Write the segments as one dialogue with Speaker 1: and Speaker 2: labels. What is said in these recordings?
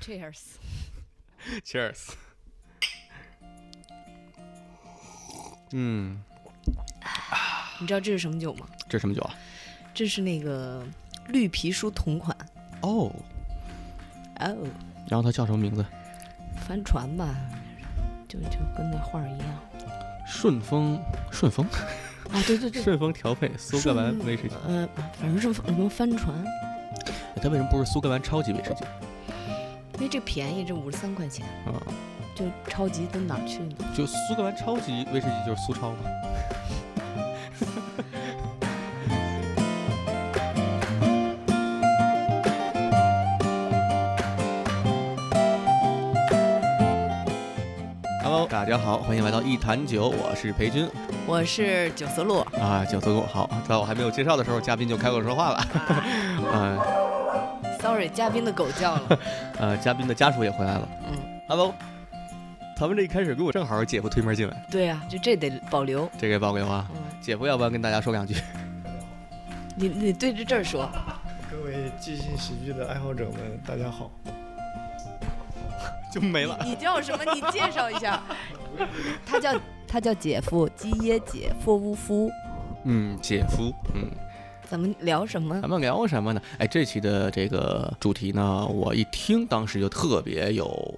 Speaker 1: Cheers！
Speaker 2: Cheers。嗯，
Speaker 1: 你知道这是什么酒吗？
Speaker 2: 这什么酒啊？
Speaker 1: 这是那个绿皮书同款
Speaker 2: 哦，
Speaker 1: 哦，
Speaker 2: 然后它叫什么名字？
Speaker 1: 帆船吧，就就跟那画儿一样
Speaker 2: 顺丰，顺丰，
Speaker 1: 啊，对对对，
Speaker 2: 顺丰调配苏格兰威士忌。
Speaker 1: 呃，反正是什么帆船，
Speaker 2: 它哎为什么不是苏格兰超级威士忌
Speaker 1: 因为这便宜，这五十三块钱，
Speaker 2: 啊？
Speaker 1: 就超级到哪儿去呢？
Speaker 2: 就苏格兰超级威士忌就是苏超嘛。Hello，大家好，欢迎来到一坛酒，我是裴军
Speaker 1: 我是九色 鹿，
Speaker 2: 啊，酒足够好。在我还没有介绍的时候，嘉宾就开口说话了。啊，
Speaker 1: Sorry，嘉宾的狗叫了。
Speaker 2: 呃，嘉宾的家属也回来了。
Speaker 1: 嗯，
Speaker 2: Hello，咱们这一开始给我正好姐夫推门进来，
Speaker 1: 对呀、就这得保留。
Speaker 2: 这个报给我啊。
Speaker 1: 嗯，
Speaker 2: 姐夫，要不要跟大家说两句？
Speaker 1: 你你对着这儿说，
Speaker 3: 各位即兴喜剧的爱好者们，大家 好。
Speaker 2: 就没了。
Speaker 1: 你叫什么？你介绍一下。 他叫他叫姐夫基耶姐夫乌夫。
Speaker 2: 嗯，姐夫，嗯，
Speaker 1: 咱们聊什么
Speaker 2: 咱？们聊什么呢？哎，这期的这个主题呢，我一听当时就特别有，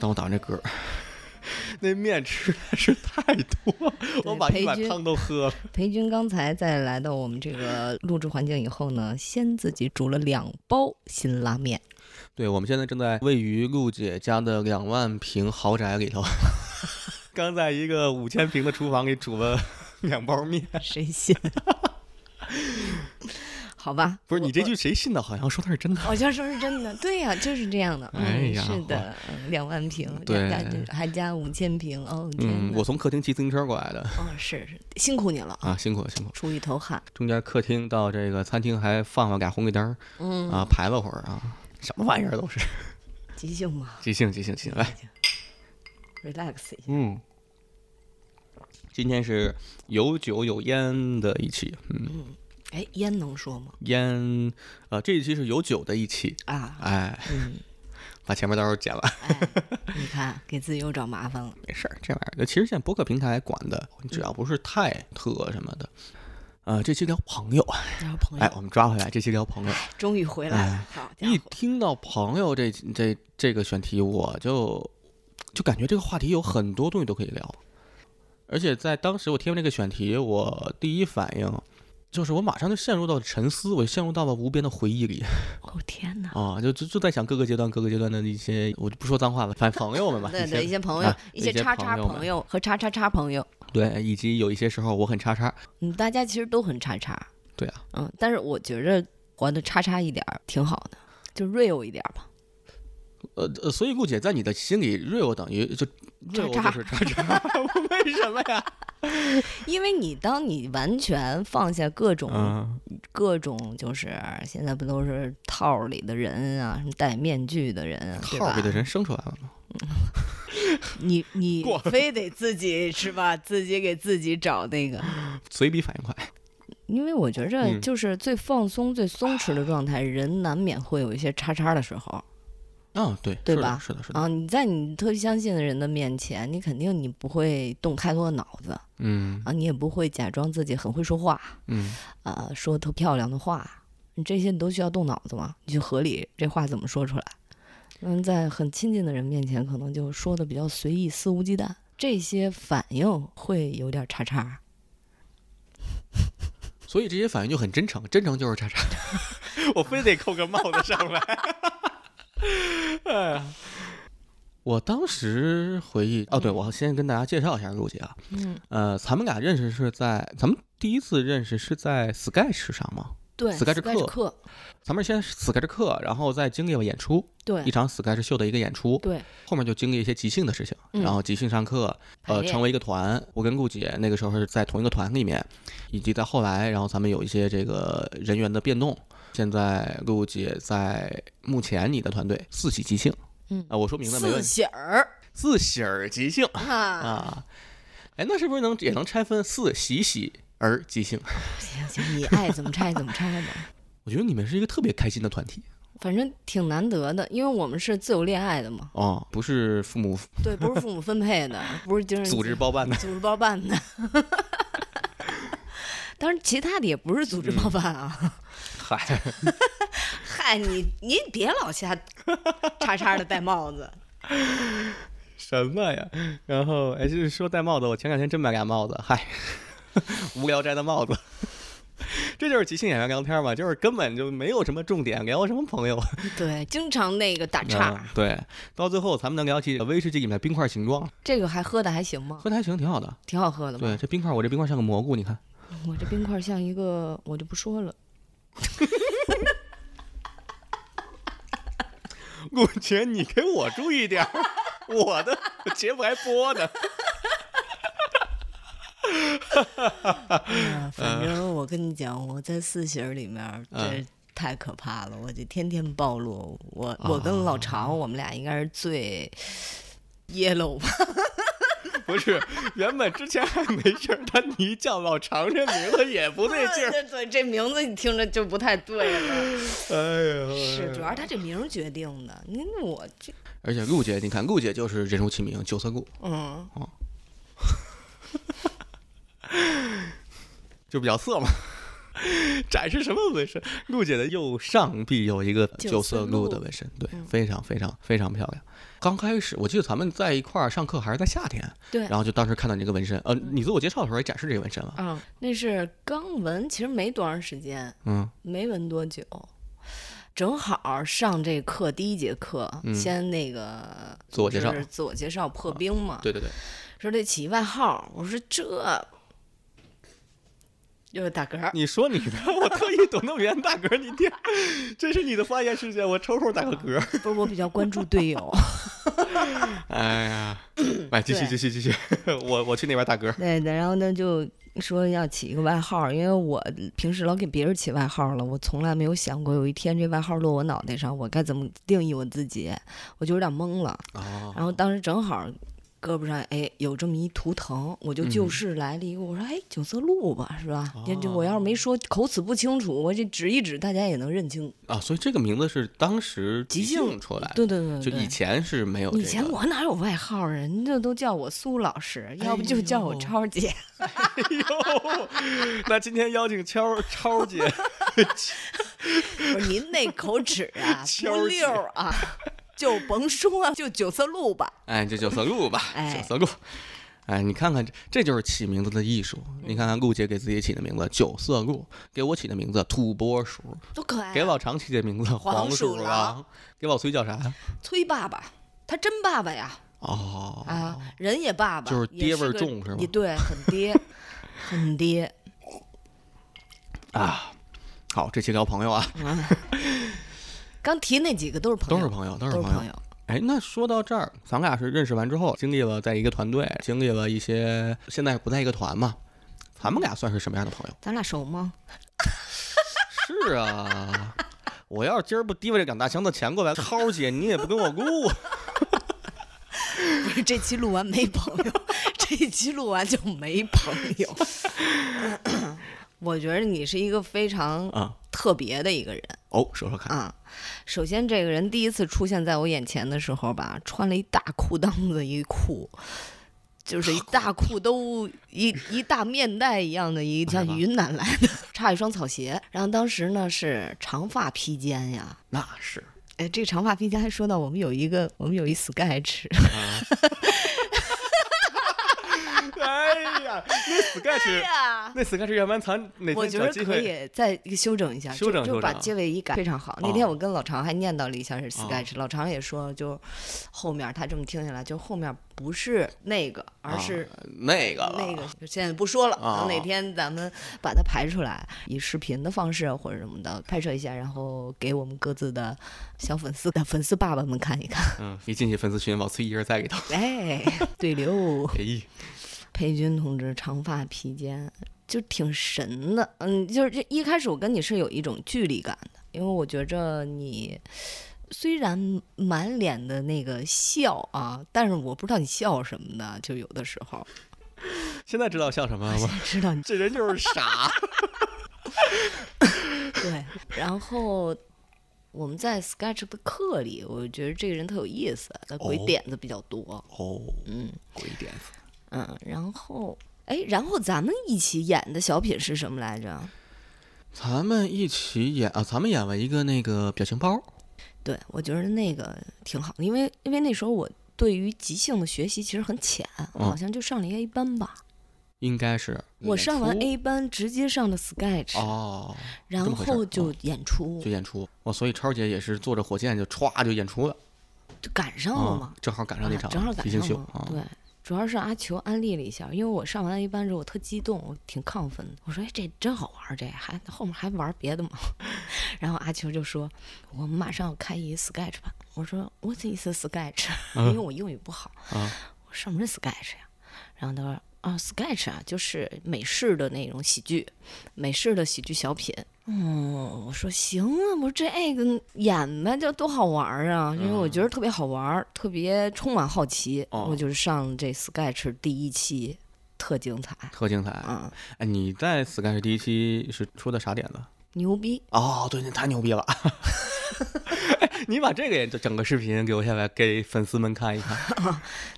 Speaker 2: 等我打完这嗝儿。 那面吃的是太多，我把一
Speaker 1: 裴
Speaker 2: 碗
Speaker 1: 军
Speaker 2: 汤都喝了。
Speaker 1: 裴军刚才在来到我们这个录制环境以后呢，先自己煮了两包辛拉面。
Speaker 2: 对，我们现在正在位于陆姐家的两万平豪宅里头， 刚在一个五千平的厨房里煮了两包面。
Speaker 1: 谁信？ 好吧，
Speaker 2: 不是你这句谁信的？好像说的是真的。
Speaker 1: 好像说是真的，对呀、就是这样的。嗯
Speaker 2: 哎呀
Speaker 1: 是的，嗯两万平，
Speaker 2: 对
Speaker 1: 还加还加五千平，哦，天
Speaker 2: 嗯，
Speaker 1: 哪
Speaker 2: 我从客厅骑自行车过来的
Speaker 1: 哦，是是，辛苦你了，
Speaker 2: 啊，辛苦了辛苦了。
Speaker 1: 出一头汗。
Speaker 2: 中间客厅到这个餐厅还放了俩红绿灯儿
Speaker 1: 嗯，
Speaker 2: 啊，排了会儿啊，什么玩意儿都是。
Speaker 1: 即兴嘛
Speaker 2: 即兴即兴即兴，来，
Speaker 1: ，relax 一下。
Speaker 2: 嗯，今天是有酒有烟的一期，嗯，
Speaker 1: 哎，烟能说吗？
Speaker 2: 烟，呃，这一期是有酒的一期，
Speaker 1: 啊，
Speaker 2: 哎，
Speaker 1: 嗯，
Speaker 2: 把前面到时候剪了，
Speaker 1: 哎，你看，给自己又找麻烦了。
Speaker 2: 没事儿，这玩意儿其实现在博客平台管的，只要不是太特什么的。呃，这期聊朋友，
Speaker 1: 然后朋
Speaker 2: 哎，
Speaker 1: 友
Speaker 2: 我们抓回来，这期聊朋友。
Speaker 1: 终于回来了，好家
Speaker 2: 一
Speaker 1: 伙，
Speaker 2: 听到朋友这这这个选题，我就就感觉这个话题有很多东西都可以聊，而且在当时我听完这个选题，我第一反应就是我马上就陷入到沉思，我陷入到了无边的回忆里
Speaker 1: 哦天哪！
Speaker 2: 啊，就就就在想各个阶段各个阶段的一些，我就不说脏话了， 反正朋友们吧，
Speaker 1: 对
Speaker 2: 一
Speaker 1: 对，一
Speaker 2: 些
Speaker 1: 些朋友
Speaker 2: 啊，
Speaker 1: 一些
Speaker 2: 一些
Speaker 1: 叉叉
Speaker 2: 朋友们
Speaker 1: 朋友和叉叉叉朋友，
Speaker 2: 对，以及有一些时候我很叉叉，
Speaker 1: 嗯，大家其实都很叉叉。
Speaker 2: 对啊，
Speaker 1: 嗯，但是我觉着活得叉叉一点儿挺好的，就 real 一点儿吧。
Speaker 2: 呃呃，所以顾姐在你的心里，real 等于就 real
Speaker 1: 叉
Speaker 2: 就是叉叉， 为什么呀？
Speaker 1: 因为你当你完全放下各种、
Speaker 2: 嗯，
Speaker 1: 各种，就是现在不都是套儿里的人啊，什么戴面具的人啊，对
Speaker 2: 套
Speaker 1: 吧
Speaker 2: 儿里的人生出来了吗？
Speaker 1: 你你
Speaker 2: 过
Speaker 1: 非得自己是吧？自己给自己找那个，
Speaker 2: 随笔反应快。
Speaker 1: 因为我觉着
Speaker 2: 嗯
Speaker 1: 就是最放松、最松弛的状态，人难免会有一些叉叉的时候
Speaker 2: 哦，对，
Speaker 1: 嗯对
Speaker 2: 是的
Speaker 1: 吧
Speaker 2: 是的，是的，
Speaker 1: 啊。你在你特别相信的人的面前，你肯定你不会动太多的脑子
Speaker 2: 嗯
Speaker 1: 啊，你也不会假装自己很会说话，
Speaker 2: 嗯，
Speaker 1: 呃，说特漂亮的话，你这些你都需要动脑子嘛，你去合理这话怎么说出来。嗯，在很亲近的人面前，可能就说的比较随意、肆无忌惮，这些反应会有点叉叉。
Speaker 2: 所以这些反应就很真诚，真诚就是叉叉， 我非得扣个帽子上来。 哎呀，我当时回忆哦，对，我先跟大家介绍一下陆姐啊，
Speaker 1: 嗯，
Speaker 2: 呃，咱们俩认识是在咱们第一次认识是在 Sketch 上嘛，
Speaker 1: 对
Speaker 2: Sketch
Speaker 1: ，Sketch 课，
Speaker 2: 咱们先 Sketch 课，然后再经历了演出，
Speaker 1: 对
Speaker 2: 一场 Sketch 秀的一个演出，
Speaker 1: 对，
Speaker 2: 后面就经历一些即兴的事情，
Speaker 1: 嗯
Speaker 2: 然后即兴上课，
Speaker 1: 排
Speaker 2: 呃，
Speaker 1: 练
Speaker 2: 成为一个团。我跟顾姐那个时候是在同一个团里面，以及在后来，然后咱们有一些这个人员的变动。现在顾姐在目前你的团队四喜即兴，
Speaker 1: 嗯
Speaker 2: 啊、我说明白没
Speaker 1: 四
Speaker 2: 问题，
Speaker 1: 喜儿
Speaker 2: 四喜儿即兴
Speaker 1: 啊，
Speaker 2: 啊，哎，那是不是能也能拆分四喜喜儿即兴？
Speaker 1: 行行，你爱怎么拆怎么拆吧。
Speaker 2: 我觉得你们是一个特别开心的团体，
Speaker 1: 反正挺难得的，因为我们是自由恋爱的嘛，
Speaker 2: 哦，不是父母
Speaker 1: 对，不是父母分配的，不是精神
Speaker 2: 组织包办的，
Speaker 1: 组织包办的。 当然，其他的也不是组织包办啊。
Speaker 2: 嗯嗨，
Speaker 1: 嗨，你你别老瞎叉叉的戴帽 子。
Speaker 2: 什么呀？ 然后哎，就是说戴帽子，我前两天真买俩帽子，嗨， 无聊摘的帽子。 这就是即兴演员聊天嘛，就是根本就没有什么重点，聊什么朋友？
Speaker 1: 对，经常那个打岔，
Speaker 2: 嗯对，到最后咱们能聊起威士忌里面冰块形状，
Speaker 1: 这个还喝的还行吗？
Speaker 2: 喝的还行，挺好的。
Speaker 1: 挺好喝的吧？
Speaker 2: 对，这冰块，我这冰块像个蘑菇，你看，
Speaker 1: 我这冰块像一个，我就不说了。
Speaker 2: 我觉你给我注意点儿，我的节目还播呢。
Speaker 1: 嗯，反正我跟你讲，我在四喜儿里面儿这
Speaker 2: 嗯
Speaker 1: 太可怕了，我就天天暴露。我
Speaker 2: 哦
Speaker 1: 我跟老常，我们俩应该是最 yellow 吧？
Speaker 2: 不是，原本之前还没事儿，但你一叫老常这名字也不对劲儿。
Speaker 1: 对 对，这名字你听着就不太对 了。
Speaker 3: 哎呦，
Speaker 1: 是，主要是他这名儿决定的。您我这，
Speaker 2: 而且陆姐，你看陆姐就是人如其名，九色鹿，哦
Speaker 1: 嗯，
Speaker 2: 就比较色嘛。 展示什么纹身？陆姐的右上臂有一个
Speaker 1: 九
Speaker 2: 九
Speaker 1: 色
Speaker 2: 色
Speaker 1: 鹿
Speaker 2: 鹿嗯的纹身，对，非常非常非常漂亮。刚开始我记得咱们在一块儿上课还是在夏天，
Speaker 1: 对
Speaker 2: 然后就当时看到你这个纹身，呃，你自我介绍的时候也展示这个纹身了，
Speaker 1: 嗯，那是刚纹，其实没多长时间，
Speaker 2: 嗯，
Speaker 1: 没纹多久，正好上这课第一节课，先那个
Speaker 2: 嗯自我介绍
Speaker 1: 就是自我介绍破冰嘛，
Speaker 2: 对对对，
Speaker 1: 说得起一外号，我说这又是打嗝儿，
Speaker 2: 你说你的， 我特意躲那么远打嗝，你听，这是你的发言时间，我抽空打个嗝。
Speaker 1: 不是我比较关注队友，
Speaker 2: 哎呀，来继续
Speaker 1: 对
Speaker 2: 继续继续， 我我去那边打嗝。
Speaker 1: 对的，然后呢就说要起一个外号，因为我平时老给别人起外号了，我从来没有想过有一天这外号落我脑袋上，我该怎么定义我自己，我就有点懵了。
Speaker 2: 哦，
Speaker 1: 然后当时正好胳膊上哎有这么一图腾，我就就
Speaker 2: 嗯
Speaker 1: 是来了一个，我说哎九色鹿吧，是吧？也就
Speaker 2: 哦
Speaker 1: 我要是没说口齿不清楚，我这指一指，大家也能认清。
Speaker 2: 啊，所以这个名字是当时
Speaker 1: 即
Speaker 2: 即
Speaker 1: 兴
Speaker 2: 兴出来的，
Speaker 1: 对对对
Speaker 2: 哎就
Speaker 1: 对
Speaker 2: 以
Speaker 1: 对。
Speaker 2: 前是没有、这个。
Speaker 1: 以前 我哪有外号啊？人家都叫我苏老师，要不就叫我
Speaker 2: 哎呦
Speaker 1: 超姐。
Speaker 2: 哟，哎那今天邀请超超姐，
Speaker 1: 我说您那口齿 啊
Speaker 2: 秋
Speaker 1: 不
Speaker 2: 姐
Speaker 1: 溜儿啊，就甭说了，就九色鹿吧。
Speaker 2: 哎，这九色鹿吧，
Speaker 1: 哎
Speaker 2: 九色鹿。哎，你看看这，这就是起名字的艺术。你看看陆姐给自己起的名字“九色鹿”，给我起的名字“土拨鼠
Speaker 1: 多可”，爱
Speaker 2: 给
Speaker 1: 啊！
Speaker 2: 老常起的名字“
Speaker 1: 黄鼠
Speaker 2: 鼠
Speaker 1: 狼
Speaker 2: 狼”，给老崔叫啥呀？
Speaker 1: 崔爸爸，他真爸爸呀
Speaker 2: 哦，
Speaker 1: 啊，人也爸爸，
Speaker 2: 就是
Speaker 1: 也
Speaker 2: 爹味儿
Speaker 1: 个
Speaker 2: 重是吗
Speaker 1: 也对，很爹， 很爹。
Speaker 2: 啊，好，这期聊朋友啊，
Speaker 1: 刚提那几个都是朋
Speaker 2: 都是
Speaker 1: 友，
Speaker 2: 朋友，都
Speaker 1: 都
Speaker 2: 是朋友。
Speaker 1: 友。
Speaker 2: 哎，那说到这儿，咱俩是认识完之后，经历了在一个团队，经历了一些，现在不在一个团嘛，咱们俩算是什么样的朋友？
Speaker 1: 咱俩熟吗？
Speaker 2: 是啊，我要是今儿不提把这两大箱子钱过来，涛姐你也不跟我录啊。
Speaker 1: 不是，这期录完没朋友， 这期录完就没朋友。 我觉得你是一个非常
Speaker 2: 啊
Speaker 1: 特别的一个人
Speaker 2: 哦，说说看，
Speaker 1: 啊。首先，这个人第一次出现在我眼前的时候吧，穿了一大裤裆子一裤，就是一大裤兜一一大面带一样的一像云南来的，差一双草鞋。然后当时呢是长发披肩呀，
Speaker 2: 那是
Speaker 1: 哎，这个长发披肩还说到我们有一个，我们有一 sketch，
Speaker 2: 哎呀，那 sketch，、那 sketch 原班藏哪
Speaker 1: 哎我
Speaker 2: 天
Speaker 1: 觉
Speaker 2: 找
Speaker 1: 得
Speaker 2: 机
Speaker 1: 可
Speaker 2: 会
Speaker 1: 以再修整一下，
Speaker 2: 修
Speaker 1: 就
Speaker 2: 整
Speaker 1: 就
Speaker 2: 修
Speaker 1: 把
Speaker 2: 整
Speaker 1: 结尾一改非常好。那
Speaker 2: 哦
Speaker 1: 天我跟老常还念叨了一下是 sketch，、老常也说，就后面他这么听下来，就后面不是那个，而是
Speaker 2: 啊那个了
Speaker 1: 那个，现在不说了。然后哪
Speaker 2: 哦
Speaker 1: 天咱们把它排出来，以视频的方式或者什么的拍摄一下，然后给我们各自的小粉丝、粉丝爸爸们看一 看。
Speaker 2: 嗯，一进去粉丝群，老崔一人在里头。
Speaker 1: 哎，对流。
Speaker 2: 哎，
Speaker 1: 裴军同志长发披肩，就挺神的。嗯，就是这一开始我跟你是有一种距离感的，因为我觉着你虽然满脸的那个笑啊，但是我不知道你笑什么的，就有的时候
Speaker 2: 现在知道笑什么了吗？
Speaker 1: 知道你
Speaker 2: 这人就是傻。
Speaker 1: 对，然后。我们在 Sketch 的课里，我觉得这个人特有意思，他鬼
Speaker 2: 哦
Speaker 1: 点子比较多。
Speaker 2: 哦，
Speaker 1: 嗯
Speaker 2: 鬼点子。
Speaker 1: 嗯，然后哎，然后咱们一起演的小品是什么来着？
Speaker 2: 咱们一起演啊，咱们演了一个那个表情包。
Speaker 1: 对，我觉得那个挺好的，因为因为那时候我对于即兴的学习其实很浅，
Speaker 2: 嗯
Speaker 1: 我好像就上了一 A 班吧。
Speaker 2: 应该是
Speaker 1: 我上完
Speaker 2: 演
Speaker 1: A 班直接上的 Sketch，、
Speaker 2: 出哦，
Speaker 1: 然
Speaker 2: 这么回事儿嗯
Speaker 1: 后就演出，
Speaker 2: 就演出哦，所以超姐也是坐着火箭就歘就演出了，
Speaker 1: 就赶上了哦嘛
Speaker 2: 啊，，正好赶上那场
Speaker 1: 啊正好
Speaker 2: 即
Speaker 1: 赶
Speaker 2: 兴
Speaker 1: 上
Speaker 2: 秀
Speaker 1: 了。
Speaker 2: 啊，
Speaker 1: 对，主要是阿球安利了一下，因为我上完 A 班之后我特激动，我挺亢奋的。我说：“哎，这真好玩儿，这还后面还玩别的吗？” 然后阿球就说：“我们马上要开一 Sketch 吧。”我说：“What is a Sketch？”
Speaker 2: 嗯
Speaker 1: 因为我英语不好。
Speaker 2: 啊
Speaker 1: 我说：“什么是 Sketch 呀？”然后他说。啊、s k e t c h 啊，就是美式的那种喜剧，美式的喜剧小品。嗯，我说行啊，我说这个演呗，就多好玩儿啊！因为我觉得特别好玩儿，特别充满好奇。
Speaker 2: 哦
Speaker 1: 我就是上这 Sketch 第一期，特精彩
Speaker 2: 特精彩。
Speaker 1: 啊、
Speaker 2: 哎，你在 Sky 第一期是出的啥点子？
Speaker 1: 牛逼！
Speaker 2: 哦，对，那太牛逼了！ 哎你把这个也整个视频留下来给粉丝们看一看。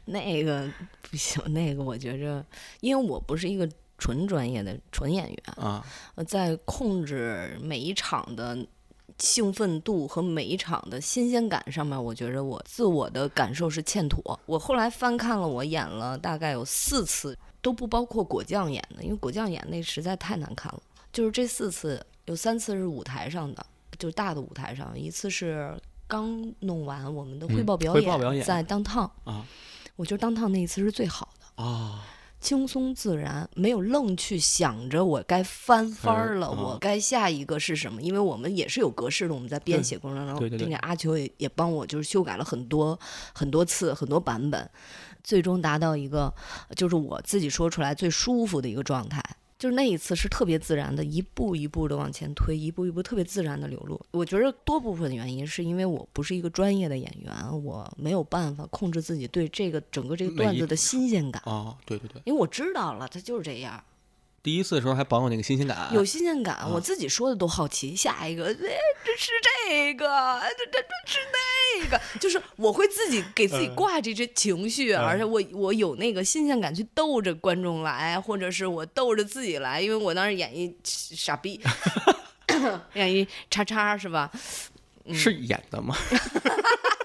Speaker 1: 那个不行，那个我觉着，因为我不是一个纯专业的纯演员，
Speaker 2: 啊，
Speaker 1: 呃在控制每一场的兴奋度和每一场的新鲜感上面，我觉着我自我的感受是欠妥。我后来翻看了，我演了大概有四次，都不包括果酱演的，因为果酱演那实在太难看了。就是这四次，有三次是舞台上的，就是大的舞台上，一次是刚弄完我们的汇
Speaker 2: 嗯
Speaker 1: 报表
Speaker 2: 汇
Speaker 1: 演，
Speaker 2: 报表演
Speaker 1: 在当烫
Speaker 2: 啊，
Speaker 1: 我觉得当烫那一次是最好的。
Speaker 2: 哦，
Speaker 1: 轻松自然，没有愣去想着我该翻番儿了，
Speaker 2: 嗯
Speaker 1: 我该下一个是什么？因为我们也是有格式的，我们在编写过程
Speaker 2: 对
Speaker 1: 中，
Speaker 2: 对对
Speaker 1: 并且阿秋也也帮我就是修改了很多很多次很多版本，最终达到一个就是我自己说出来最舒服的一个状态。就是那一次是特别自然的，一步一步的往前推，一步一步特别自然的流露。我觉得多部分原因是因为我不是一个专业的演员，我没有办法控制自己对这个整个这个
Speaker 2: 每一
Speaker 1: 段子的新鲜感。
Speaker 2: 哦，对对对，
Speaker 1: 因为我知道了，他就是这样，
Speaker 2: 第一次的时候还保有那个新鲜感，
Speaker 1: 有新鲜感。我自己说的都好奇，下一个，哎，这是这个，哎这这这是那个，就是我会自己给自己挂这些情绪，而且我我有那个新鲜感去逗着观众来，或者是我逗着自己来，因为我当时演一傻逼，演一叉叉是吧？
Speaker 2: 是演的吗？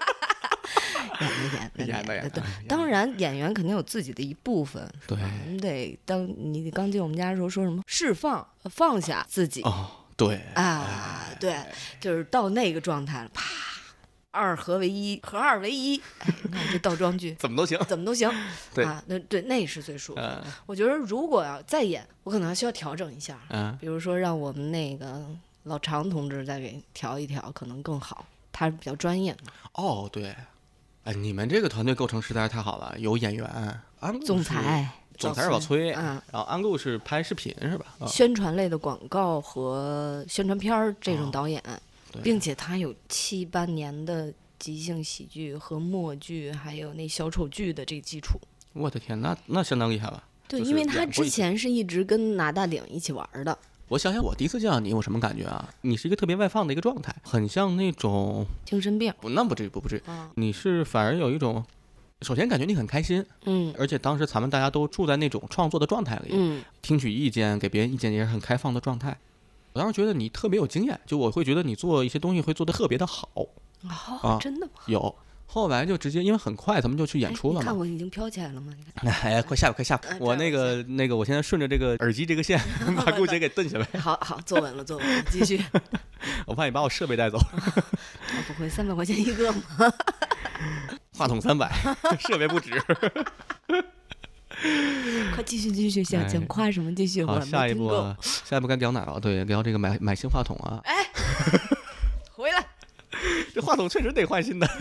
Speaker 1: 演的演的
Speaker 2: 演的演
Speaker 1: 对
Speaker 2: 的演的，
Speaker 1: 当然演员肯定有自己的一部分，
Speaker 2: 对，
Speaker 1: 你得当你刚进我们家的时候说什么释放放下自己。
Speaker 2: 哦，对，
Speaker 1: 啊，
Speaker 2: 哎
Speaker 1: 对，就是到那个状态了，啪，二合为一，合二为一，哎，你看这倒装句
Speaker 2: 怎么都行。
Speaker 1: 怎么都行，
Speaker 2: 对
Speaker 1: 啊，那对那是最舒服。
Speaker 2: 嗯
Speaker 1: 我觉得如果要再演，我可能需要调整一下，
Speaker 2: 嗯，
Speaker 1: 比如说让我们那个老常同志再给调一调，可能更好，他比较专业嘛。
Speaker 2: 哦，对，哎，你们这个团队构成实在是太好了，有演员，安顾
Speaker 1: 总
Speaker 2: 嗯是，
Speaker 1: 裁，
Speaker 2: 总裁是老
Speaker 1: 崔，
Speaker 2: 崔，
Speaker 1: 嗯
Speaker 2: 然后安顾是拍视频是吧？啊
Speaker 1: 宣传类的广告和宣传片儿这种导演，
Speaker 2: 哦对
Speaker 1: 并且他有七八年的即兴喜剧和默剧，还有那小丑剧的这个基础。
Speaker 2: 我的天，那那相当厉害了。
Speaker 1: 对，
Speaker 2: 就是
Speaker 1: 因为
Speaker 2: 演
Speaker 1: 他
Speaker 2: 过一
Speaker 1: 之
Speaker 2: 次
Speaker 1: 前是一直跟拿大顶一起玩儿的，
Speaker 2: 我想想，我第一次见到你有什么感觉啊？你是一个特别外放的一个状态，很像那种
Speaker 1: 精神病。
Speaker 2: 不，那不至于，不不至于，
Speaker 1: 啊，
Speaker 2: 你是反而有一种，首先感觉你很开心，
Speaker 1: 嗯
Speaker 2: 而且当时咱们大家都住在那种创作的状态里，
Speaker 1: 嗯，
Speaker 2: 听取意见，给别人意见也是很开放的状态。我当时觉得你特别有经验，就我会觉得你做一些东西会做得特别的好，
Speaker 1: 哦
Speaker 2: 啊，
Speaker 1: 真的吗？
Speaker 2: 有。后来就直接，因为很快咱们就去演
Speaker 1: 哎
Speaker 2: 出
Speaker 1: 你
Speaker 2: 了
Speaker 1: 看
Speaker 2: 嘛。
Speaker 1: 我已经飘起来了 吗？你看，
Speaker 2: 哎，快下吧，快下吧！
Speaker 1: 哎
Speaker 2: 我
Speaker 1: 这
Speaker 2: 那
Speaker 1: 样
Speaker 2: 个那个，我现在顺着这个耳机这 个线把顾姐给蹬下来，
Speaker 1: 好好坐稳了，坐稳了， 继续。
Speaker 2: 我怕你把我设备带走。
Speaker 1: 啊不会三百块钱一 个吗？
Speaker 2: 话筒三百， 设备 不止。
Speaker 1: 快继续继续，想想
Speaker 2: 哎
Speaker 1: 夸什么继续，我
Speaker 2: 好，
Speaker 1: 没
Speaker 2: 下一
Speaker 1: 听
Speaker 2: 步
Speaker 1: 够
Speaker 2: 啊，下一步该聊哪儿了？对，聊这个买买新话筒啊。
Speaker 1: 回来。
Speaker 2: 这话筒确实得换新的。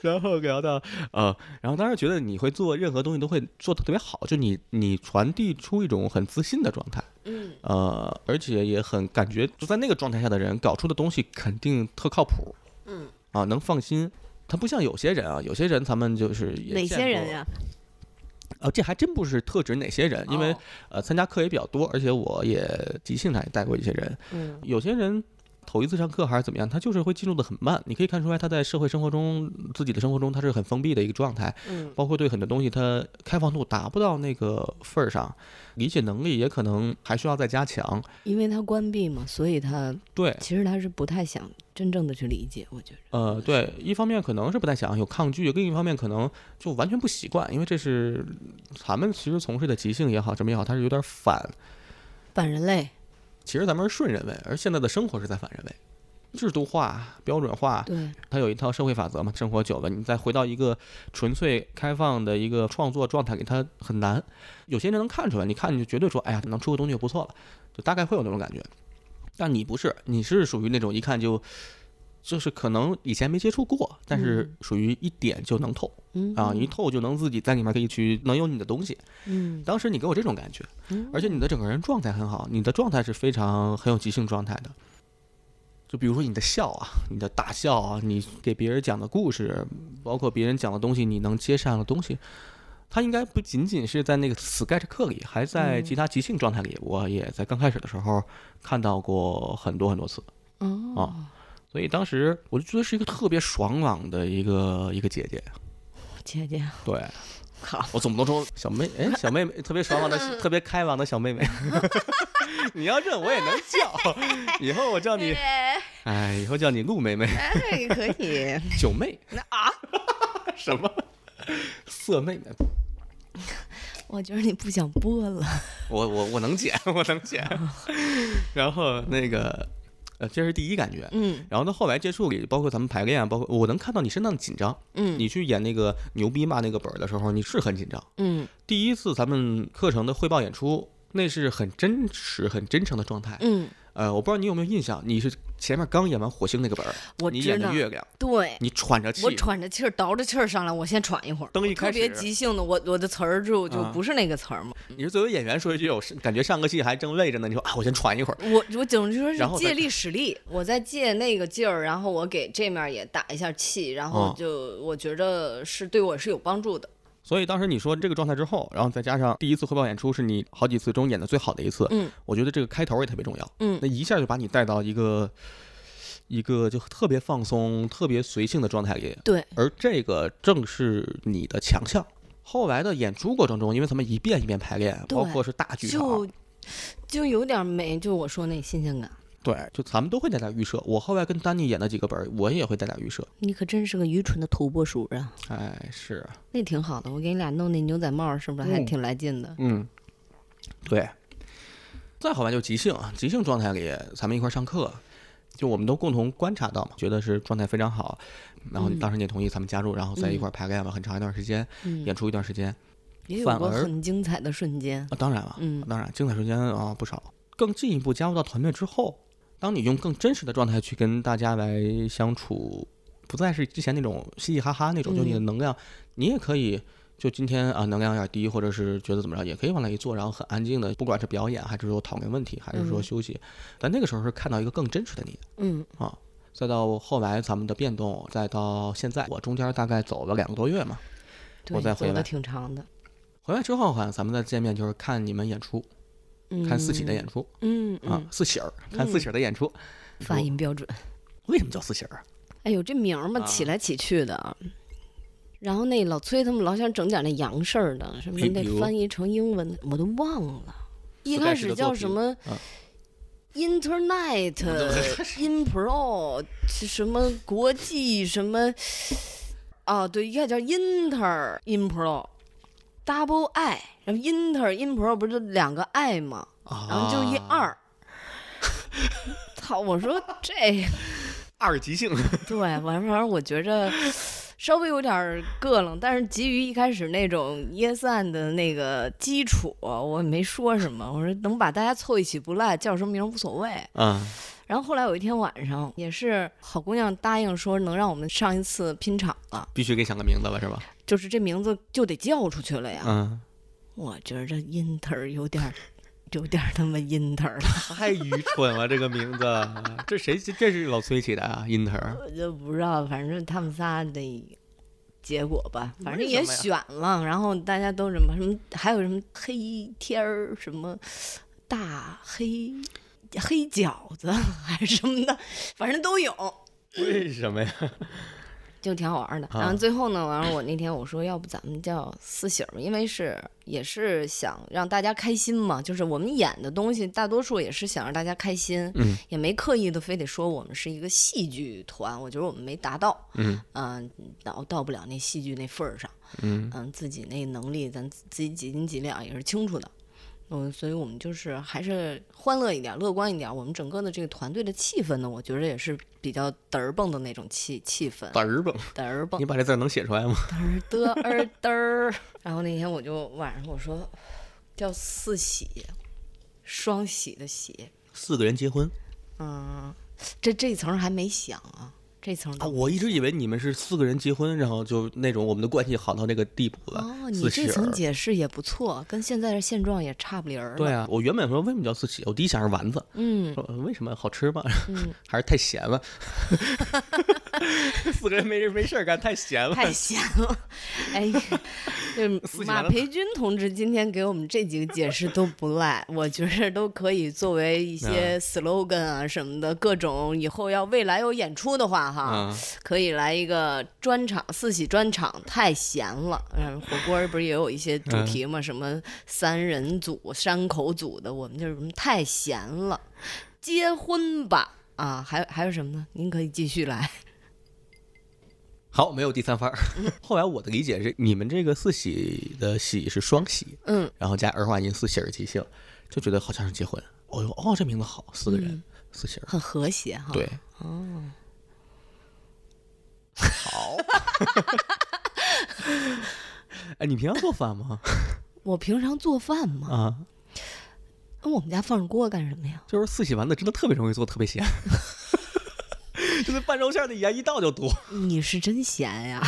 Speaker 2: 然后聊到呃，然后当时觉得你会做任何东西都会做的特别好，就你你传递出一种很自信的状态，
Speaker 1: 嗯，
Speaker 2: 呃，而且也很感觉就在那个状态下的人搞出的东西肯定特靠谱，
Speaker 1: 嗯，
Speaker 2: 啊，能放心。他不像有些人啊，有些人咱们就是也
Speaker 1: 哪
Speaker 2: 见
Speaker 1: 些
Speaker 2: 过
Speaker 1: 人？呀？
Speaker 2: 呃，这还真不是特指哪些人，因为、
Speaker 1: 哦
Speaker 2: 呃参加课也比较多，而且我也即兴上也带过一些人，
Speaker 1: 嗯
Speaker 2: 有些人头一次上课还是怎么样，他就是会进入的很慢。你可以看出来他在社会生活中、自己的生活中，他是很封闭的一个状态，
Speaker 1: 嗯
Speaker 2: 包括对很多东西他开放度达不到那个份儿上，理解能力也可能还需要再加强。
Speaker 1: 因为他关闭嘛，所以他
Speaker 2: 对，
Speaker 1: 其实他是不太想真正的去理解，我觉得。
Speaker 2: 呃，对，一方面可能是不太想有抗拒，另一方面可能就完全不习惯，因为这是咱们其实从事的即兴也好，什么也好，它是有点反。
Speaker 1: 反人类，
Speaker 2: 其实咱们是顺人为，而现在的生活是在反人为，制度化、标准化，
Speaker 1: 对，
Speaker 2: 它有一套社会法则嘛，生活久了，你再回到一个纯粹开放的一个创作状态里，它很难。有些人能看出来，你看你就绝对说，哎呀，能出个东西就不错了，就大概会有那种感觉。但你不是，你是属于那种一看就，就是可能以前没接触过，但是
Speaker 1: 嗯
Speaker 2: 属于一点就能透、
Speaker 1: 嗯
Speaker 2: 啊，一透就能自己在里面可以去能有你的东西。
Speaker 1: 嗯，
Speaker 2: 当时你给我这种感觉，
Speaker 1: 嗯
Speaker 2: 而且你的整个人状态很好，你的状态是非常很有即兴状态的。就比如说你的笑啊，你的大笑啊，你给别人讲的故事，包括别人讲的东西，你能接上的东西，它应该不仅仅是在那个 sketch 课里，还在
Speaker 1: 嗯
Speaker 2: 其他即兴状态里。我也在刚开始的时候看到过很多很多次，
Speaker 1: 哦，
Speaker 2: 所以当时我就觉得是一个特别爽朗的一个一个姐姐。
Speaker 1: 姐姐，
Speaker 2: 对
Speaker 1: 好，嗯
Speaker 2: 我总不能说小妹，哎，小妹妹特别爽朗的、特别开朗的小妹妹。 你要这我也能叫， 以后我叫你，哎，以后叫你陆妹妹、
Speaker 1: 哎，可以，
Speaker 2: 九妹
Speaker 1: 那啊，
Speaker 2: 什么色妹妹，
Speaker 1: 我觉得你不想播了，
Speaker 2: 我我我能剪，我能 剪。然后那个，呃，这是第一感觉。
Speaker 1: 嗯
Speaker 2: 然后到后来接触里，包括咱们排练啊，包括我能看到你身上的紧张。
Speaker 1: 嗯
Speaker 2: 你去演那个牛逼骂那个本儿的时候，你是很紧张。
Speaker 1: 嗯
Speaker 2: 第一次咱们课程的汇报演出，那是很真实、很真诚的状态。
Speaker 1: 嗯，
Speaker 2: 呃，我不知道你有没有印象，你是前面刚演完火星那个本儿，
Speaker 1: 我
Speaker 2: 你
Speaker 1: 知
Speaker 2: 演
Speaker 1: 道
Speaker 2: 的，月亮，
Speaker 1: 对。
Speaker 2: 你喘着气
Speaker 1: 我，喘着气儿，倒着气儿上来，我先喘一会儿。
Speaker 2: 灯一
Speaker 1: 特
Speaker 2: 开
Speaker 1: 别
Speaker 2: 始
Speaker 1: 即兴的，我我的词儿就就
Speaker 2: 啊
Speaker 1: 不是那个词儿嘛，
Speaker 2: 你是作为演员说一句，我是感觉上个戏还正累着呢，你说啊，我先喘一会儿，
Speaker 1: 我我总之说
Speaker 2: 然
Speaker 1: 是
Speaker 2: 后
Speaker 1: 借
Speaker 2: 再
Speaker 1: 力使力，我在借那个劲儿，然后我给这面儿也打一下气，然后
Speaker 2: 哦
Speaker 1: 就我觉着是对我是有帮助的。
Speaker 2: 所以当时你说这个状态之后，然后再加上第一次汇报演出是你好几次中演的最好的一次，
Speaker 1: 嗯，
Speaker 2: 我觉得这个开头也特别重要，
Speaker 1: 嗯
Speaker 2: 那一下就把你带到一个一个就特别放松、特别随性的状态里，
Speaker 1: 对，
Speaker 2: 而这个正是你的强项。后来的演出过程中，因为咱们一遍一遍排练，
Speaker 1: 对
Speaker 2: 包括是大剧场
Speaker 1: 就，就有点没，就我说那新鲜感。
Speaker 2: 对，就咱们都会带点预设。我后来跟丹尼演的几个本儿，我也会带点预设。
Speaker 1: 你可真是个愚蠢的土拨鼠啊！
Speaker 2: 哎，是，
Speaker 1: 那挺好的，我给你俩弄那牛仔帽儿，是不是还
Speaker 2: 嗯
Speaker 1: 挺来劲的？
Speaker 2: 嗯，对。再后来就即兴，啊即兴状态里，咱们一块儿上课，就我们都共同观察到嘛，觉得是状态非常好。然后
Speaker 1: 嗯
Speaker 2: 当时你也同意咱们加入，然后在一块儿排练了很长一段时间，
Speaker 1: 嗯，
Speaker 2: 演出一段时间。
Speaker 1: 也有
Speaker 2: 反
Speaker 1: 过
Speaker 2: 而
Speaker 1: 很精彩的瞬间。
Speaker 2: 啊，当然了，
Speaker 1: 嗯
Speaker 2: 当然精彩时间啊不少。更进一步加入到团队之后，当你用更真实的状态去跟大家来相处，不再是之前那种嘻嘻哈哈那种，就你的
Speaker 1: 嗯
Speaker 2: 能量，你也可以。就今天啊，能量有点低，或者是觉得怎么着，也可以往那一坐，然后很安静的，不管是表演，还是说讨论问题，还是说
Speaker 1: 嗯
Speaker 2: 休息，但那个时候是看到一个更真实的你。
Speaker 1: 嗯
Speaker 2: 再到后来咱们的变动，再到现在，我中间大概走了两个多月嘛，
Speaker 1: 对，
Speaker 2: 我再回
Speaker 1: 走的
Speaker 2: 来
Speaker 1: 挺长的。
Speaker 2: 回来之后好像咱们再见面就是看你们演出，看四喜的演出，
Speaker 1: 嗯嗯
Speaker 2: 啊
Speaker 1: 嗯，，
Speaker 2: 四喜儿，看四喜儿的演出。
Speaker 1: 发音标准。
Speaker 2: 为什么叫四喜儿？
Speaker 1: 哎呦，这名儿嘛，
Speaker 2: 啊
Speaker 1: 起来起去的。然后那老崔他们老想整点那洋事儿的，什么
Speaker 2: 哎
Speaker 1: 得
Speaker 2: 比如
Speaker 1: 翻译成英文的，我都忘了。一
Speaker 2: 斯
Speaker 1: 开
Speaker 2: 盖世
Speaker 1: 始
Speaker 2: 的
Speaker 1: 叫
Speaker 2: 作
Speaker 1: 什
Speaker 2: 品
Speaker 1: 么
Speaker 2: 啊
Speaker 1: Internet、Impro 什么国际什么啊？对，应该叫 Inter Impro Double I，然后 Inter Impro 不是两个 I 吗？
Speaker 2: 啊
Speaker 1: 然后就一二。操！我说这
Speaker 2: 二级性，
Speaker 1: 对，完反正我觉着稍微有点儿膈冷，但是基于一开始那种耶散的那个基础，我也没说什么。我说能把大家凑一起不赖，叫什么名儿无所谓。
Speaker 2: 嗯
Speaker 1: 然后后来有一天晚上，也是好姑娘答应说能让我们上一次拼场了，
Speaker 2: 必须给想个名字吧，是吧？
Speaker 1: 就是这名字就得叫出去了呀。
Speaker 2: 嗯，
Speaker 1: 我觉着 inter 有点儿，有点儿他妈 inter 了，
Speaker 2: 太愚蠢啊了，这个名字， 这谁这是老崔起的啊？英特尔，
Speaker 1: 我就不知道，反正他们仨的结果吧，反正
Speaker 2: 为
Speaker 1: 也
Speaker 2: 什么呀
Speaker 1: 选了，然后大家都什么什么，还有什么黑天儿，什么大黑黑饺子 还是什么的，反正都有，
Speaker 2: 为什么呀？
Speaker 1: 就挺好玩的。然后
Speaker 2: 啊
Speaker 1: 最后呢，完了我那天我说，要不咱们叫四喜儿吧，因为是也是想让大家开心嘛，就是我们演的东西大多数也是想让大家开心，
Speaker 2: 嗯
Speaker 1: 也没刻意的非得说我们是一个戏剧团，我觉得我们没达到，
Speaker 2: 嗯
Speaker 1: 嗯、到到不了那戏剧那份儿上，
Speaker 2: 嗯
Speaker 1: 嗯、自己那能力咱自自己几斤几两也是清楚的。嗯，所以我们就是还是欢乐一点，乐观一点。我们整个的这个团队的气氛呢，我觉得也是比较嘚儿蹦的那种气气氛，
Speaker 2: 嘚儿吧，
Speaker 1: 嘚儿蹦。
Speaker 2: 你把这字儿能写出来吗？
Speaker 1: 嘚儿嘚儿。然后那天我就晚上我说叫四喜，双喜的喜，
Speaker 2: 四个人结婚
Speaker 1: 嗯，这这层还没想啊，这层
Speaker 2: 啊！
Speaker 1: 都、
Speaker 2: 我一直以为你们是四个人结婚，然后就那种我们的关系好到那个地步了。
Speaker 1: 哦，
Speaker 2: 四
Speaker 1: 你
Speaker 2: 喜
Speaker 1: 这层
Speaker 2: 儿。
Speaker 1: 解释也不错，跟现在的现状也差不离儿了。
Speaker 2: 对，啊，我原本说为什么叫四喜，我第一想是丸子，
Speaker 1: 嗯
Speaker 2: 说呃为什么好吃吗？
Speaker 1: 嗯，
Speaker 2: 还是太咸 了？四个人没人没事儿干，太咸了。
Speaker 1: 太咸了，哎，这
Speaker 2: 四喜
Speaker 1: 马
Speaker 2: 完了
Speaker 1: 培军同志今天给我们这几个解释都不赖，我觉着都可以作为一些 slogan 啊什么的，各种以后要未来有演出的话哈，
Speaker 2: 啊，
Speaker 1: 可以来一个专场四喜专场，太闲了。嗯，火锅儿不是也有一些主题嘛，什么三人组、山口组的，我们就是什么太闲了。结婚吧，啊，还有还有什么呢？您可以继续来。
Speaker 2: 好，没有第三番儿。后来我的理解是，你们这个四喜的喜是双喜，
Speaker 1: 嗯，
Speaker 2: 然后加儿化音四喜儿即兴，就觉得好像是结婚。哦哟，哦，这名字好，四个人，四喜儿。
Speaker 1: 很和谐哈。
Speaker 2: 对，
Speaker 1: 哦，
Speaker 2: 好。哎，你平常做饭吗？
Speaker 1: 我平常做饭嘛，
Speaker 2: 啊，
Speaker 1: 那我们家放着锅干什么呀？
Speaker 2: 就是四喜丸子真的特别容易做，特别咸， 就是拌肉馅儿的盐一倒就多。
Speaker 1: 你是真闲呀？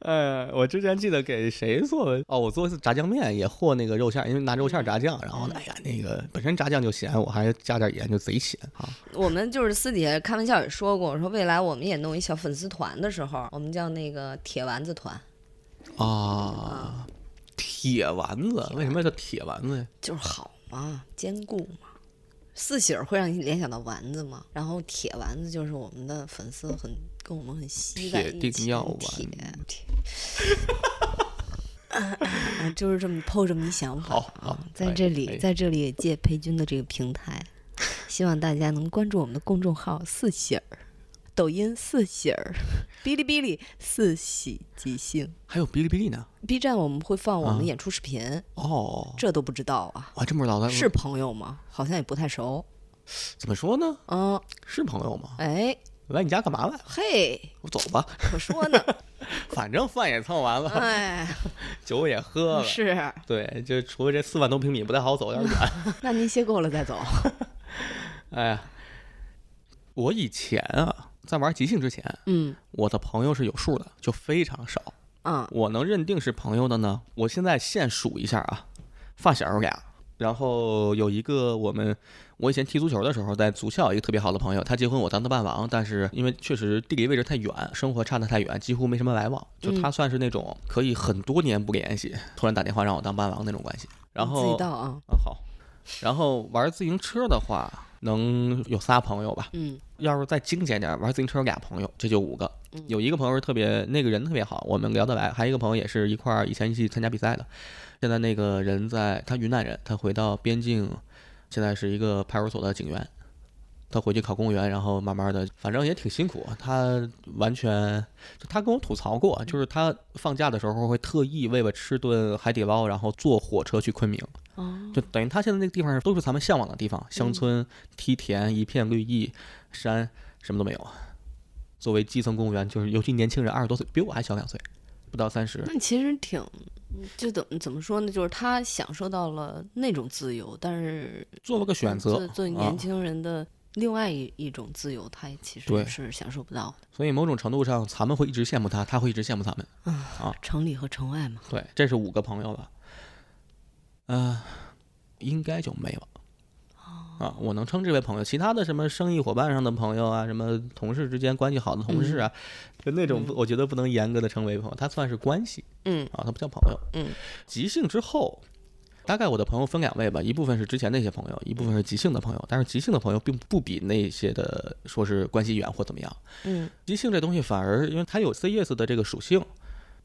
Speaker 2: 哎，我之前记得给谁做哦，我做一次炸酱面也和那个肉馅儿，因为拿肉
Speaker 1: 嗯
Speaker 2: 馅儿炸酱，然后呢哎呀那个本身炸酱就咸，我还加点盐就贼咸啊。
Speaker 1: 我们就是私底下开玩笑也说过，我说未来我们也弄一小粉丝团的时候，我们叫那个铁丸子团。嗯
Speaker 2: 啊，铁丸子为什么叫铁丸子呀？
Speaker 1: 就是好嘛，坚固嘛。四喜儿会让你联想到丸子嘛，然后铁丸子就是我们的粉丝很跟我们很吸在
Speaker 2: 铁
Speaker 1: 一
Speaker 2: 定
Speaker 1: 起，
Speaker 2: 要
Speaker 1: 铁
Speaker 2: 丸
Speaker 1: 铁， 啊就是这么抛这么一想法
Speaker 2: 好
Speaker 1: 啊
Speaker 2: 哎好，
Speaker 1: 在
Speaker 2: 可以
Speaker 1: 这
Speaker 2: 可
Speaker 1: 里，
Speaker 2: 以
Speaker 1: 在这里也借裴军的这个平台， 希望大家能关注我们的公众号“四喜儿”，抖音“四喜儿”， 哔哩哔哩“四喜即兴
Speaker 2: 还有哔哩哔哩呢？
Speaker 1: ”，B 站我们会放我
Speaker 2: 啊
Speaker 1: 们演出视频，
Speaker 2: 哦，
Speaker 1: 这都不知道啊。
Speaker 2: 我还真不知道，但
Speaker 1: 是朋友吗？好像也不太熟。
Speaker 2: 怎么说呢？
Speaker 1: 嗯，
Speaker 2: 是朋友吗？
Speaker 1: 哎，
Speaker 2: 来你家干嘛来？
Speaker 1: 嘿，
Speaker 2: 我走吧，
Speaker 1: 可说呢，
Speaker 2: 反正饭也蹭完了，
Speaker 1: 哎，
Speaker 2: 酒也喝了。
Speaker 1: 是。
Speaker 2: 对，就除非这四万多平米不太好走，有点远。
Speaker 1: 那您歇够了再 走。
Speaker 2: 哎呀，我以前啊，在玩即兴之前，
Speaker 1: 嗯
Speaker 2: 我的朋友是有数的，就非常少。
Speaker 1: 啊，
Speaker 2: 我能认定是朋友的呢，我现在现数一下啊，发小有俩，然后有一个我们我以前踢足球的时候，在足校一个特别好的朋友，他结婚我当他伴郎，但是因为确实地理位置太远，生活差得太远，几乎没什么来往，就他算是那种可以很多年不联系，突然打电话让我当伴郎那种关系。然
Speaker 1: 你自
Speaker 2: 后
Speaker 1: 己到啊。
Speaker 2: 啊好，然后玩自行车的话，能有仨朋友吧？
Speaker 1: 嗯
Speaker 2: 要是再精简点儿，玩自行车有俩朋友，这就五个
Speaker 1: 嗯。
Speaker 2: 有一个朋友是特别那个人特别好，我们聊得来；还有一个朋友也是一块儿以前一起参加比赛的，现在那个人在他云南人，他回到边境，现在是一个派出所的警员。他回去考公务员，然后慢慢的，反正也挺辛苦。啊他完全，就他跟我吐槽过，就是他放假的时候会特意为了吃顿海底捞，然后坐火车去昆明。
Speaker 1: 哦，
Speaker 2: 就等于他现在那个地方都是咱们向往的地方，乡村、梯田、一片绿意、山，什么都没有。作为基层公务员，就是尤其年轻人，二十多岁，比我还小两岁，不到三十。
Speaker 1: 那其实挺，就怎么怎么说呢？就是他享受到了那种自由，但是
Speaker 2: 做了个选择
Speaker 1: 做做
Speaker 2: 啊
Speaker 1: 年，轻人的另外一一种自由，他也其实
Speaker 2: 对
Speaker 1: 是享受不到的。
Speaker 2: 所以某种程度上，咱们会一直羡慕他，他会一直羡慕咱们。
Speaker 1: 城里和城外嘛，
Speaker 2: 对，这是五个朋友了，呃，应该就没了。啊，我能称之为朋友，其他的什么生意伙伴上的朋友啊，什么同事之间关系好的同事啊，就那种不，我觉得不能严格的称为朋友，他算是关系。
Speaker 1: 嗯
Speaker 2: 啊，他不叫朋友。
Speaker 1: 嗯，
Speaker 2: 即兴之后，大概我的朋友分两类吧，一部分是之前那些朋友，一部分是即兴的朋友。但是即兴的朋友并不比那些的说是关系远或怎么样。
Speaker 1: 嗯
Speaker 2: 即兴这东西反而因为它有 CS 的这个属性，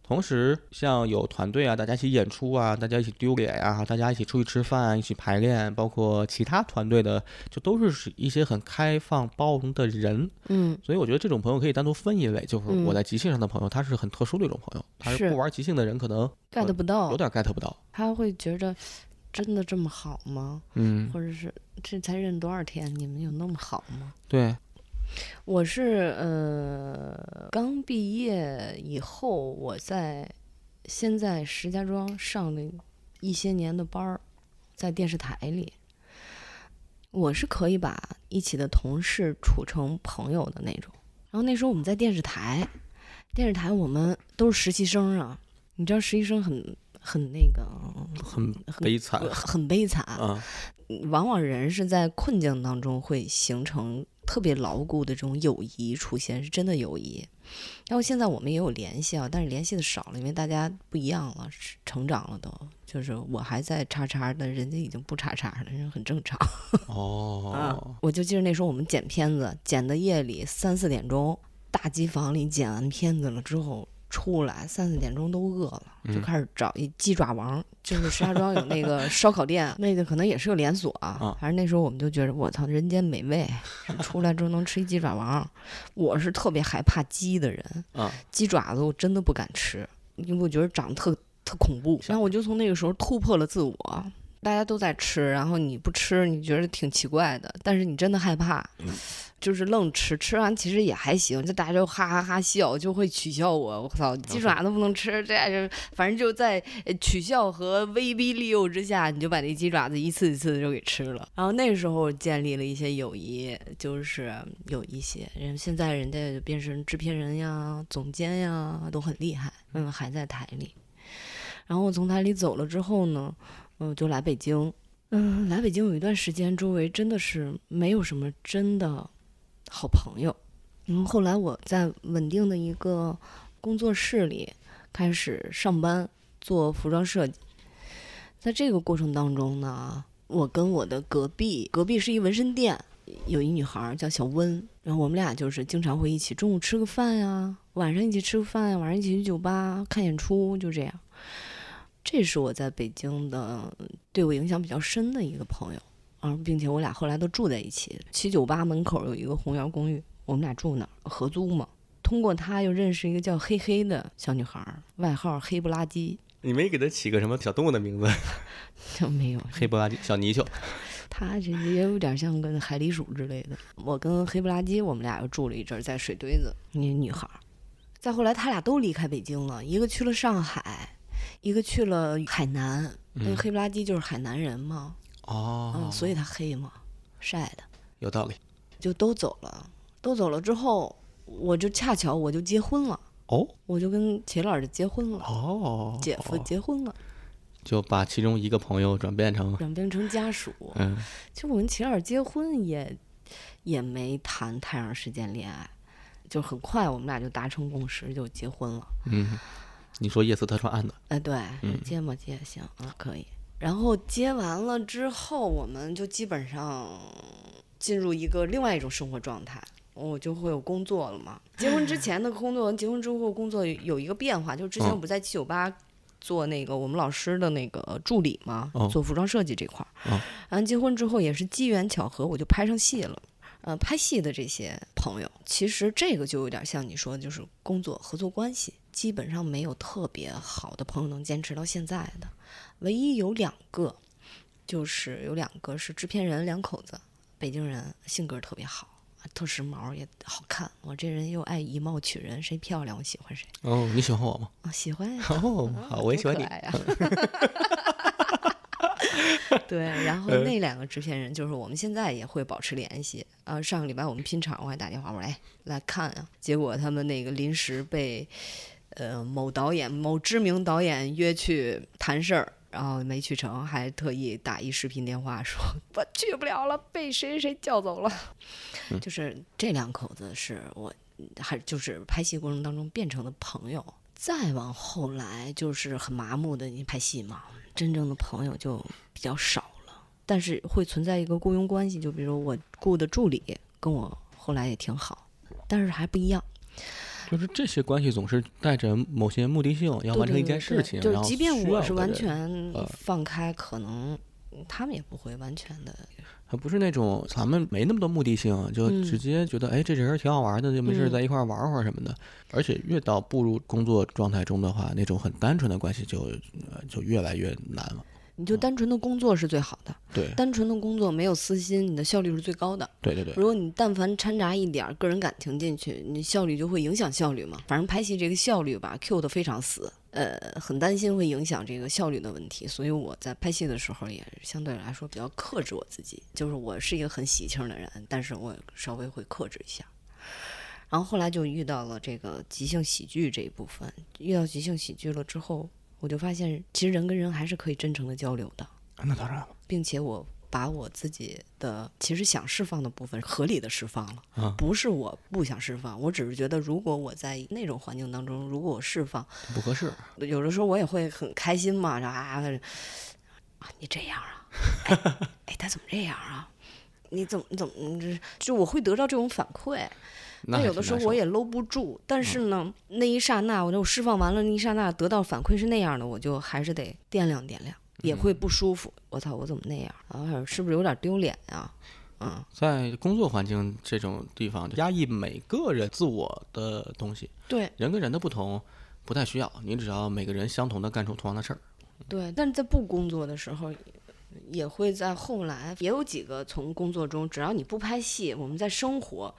Speaker 2: 同时像有团队啊，大家一起演出啊，大家一起丢脸啊，大家一起出去吃饭，一起排练，包括其他团队的，就都是一些很开放包容的人。
Speaker 1: 嗯
Speaker 2: 所以我觉得这种朋友可以单独分一类，就是
Speaker 1: 嗯
Speaker 2: 我在即兴上的朋友，他是很特殊的一种朋友，他
Speaker 1: 是
Speaker 2: 是不玩即兴的人可能
Speaker 1: ，get 不到
Speaker 2: 有，点 get 不到。
Speaker 1: 他会觉着真的这么好吗？
Speaker 2: 嗯，
Speaker 1: 或者是这才认多少天，你们有那么好吗？
Speaker 2: 对，
Speaker 1: 我是呃刚毕业以后，我在先在石家庄上了一些年的班儿，在电视台里，我是可以把一起的同事处成朋友的那种。然后那时候我们在电视台，电视台我们都是实习生啊，你知道实习生很很那个
Speaker 2: 很悲惨
Speaker 1: 呃很悲惨，
Speaker 2: 啊，
Speaker 1: 往往人是在困境当中会形成特别牢固的这种友谊出现，是真的友谊。然后现在我们也有联系啊，但是联系的少了，因为大家不一样了，是成长了都。就是我还在叉叉的，人家已经不叉叉了，人很正常。
Speaker 2: 哦，
Speaker 1: 我就记得那时候我们剪片子，剪到夜里三四点钟，大机房里剪完片子了之后出来，三四点钟都饿了，就
Speaker 2: 嗯
Speaker 1: 开始找一鸡爪王，就是石家庄有那个烧烤店， 那个可能也是个连锁啊
Speaker 2: 啊。
Speaker 1: 反正那时候我们就觉得我操，人间美味， 出来之后能吃一鸡爪王。我是特别害怕鸡的人，
Speaker 2: 啊，
Speaker 1: 鸡爪子我真的不敢吃，因为我觉得长得特特恐怖。然后我就从那个时候突破了自我，大家都在吃，然后你不吃，你觉得挺奇怪的，但是你真的害怕，就是愣吃，吃完其实也还行，就大家就哈哈哈笑，就会取笑我，我操，鸡爪都不能吃，这样就反正就在呃取笑和威逼利诱之下，你就把那鸡爪子一次一次的就给吃了。然后那时候建立了一些友谊，就是有一些人现在人家就变成制片人呀、总监呀，都很厉害，嗯，还在台里。然后我从台里走了之后呢，嗯，就来北京。嗯，来北京有一段时间，周围真的是没有什么真的好朋友。嗯，后来我在稳定的一个工作室里开始上班，做服装设计。在这个过程当中呢，我跟我的隔壁，隔壁是一纹身店，有一女孩儿叫小温，然后我们俩就是经常会一起中午吃个饭呀、晚上一起吃个饭呀、晚上一起去酒吧看演出，就这样。这是我在北京的对我影响比较深的一个朋友，啊，并且我俩后来都住在一起。七九八门口有一个红窑公寓，我们俩住那儿合租嘛。通过她又认识一个叫黑黑的小女孩儿，外号黑不拉几，
Speaker 2: 你没给他起个什么小动物的名字？
Speaker 1: 就没有
Speaker 2: 黑不拉几小泥鳅。
Speaker 1: 他这也有点像跟海狸鼠之类的。我跟黑不拉几，我们俩又住了一阵儿，在水堆子，那女孩儿。再后来，他俩都离开北京了，一个去了上海，一个去了海南。那个黑不拉几就是海南人嘛，
Speaker 2: 嗯哦
Speaker 1: 嗯，，所以他黑嘛，晒的，
Speaker 2: 有道理。
Speaker 1: 就都走了。都走了之后，我就恰巧我就结婚了，
Speaker 2: 哦
Speaker 1: 我就跟秦老师结婚了，
Speaker 2: 哦，
Speaker 1: 姐夫结婚了，
Speaker 2: 就把其中一个朋友转变成，
Speaker 1: 转变成家属。
Speaker 2: 嗯
Speaker 1: 就我跟秦二结婚也也没谈太长时间恋爱，就很快我们俩就达成共识，就结婚了。
Speaker 2: 嗯，你说夜色他穿暗的，
Speaker 1: 哎，对，
Speaker 2: 嗯
Speaker 1: 接嘛接行啊，可以。然后接完了之后，我们就基本上进入一个另外一种生活状态，我就会有工作了 嘛。结婚之前的工作，结婚之后工作有一个变化，就之前
Speaker 2: 嗯
Speaker 1: 我不是在七九八做那个我们老师的那个助理嘛，
Speaker 2: 哦
Speaker 1: 做服装设计这块儿。
Speaker 2: 哦
Speaker 1: 然后结婚之后也是机缘巧合，我就拍上戏了。呃，拍戏的这些朋友，其实这个就有点像你说的，就是工作合作关系，基本上没有特别好的朋友能坚持到现在的，唯一有两个，就是有两个是制片人两口子，北京人，性格特别好，特时髦也好看。我这人又爱以貌取人，谁漂亮我喜欢谁
Speaker 2: 哦，你喜欢我吗？
Speaker 1: 啊，喜欢呀。
Speaker 2: 哦，好，我也喜欢你
Speaker 1: 嗯多可。爱 呀。 对，然后
Speaker 2: 嗯
Speaker 1: 那两个制片人就是我们现在也会保持联系。呃，上个礼拜我们拼场，我还打电话，我说哎来看啊，结果他们那个临时被呃某导演、某知名导演约去谈事儿。然后没去成，还特意打一视频电话说 我去不了了，被谁谁叫走了。
Speaker 2: 嗯
Speaker 1: 就是这两口子是我嗯还就是拍戏过程当中变成的朋友。再往后来就是很麻木的，你拍戏嘛，真正的朋友就比较少了，但是会存在一个雇佣关系，就比如我雇的助理跟我后来也挺好，但是还不一样，
Speaker 2: 就是这些关系总是带着某些目的性，要
Speaker 1: 对
Speaker 2: 完成
Speaker 1: 对
Speaker 2: 一件
Speaker 1: 对
Speaker 2: 事
Speaker 1: 对
Speaker 2: 情，
Speaker 1: 就是
Speaker 2: 然后
Speaker 1: 即便
Speaker 2: 需
Speaker 1: 我
Speaker 2: 要
Speaker 1: 是
Speaker 2: 的
Speaker 1: 完
Speaker 2: 人
Speaker 1: 全
Speaker 2: 呃
Speaker 1: 放开，可能他们也不会完全的，
Speaker 2: 还不是那种咱们没那么多目的性，啊就
Speaker 1: 嗯
Speaker 2: 直接觉得、哎，这人儿挺好玩的，就没事儿
Speaker 1: 嗯
Speaker 2: 在一块儿玩会儿什么的。而且越到步入工作状态中的话，那种很单纯的关系就呃就越来越难了。
Speaker 1: 你就单纯的工作是最好的，
Speaker 2: 对，
Speaker 1: 单纯的工作没有私心，你的效率是最高的。
Speaker 2: 对对对，
Speaker 1: 如果你但凡掺杂一点儿个人感情进去，你效率就会影响效率嘛。反正拍戏这个效率吧，Q 的非常死，呃，很担心会影响这个效率的问题。所以我在拍戏的时候也相对来说比较克制我自己，就是我是一个很喜庆的人，但是我稍微会克制一下。然后后来就遇到了这个即兴喜剧这一部分，遇到即兴喜剧了之后，我就发现其实人跟人还是可以真诚的交流的。
Speaker 2: 那当然了，
Speaker 1: 并且我把我自己的其实想释放的部分合理的释放了，
Speaker 2: 啊
Speaker 1: 不是我不想释放，我只是觉得如果我在那种环境当中，如果我释放，
Speaker 2: 不合适。
Speaker 1: 有的时候我也会很开心嘛，然后啊啊你这样啊，哎 哎他怎么这样啊？你怎么你怎么你这就我会得到这种反馈，
Speaker 2: 那还
Speaker 1: 有的嗯
Speaker 2: 挺
Speaker 1: 时候
Speaker 2: 难
Speaker 1: 我
Speaker 2: 受
Speaker 1: 也搂不住，但是呢，那一刹那，我就释放完了，那一刹那得到反馈是那样的，我就还是得掂量掂量，也会不舒服。我操，我怎么那样？然后是不是有点丢脸啊？嗯，
Speaker 2: 在工作环境这种地方，压抑每个人自我的东西，
Speaker 1: 对
Speaker 2: 人跟人的不同不太需要，你只要每个人相同的干出同样的事儿。
Speaker 1: 对，但是在不工作的时候，也会在后来也有几个从工作中，只要你不拍戏，我们在生活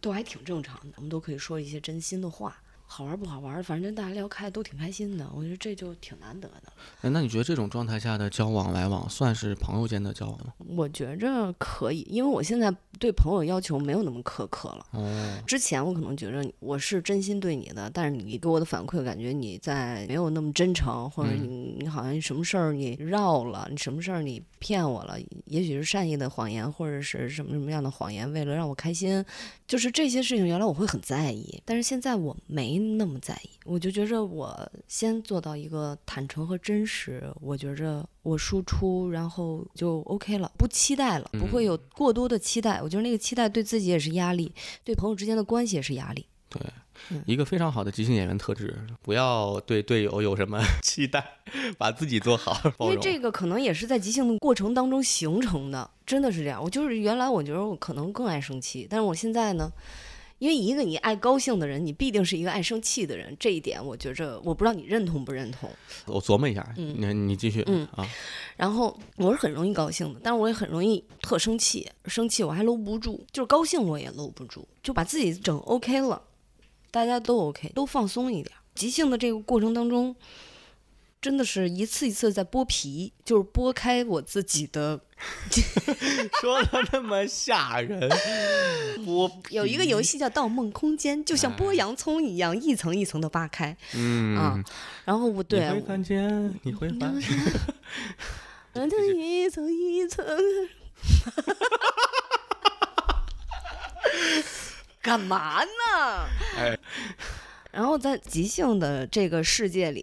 Speaker 1: 都还挺正常的，我们都可以说一些真心的话。好玩不好玩，反正大家聊开都挺开心的，我觉得这就挺难得的。
Speaker 2: 哎，那你觉得这种状态下的交往来往，算是朋友间的交往吗？
Speaker 1: 我觉着可以，因为我现在对朋友要求没有那么苛刻了。
Speaker 2: 哦，
Speaker 1: 之前我可能觉着我是真心对你的，但是你给我的反馈感觉你在没有那么真诚，或者
Speaker 2: 嗯
Speaker 1: 你、你好像什么事儿你绕了，你什么事儿你骗我了，也许是善意的谎言，或者是什么什么样的谎言，为了让我开心，就是这些事情原来我会很在意，但是现在我没那么在意，我就觉着我先做到一个坦诚和真实，我觉着我输出，然后就 OK 了，不期待了，不会有过多的期待，我觉得那个期待对自己也是压力。对朋友之间的关系也是压力。
Speaker 2: 对
Speaker 1: 嗯，
Speaker 2: 一个非常好的即兴演员特质，不要对队友有什么 期待，把自己做好，
Speaker 1: 因
Speaker 2: 包
Speaker 1: 为
Speaker 2: 容。
Speaker 1: 这个可能也是在即兴的过程当中形成的，真的是这样。我就是原来我觉得我可能更爱生气，但是我现在呢，因为一个你爱高兴的人，你必定是一个爱生气的人，这一点我觉着我不知道你认同不认同。
Speaker 2: 我琢磨一下，
Speaker 1: 嗯
Speaker 2: 你你继续、
Speaker 1: 嗯
Speaker 2: 啊，
Speaker 1: 然后我是很容易高兴的，但是我也很容易特生气，生气我还搂不住，就是高兴我也搂不住，就把自己整 OK 了，大家都 OK，都放松一点。即兴的这个过程当中，真的是一次一次在剥皮，就是剥开我自己的。
Speaker 2: 说的那么吓人， 我
Speaker 1: 有一个游戏叫《盗梦空间》，就
Speaker 2: 哎
Speaker 1: 像剥洋葱一样，一层一层的扒开。
Speaker 2: 嗯，
Speaker 1: 啊然后我对
Speaker 2: 你会看见，你会 发现，
Speaker 1: 我就嗯一层一层。干嘛呢？
Speaker 2: 哎
Speaker 1: 然后在即兴的这个世界里，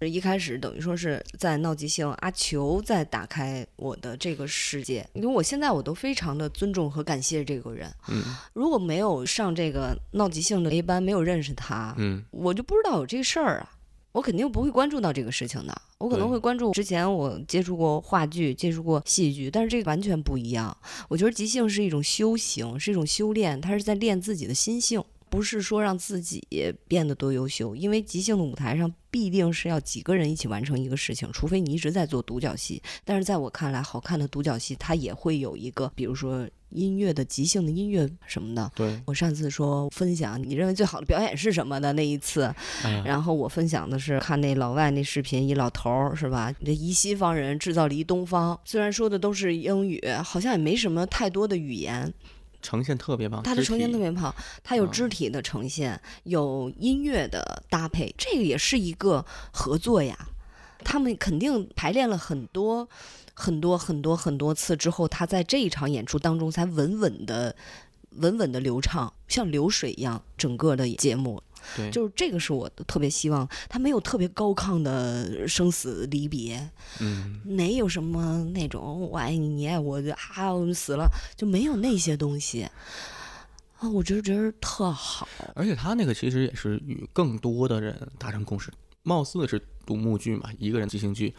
Speaker 1: 一开始等于说是在闹即兴，阿球在打开我的这个世界，因为我现在我都非常的尊重和感谢这个人。
Speaker 2: 嗯
Speaker 1: 如果没有上这个闹即兴的 A 班，没有认识他，
Speaker 2: 嗯，
Speaker 1: 我就不知道有这事儿啊，我肯定不会关注到这个事情的。我可能
Speaker 2: 对
Speaker 1: 会关注之前我接触过话剧，接触过戏剧，但是这个完全不一样。我觉得即兴是一种修行，是一种修炼，它是在练自己的心性，不是说让自己变得多优秀。因为即兴的舞台上必定是要几个人一起完成一个事情，除非你一直在做独角戏。但是在我看来，好看的独角戏它也会有一个，比如说音乐的即兴的音乐什么的，
Speaker 2: 对，
Speaker 1: 我上次说分享你认为最好的表演是什么的那一次，
Speaker 2: 嗯
Speaker 1: 然后我分享的是看那老外那视频，一老头儿是吧？这一西方人制造了一东方，虽然说的都是英语，好像也没什么太多的语言，
Speaker 2: 呈现特别棒，
Speaker 1: 他的
Speaker 2: 啊肢
Speaker 1: 呈现
Speaker 2: 体
Speaker 1: 特别棒，他有
Speaker 2: 嗯
Speaker 1: 肢体的呈现，有音乐的搭配，这个也是一个合作呀。他们肯定排练了很多、很多、很多、很多次之后，他在这一场演出当中才稳稳的、稳稳的流畅，像流水一样整个的节目。
Speaker 2: 对，
Speaker 1: 就是这个是我特别希望，他没有特别高亢的生死离别，
Speaker 2: 嗯，
Speaker 1: 没有什么那种我爱你，你爱我，就啊我们死了，就没有那些东西啊，我觉得觉得特好。
Speaker 2: 而且他那个其实也是与更多的人达成共识，貌似是独幕剧嘛，一个人即兴剧，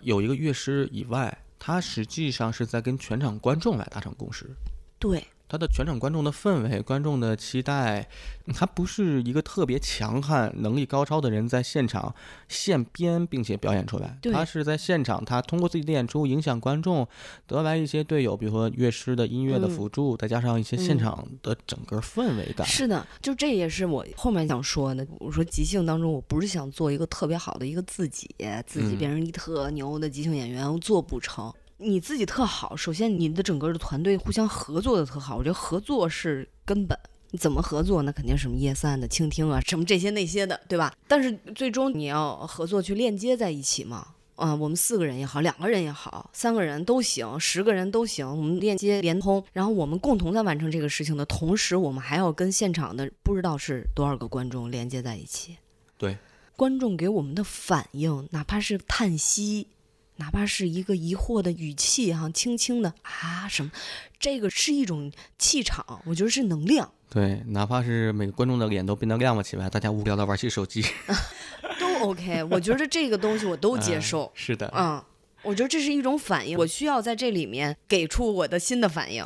Speaker 2: 有一个乐师以外，他实际上是在跟全场观众来达成共识。
Speaker 1: 对，
Speaker 2: 他的全场观众的氛围、观众的期待，他不是一个特别强悍、能力高超的人在现场现编并且表演出来，
Speaker 1: 对
Speaker 2: 他是在现场，他通过自己的演出影响观众，得来一些队友，比如说乐师的音乐的
Speaker 1: 嗯
Speaker 2: 辅助，再加上一些现
Speaker 1: 嗯
Speaker 2: 场的整个氛围感。
Speaker 1: 是的，就这也是我后面想说的。我说即兴当中，我不是想做一个特别好的一个自己，自己
Speaker 2: 嗯
Speaker 1: 变成一特牛的即兴演员，我做不成。你自己特好，首先你的整个的团队互相合作的特好，我觉得合作是根本。你怎么合作？那肯定是什么夜散的倾听啊，什么这些那些的，对吧？但是最终你要合作去链接在一起嘛。啊，我们四个人也好，两个人也好，三个人都行，十个人都行，我们链接连通，然后我们共同在完成这个事情的同时，我们还要跟现场的不知道是多少个观众连接在一起。
Speaker 2: 对，
Speaker 1: 观众给我们的反应，哪怕是叹息，哪怕是一个疑惑的语气，哈，轻轻的啊什么，这个是一种气场，我觉得是能量，
Speaker 2: 对，哪怕是每个观众的脸都变得亮了起来，大家无聊的玩起手机，
Speaker 1: 都 OK。我觉得这个东西我都接受。
Speaker 2: 是的，
Speaker 1: 嗯，我觉得这是一种反应，我需要在这里面给出我的新的反应。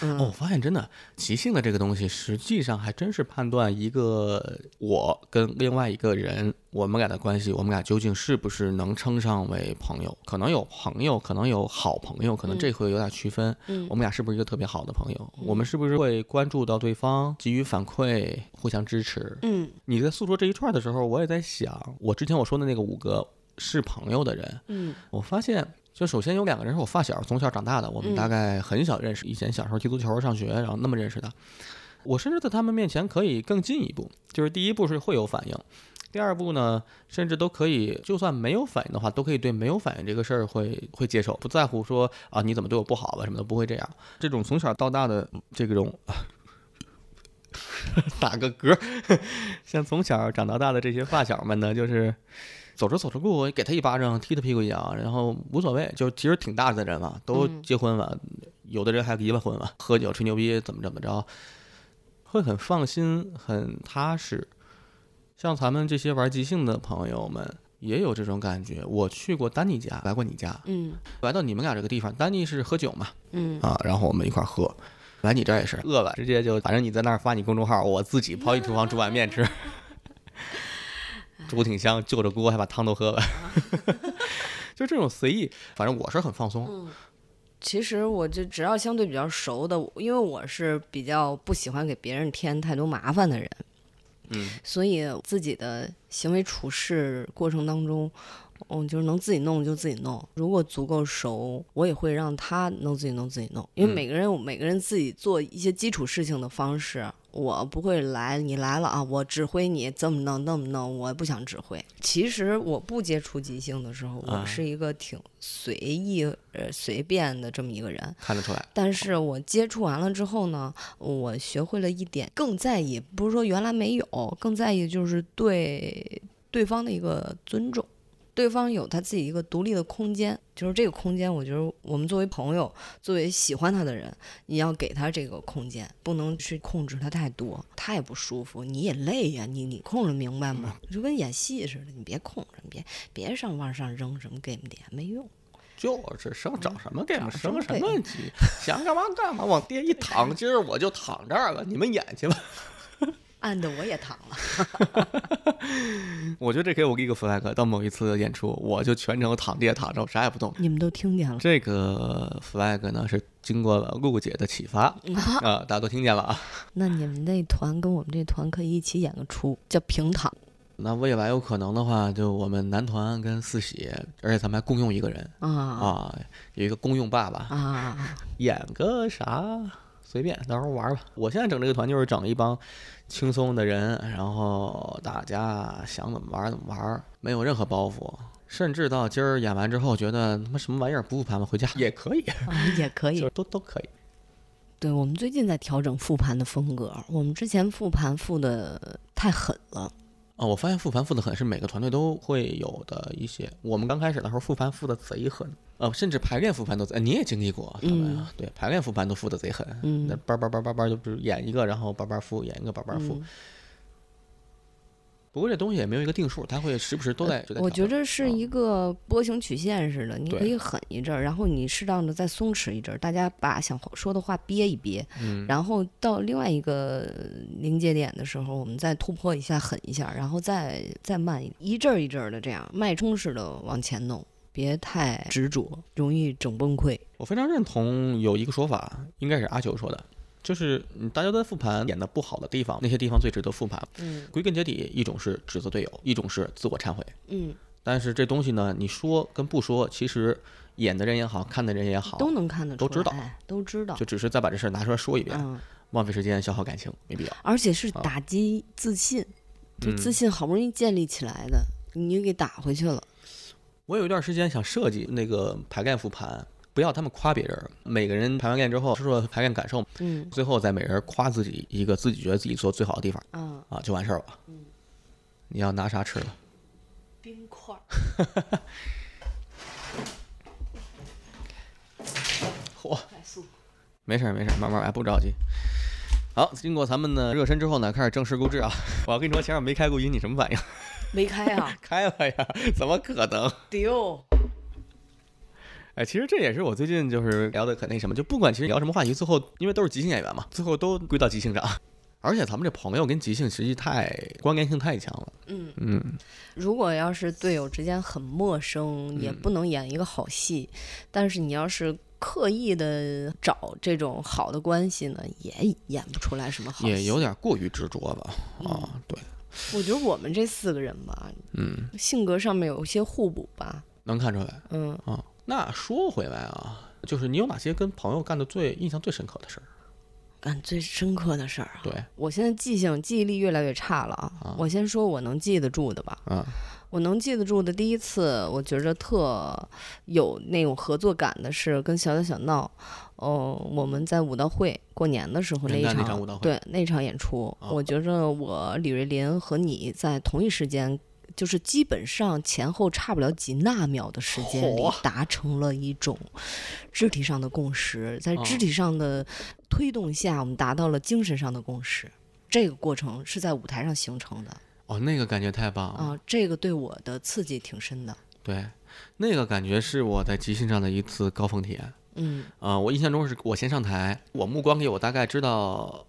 Speaker 1: 嗯，
Speaker 2: 哦，我发现真的即兴的这个东西，实际上还真是判断一个我跟另外一个人，我们俩的关系，我们俩究竟是不是能称上为朋友？可能有朋友，可能有好朋友，可能这会有点区分。
Speaker 1: 嗯
Speaker 2: 我们俩是不是一个特别好的朋友？我们是不是会关注到对方，给予反馈，互相支持？
Speaker 1: 嗯
Speaker 2: 你在诉说这一串的时候，我也在想，我之前我说的那个五个是朋友的人，
Speaker 1: 嗯
Speaker 2: 我发现，就首先有两个人是我发小，从小长大的，我们
Speaker 1: 嗯
Speaker 2: 大概很小认识，以前小时候踢足球上学，然后那么认识的。我甚至在他们面前可以更进一步，就是第一步是会有反应，第二步呢，甚至都可以，就算没有反应的话，都可以对没有反应这个事儿会会接受，不在乎说啊你怎么对我不好吧什么的，不会这样。这种从小到大的这种。 啊打个嗝， 像从小长到大的这些发小们呢，就是走着走着路，给他一巴掌，踢他屁股一样，然后无所谓，就其实挺大的人嘛，都
Speaker 1: 嗯
Speaker 2: 结婚了，有的人还离了婚了， 喝酒吹牛逼怎么怎么着，会很放心，很踏实。像咱们这些玩即兴的朋友们。也有这种感觉。我去过丹尼家，来过你家，
Speaker 1: 嗯
Speaker 2: 来到你们俩这个地方，丹尼是喝酒嘛，
Speaker 1: 嗯，
Speaker 2: 啊，然后我们一块儿喝。来你这儿也是，饿了直接就，反正你在那儿发你公众号，我自己跑你厨房煮碗面吃， 煮挺香，就着锅还把汤都喝了， 就这种随意，反正我是很放松。
Speaker 1: 其实我就只要相对比较熟的，因为我是比较不喜欢给别人添太多麻烦的人，
Speaker 2: 嗯，
Speaker 1: 所以自己的行为处事过程当中，嗯，就是能自己弄就自己弄。如果足够熟，我也会让他能自己弄自己弄，因为
Speaker 2: 嗯
Speaker 1: 每个人有每个人自己做一些基础事情的方式。我不会来，你来了啊！我指挥你怎么弄，那么弄，我不想指挥。其实我不接触即兴的时候，
Speaker 2: 啊
Speaker 1: 我是一个挺随意、呃随便的这么一个人。
Speaker 2: 看得出来，
Speaker 1: 但是我接触完了之后呢，我学会了一点，更在意，不是说原来没有，更在意就是对对方的一个尊重，对方有他自己一个独立的空间，就是这个空间，我觉得我们作为朋友，作为喜欢他的人，你要给他这个空间，不能去控制他太多，他也不舒服，你也累呀、你你控制明白吗？就跟演戏似的，你别控制，你别别上往上扔什么 game 点，没用。
Speaker 2: 就是生找什么 game，
Speaker 1: 找什
Speaker 2: 生
Speaker 1: 么
Speaker 2: 什么急，想干嘛干嘛，往地下一躺，今儿我就躺这儿了，你们演去吧。
Speaker 1: 按的我也躺了，
Speaker 2: 我觉得这给我立个 flag，到某一次演出，我就全程躺地下躺着，我啥也不动，
Speaker 1: 你们都听见了。
Speaker 2: 这个 flag 呢是经过了露姐的启发啊、大家都听见了啊。
Speaker 1: 那你们那团跟我们这团可以一起演个出，叫平躺。
Speaker 2: 那未来有可能的话，就我们男团跟四喜，而且咱们还共用一个人
Speaker 1: 啊
Speaker 2: 啊，有一个公用爸爸，
Speaker 1: 啊！
Speaker 2: 演个啥随便，到时候玩吧。我现在整这个团就是整一帮轻松的人，然后大家想怎么玩怎么玩，没有任何包袱。甚至到今儿演完之后，觉得他妈什么玩意儿不复盘吧，回家也可以，
Speaker 1: 啊，也可
Speaker 2: 就
Speaker 1: 以
Speaker 2: 是。都都可以。
Speaker 1: 对我们最近在调整复盘的风格，我们之前复盘复的太狠了。
Speaker 2: 啊，我发现复盘复的狠是每个团队都会有的一些。我们刚开始的时候复盘复的贼狠，呃，甚至排练复盘都贼，呃你也经历过，他们、啊对排练复盘都复的贼狠，
Speaker 1: 嗯
Speaker 2: 那叭叭叭叭叭就是演一个，然后叭叭复，演一个叭叭复。
Speaker 1: 嗯
Speaker 2: 不过这东西也没有一个定数，它会时不时都在。就在
Speaker 1: 呃我
Speaker 2: 调
Speaker 1: 觉
Speaker 2: 整啊
Speaker 1: 着是一个波形曲线似的，你
Speaker 2: 对
Speaker 1: 可以狠一阵儿，然后你适当的再松弛一阵儿，大家把想说的话憋一憋，
Speaker 2: 嗯
Speaker 1: 然后到另外一个呃临界点的时候，我们再突破一下，狠一下，然后再再慢一一阵儿一阵儿的这样脉冲似的往前弄，别太执着，容易整崩溃。
Speaker 2: 我非常认同有一个说法，应该是阿球说的，就是嗯大家都在复盘演的不好的地方，那些地方最值得复盘。
Speaker 1: 嗯
Speaker 2: 归根结底，一种是指责队友，一种是自我忏悔。
Speaker 1: 嗯，
Speaker 2: 但是这东西呢，你说跟不说，其实演的人也好看的人也好，
Speaker 1: 都能看得出
Speaker 2: 都
Speaker 1: 来，
Speaker 2: 知道
Speaker 1: 都知道
Speaker 2: 就。只是再把这事儿拿出来说一遍，
Speaker 1: 嗯，
Speaker 2: 浪费时间，消耗感情，没必要。
Speaker 1: 而且是
Speaker 2: 啊
Speaker 1: 打击自信，就
Speaker 2: 嗯
Speaker 1: 自信好不容易建立起来的，你又给打回去了。
Speaker 2: 我有一段时间想设计那个排练复盘，不要他们夸别人，每个人排完练之后说说排练感受，
Speaker 1: 嗯
Speaker 2: 最后再每人夸自己一个自己觉得自己做最好的地方
Speaker 1: 啊，
Speaker 2: 啊，就完事儿了。你要拿啥吃的？
Speaker 1: 冰块。
Speaker 2: 嚯
Speaker 1: 快速。
Speaker 2: 没事儿，没事儿，慢慢来，不着急。好，经过咱们的热身之后呢，开始正式录制啊！我跟你说，前面没开过音，你什么反应？
Speaker 1: 没开啊，
Speaker 2: 开了呀，怎么可能？
Speaker 1: 丢。
Speaker 2: 哎，其实这也是我最近就是聊的很那什么，就不管其实聊什么话题，最后因为都是即兴演员嘛，最后都归到即兴上。 而且咱们这朋友跟即兴实际太关联性太强了，
Speaker 1: 嗯，
Speaker 2: 嗯，
Speaker 1: 如果要是队友之间很陌生，也不能演一个好戏。但是你要是刻意的找这种好的关系呢，也演不出来什么好戏。
Speaker 2: 也有点过于执着了啊、对，
Speaker 1: 我觉得我们这四个人吧，
Speaker 2: 嗯，
Speaker 1: 性格上面有一些互补吧。
Speaker 2: 能看出来
Speaker 1: 嗯，
Speaker 2: 啊、那说回来啊，就是你有哪些跟朋友干的最印象最深刻的事儿？
Speaker 1: 感最深刻的事儿啊，
Speaker 2: 对，
Speaker 1: 我现在记性记忆力越来越差了啊。我先说我能记得住的吧。
Speaker 2: 啊、
Speaker 1: 我能记得住的第一次，我觉着特有那种合作感的是跟小小小闹，哦、我们在舞蹈会过年的时候那一
Speaker 2: 元旦
Speaker 1: 场，
Speaker 2: 那场舞蹈会
Speaker 1: 对那场演出，
Speaker 2: 啊
Speaker 1: 我觉着我李瑞林和你在同一时间。就是基本上前后差不了几纳秒的时间里
Speaker 2: 嚯，
Speaker 1: 达成了一种肢体上的共识，在
Speaker 2: 啊
Speaker 1: 肢体上的推动下，我们达到了精神上的共识。这个过程是在舞台上形成的，
Speaker 2: 哦，那个感觉太棒了，
Speaker 1: 啊，这个对我的刺激挺深的。
Speaker 2: 对，那个感觉是我在即兴上的一次高峰体验。
Speaker 1: 嗯
Speaker 2: 啊、我印象中是我先上台，我目光给我大概知道，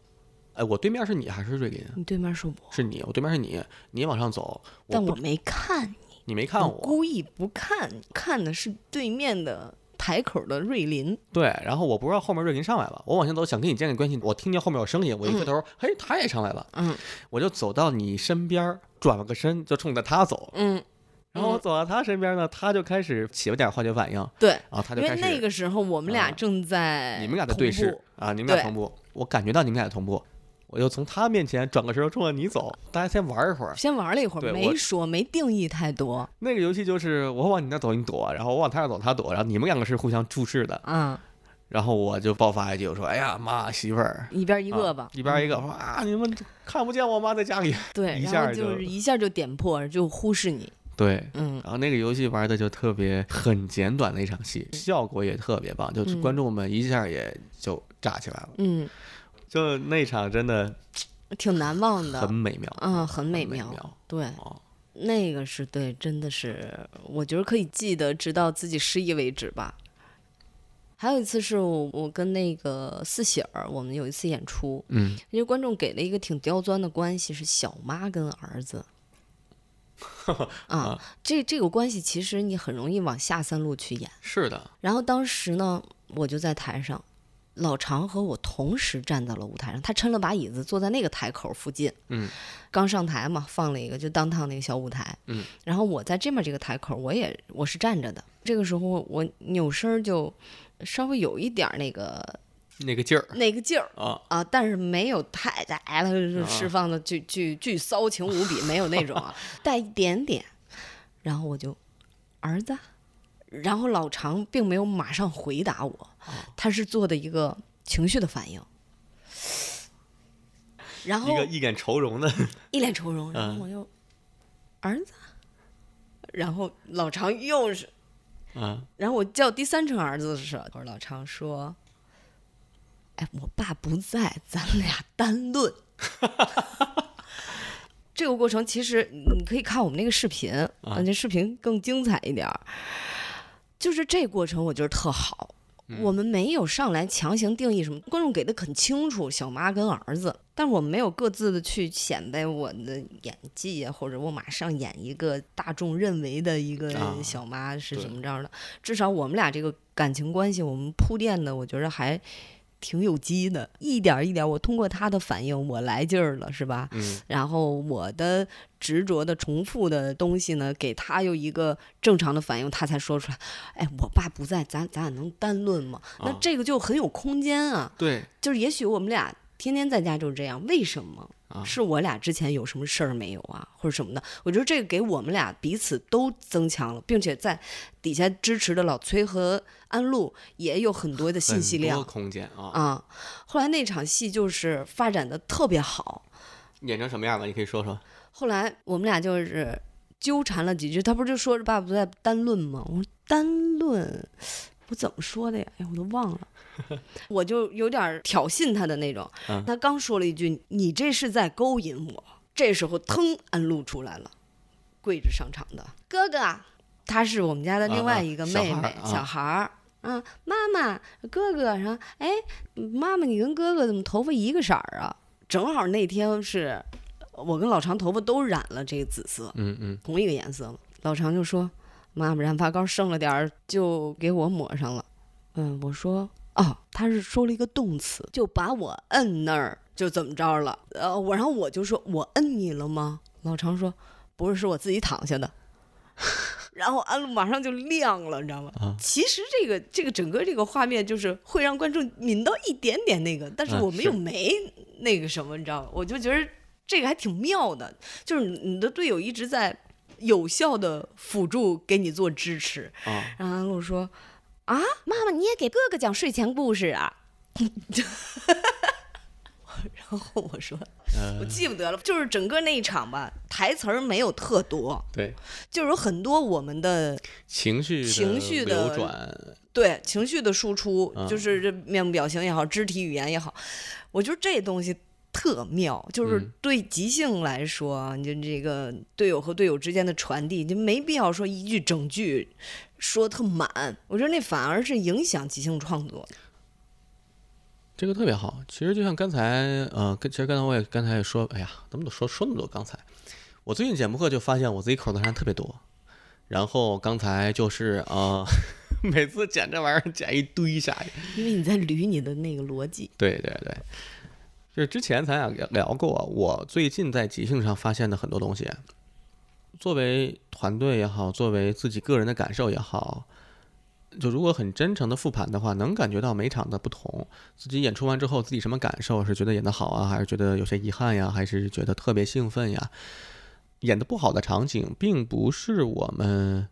Speaker 2: 哎，我对面是你还是瑞林？啊
Speaker 1: 你对面是我，
Speaker 2: 是你，我对面是你，你往上走，
Speaker 1: 但
Speaker 2: 不
Speaker 1: 我没看你，
Speaker 2: 你没看我，
Speaker 1: 故意不看你，看的是对面的台口的瑞林。
Speaker 2: 对，然后我不知道后面瑞林上来了，我往前走想跟你建立关系，我听见后面有声音，我一回头，嘿，他也上来了，
Speaker 1: 嗯
Speaker 2: 我就走到你身边儿，转了个身就冲着他走，
Speaker 1: 嗯，
Speaker 2: 然后我走到他身边呢，他就开始起了点化学反应，
Speaker 1: 对，
Speaker 2: 然后
Speaker 1: 因
Speaker 2: 他就
Speaker 1: 为
Speaker 2: 开始
Speaker 1: 那个时候我们俩
Speaker 2: 啊
Speaker 1: 正在、
Speaker 2: 你们俩在对视，啊，你们
Speaker 1: 对
Speaker 2: 俩同步，我感觉到你们俩同步，我就从他面前转个身冲着你走，大家先玩一会儿。
Speaker 1: 先玩了一会儿，
Speaker 2: 对
Speaker 1: 没
Speaker 2: 我
Speaker 1: 说，没定义太多。
Speaker 2: 那个游戏就是我往你那走你躲，然后我往他那走他躲，然后你们两个是互相注视的，
Speaker 1: 嗯，
Speaker 2: 然后我就爆发一句我说：“哎呀妈，媳妇儿。”
Speaker 1: 嗯一边一个吧
Speaker 2: 啊，一边一个，我说啊，你们看不见我妈在家里。
Speaker 1: 对，
Speaker 2: 啊一
Speaker 1: 然
Speaker 2: 下
Speaker 1: 后就
Speaker 2: 就是
Speaker 1: 一下就点破，就忽视你。
Speaker 2: 对，
Speaker 1: 嗯
Speaker 2: 然后那个游戏玩的就特别很简短的一场戏，效果也特别棒，就是
Speaker 1: 嗯
Speaker 2: 观众们一下也就炸起来了，
Speaker 1: 嗯，
Speaker 2: 就那场真的
Speaker 1: 挺难忘的
Speaker 2: 很，美妙，
Speaker 1: 嗯，很美
Speaker 2: 很
Speaker 1: 妙。
Speaker 2: 妙
Speaker 1: 对，
Speaker 2: 哦
Speaker 1: 那个是对，真的是，我觉得可以记得，直到自己失忆为止吧。还有一次是我我跟那个四喜儿，我们有一次演出，
Speaker 2: 嗯，
Speaker 1: 因为观众给了一个挺刁钻的关系，是小妈跟儿子。啊，这这个关系其实你很容易往下三路去演。
Speaker 2: 是的，
Speaker 1: 然后当时呢，我就在台上，老常和我同时站在了舞台上，他抻了把椅子坐在那个台口附近。
Speaker 2: 嗯，
Speaker 1: 刚上台嘛，放了一个就当趟那个小舞台。
Speaker 2: 嗯，
Speaker 1: 然后我在这边这个台口，我也我是站着的。这个时候我扭身儿就稍微有一点儿那个
Speaker 2: 那个劲儿
Speaker 1: 那个劲儿。
Speaker 2: 啊，
Speaker 1: 啊，但是没有太大的释放的巨巨巨骚情无比，没有那种啊，带一点点。然后我就儿子，然后老常并没有马上回答我，他是做的一个情绪的反应。然
Speaker 4: 一
Speaker 1: 后
Speaker 4: 个一脸愁容的，
Speaker 1: 一脸愁容，然后我又儿子，啊然后老常又是，
Speaker 4: 嗯，
Speaker 1: 然后我叫第三声儿子的时候，我说老常说：“哎，我爸不在，咱俩单论。”这个过程其实你可以看我们那个视频，啊，这视频更精彩一点儿。就是这过程，我觉得特好。我们没有上来强行定义什么，观众给的很清楚，小妈跟儿子，但我们没有各自的去显摆我的演技呀，或者我马上演一个大众认为的一个
Speaker 2: 啊
Speaker 1: 小妈是
Speaker 2: 对
Speaker 1: 什么样的。至少我们俩这个感情关系，我们铺垫的，我觉得还挺有机的，一点儿一点儿，我通过他的反应，我来劲儿了，是吧？
Speaker 2: 嗯
Speaker 1: 然后我的执着的重复的东西呢，给他又一个正常的反应，他才说出来。哎，我爸不在，咱咱俩能单论吗？那
Speaker 2: 啊
Speaker 1: 这个就很有空间啊。
Speaker 2: 对
Speaker 1: 就是也许我们俩天天在家就是这样，为什么？
Speaker 2: 啊
Speaker 1: 是我俩之前有什么事儿没有啊，或者什么的？我觉得这个给我们俩彼此都增强了，并且在底下支持的老崔和安陆也有很多的信息
Speaker 2: 很
Speaker 1: 量
Speaker 2: 多空间啊，
Speaker 1: 啊。后来那场戏就是发展的特别好，
Speaker 2: 演成什么样了？你可以说说。
Speaker 1: 后来我们俩就是纠缠了几句，他不是就说着爸爸不在单论吗？我说单论，我怎么说的呀？哎，我都忘 了，我就有点挑衅他的那种
Speaker 2: 嗯。
Speaker 1: 他刚说了一句：“你这是在勾引我。”这时候，腾，安露出来了，跪着上场的哥哥，他是我们家的另外一个
Speaker 2: 啊啊
Speaker 1: 妹妹，
Speaker 2: 小
Speaker 1: 小孩儿。嗯，妈妈、哥哥，然后哎，妈妈，你跟哥哥怎么头发一个色儿啊？正好那天是我跟老常头发都染了这个紫色，
Speaker 2: 嗯嗯
Speaker 1: 同一个颜色嘛。老常就说：“妈妈，染发膏剩了点儿，就给我抹上了。”嗯，我说：“哦，他是说了一个动词，就把我摁那儿，就怎么着了？”呃，我然后我就说：“我摁你了吗？”老常说：“不是，是我自己躺下的。” 然后安陆马上就亮了，你知道吗？
Speaker 2: 啊
Speaker 1: 其实这个这个整个这个画面就是会让观众抿到一点点那个，但是
Speaker 2: 嗯
Speaker 1: 我们又
Speaker 2: 是
Speaker 1: 没那个什么，你知道吗？我就觉得这个还挺妙的，就是你的队友一直在有效的辅助给你做支持。
Speaker 2: 啊，
Speaker 1: 然后安露说：“啊，妈妈，你也给哥哥讲睡前故事啊？” 然后我说，
Speaker 2: 呃
Speaker 1: 我记不得了，就是整个那一场吧，台词儿没有特多，
Speaker 2: 对，
Speaker 1: 就是有很多我们的
Speaker 2: 情绪的
Speaker 1: 情绪的
Speaker 2: 流转，
Speaker 1: 对情绪的输出，
Speaker 2: 嗯
Speaker 1: 就是这面部表情也好，肢体语言也好，我觉得这东西特妙，就是
Speaker 2: 嗯
Speaker 1: 对即兴来说啊，你就这个队友和队友之间的传递，就没必要说一句整句说特满，我觉得那反而是影响即兴创作。
Speaker 2: 这个特别好。其实就像刚才，呃，跟其实刚才我也刚才也说，哎呀，怎么都说说那么多？刚才我最近剪播课就发现我自己口头禅特别多，然后刚才就是啊、呃 每次剪这玩意儿剪一堆下去。
Speaker 1: 因为你在捋你的那个逻辑，
Speaker 2: 对对对，就是之前咱俩聊过，我最近在即兴上发现的很多东西，作为团队也好，作为自己个人的感受也好，就如果很真诚的复盘的话，能感觉到每场的不同。自己演出完之后，自己什么感受？是觉得演得好啊，还是觉得有些遗憾呀，还是觉得特别兴奋呀？演得不好的场景，并不是我们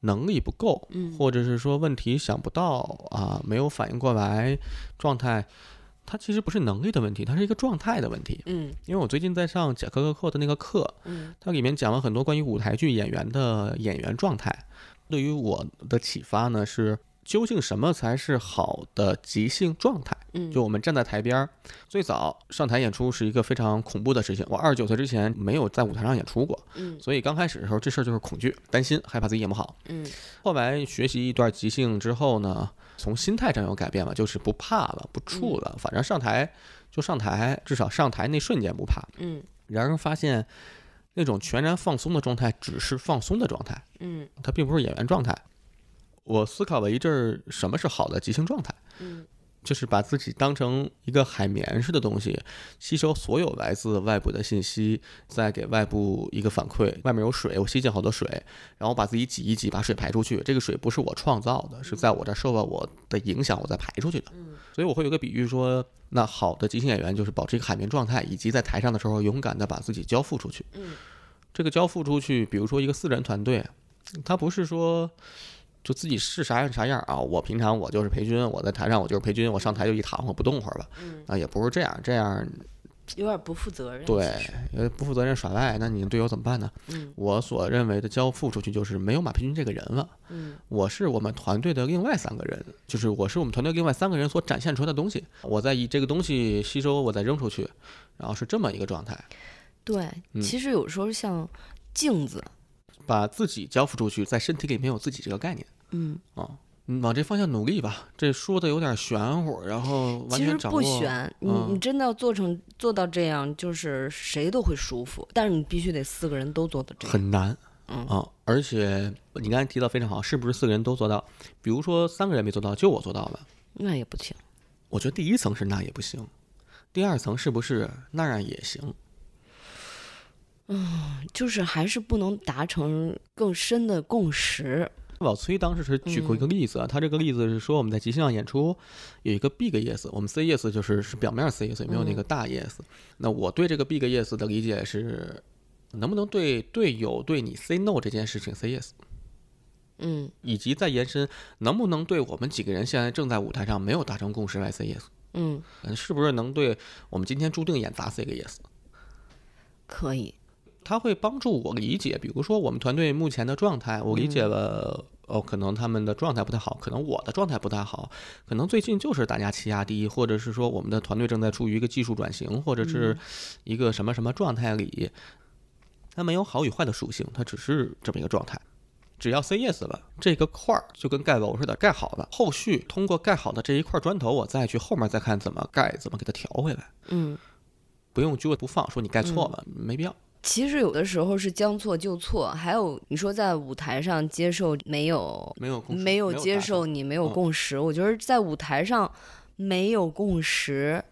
Speaker 2: 能力不够，或者是说问题想不到啊，没有反应过来，状态，它其实不是能力的问题，它是一个状态的问题。
Speaker 1: 嗯
Speaker 2: 因为我最近在上贾克克寇的那个课，
Speaker 1: 嗯
Speaker 2: 它里面讲了很多关于舞台剧演员的演员状态。对于我的启发呢是，究竟什么才是好的即兴状态？
Speaker 1: 嗯
Speaker 2: 就我们站在台边儿，最早上台演出是一个非常恐怖的事情。我二十九岁之前没有在舞台上演出过，
Speaker 1: 嗯
Speaker 2: 所以刚开始的时候这事儿就是恐惧、担心、害怕自己演不好。
Speaker 1: 嗯
Speaker 2: 后来学习一段即兴之后呢，从心态上有改变了，就是不怕了，不怵了，反正上台就上台，至少上台那瞬间不怕。
Speaker 1: 嗯
Speaker 2: 然而发现，那种全然放松的状态只是放松的状态，
Speaker 1: 嗯
Speaker 2: 它并不是演员状态。我思考了一阵儿，什么是好的即兴状态？
Speaker 1: 嗯，
Speaker 2: 就是把自己当成一个海绵似的东西，吸收所有来自外部的信息，再给外部一个反馈。外面有水，我吸进好多水，然后把自己挤一挤，把水排出去。这个水不是我创造的，是在我这儿受到我的影响，我再排出去的。
Speaker 1: 嗯
Speaker 2: 所以我会有个比喻说，那好的即兴演员就是保持一个海绵状态，以及在台上的时候勇敢的把自己交付出去。
Speaker 1: 嗯，
Speaker 2: 这个交付出去，比如说一个四人团队，他不是说。就自己是啥样啥样啊！我平常
Speaker 1: 嗯
Speaker 2: 我就是裴军，我在台上我就是裴军，我上台就一躺，我不动会儿吧。啊，也不是这样，这样
Speaker 1: 有点不负责任。
Speaker 2: 对，呃，不负责任耍赖，那你队友怎么办呢？
Speaker 1: 嗯
Speaker 2: 我所认为的交付出去就是没有马屁军这个人了，
Speaker 1: 嗯
Speaker 2: 我是我们团队的另外三个人，就是我是我们团队另外三个人所展现出来的东西，我在以这个东西吸收，我再扔出去，然后是这么一个状态，
Speaker 1: 对，
Speaker 2: 嗯
Speaker 1: 其实有时候像镜子，
Speaker 2: 把自己交付出去，在身体里面有自己这个概念
Speaker 1: 嗯，
Speaker 2: 啊、嗯往这方向努力吧。这说的有点玄乎，然后完
Speaker 1: 其实
Speaker 2: 全掌
Speaker 1: 不
Speaker 2: 握
Speaker 1: 悬，你你
Speaker 2: 嗯
Speaker 1: 真的要做成做到这样，就是谁都会舒服，但是你必须得四个人都做到这样。
Speaker 2: 很难
Speaker 1: 嗯
Speaker 2: 啊、而且你刚才提到非常好，是不是四个人都做到？比如说三个人没做到，就我做到了。
Speaker 1: 那也不行，
Speaker 2: 我觉得第一层是那也不行，第二层是不是那样也行？
Speaker 1: 就是还是不能达成更深的共识。
Speaker 2: 老崔当时是举过一个例子啊，他这个例子是说我们在即兴上演出有一个 big yes，我们 say yes 就是是表面 say yes，也没有那个大 yes。那我对这个 big yes 的理解是，能不能对队友对你 say no 这件事情 say yes，
Speaker 1: 嗯
Speaker 2: 以及再延伸，能不能对我们几个人现在正在舞台上没有达成共识来 say yes，
Speaker 1: 嗯，
Speaker 2: 嗯是不是能对我们今天注定演砸 say 个 yes？
Speaker 1: 可以。
Speaker 2: 他会帮助我理解，比如说我们团队目前的状态，我理解了、哦，可能他们的状态不太好，可能我的状态不太好，可能最近就是大家气压低，或者是说我们的团队正在处于一个技术转型，或者是一个什么什么状态里，它没有好与坏的属性，它只是这么一个状态。只要 say yes 了，这个块儿就跟盖楼似的，盖好了，后续通过盖好的这一块砖头，我再去后面再看怎么盖，怎么给它调回来，
Speaker 1: 嗯，
Speaker 2: 不用揪不放，说你盖错了，没必要。
Speaker 1: 其实有的时候是将错就错，还有你说在舞台上接受没有
Speaker 2: 没有共识
Speaker 1: 没有接
Speaker 2: 达成
Speaker 1: 受你没有
Speaker 2: 嗯
Speaker 1: 共识，我觉得在舞台上没有共识，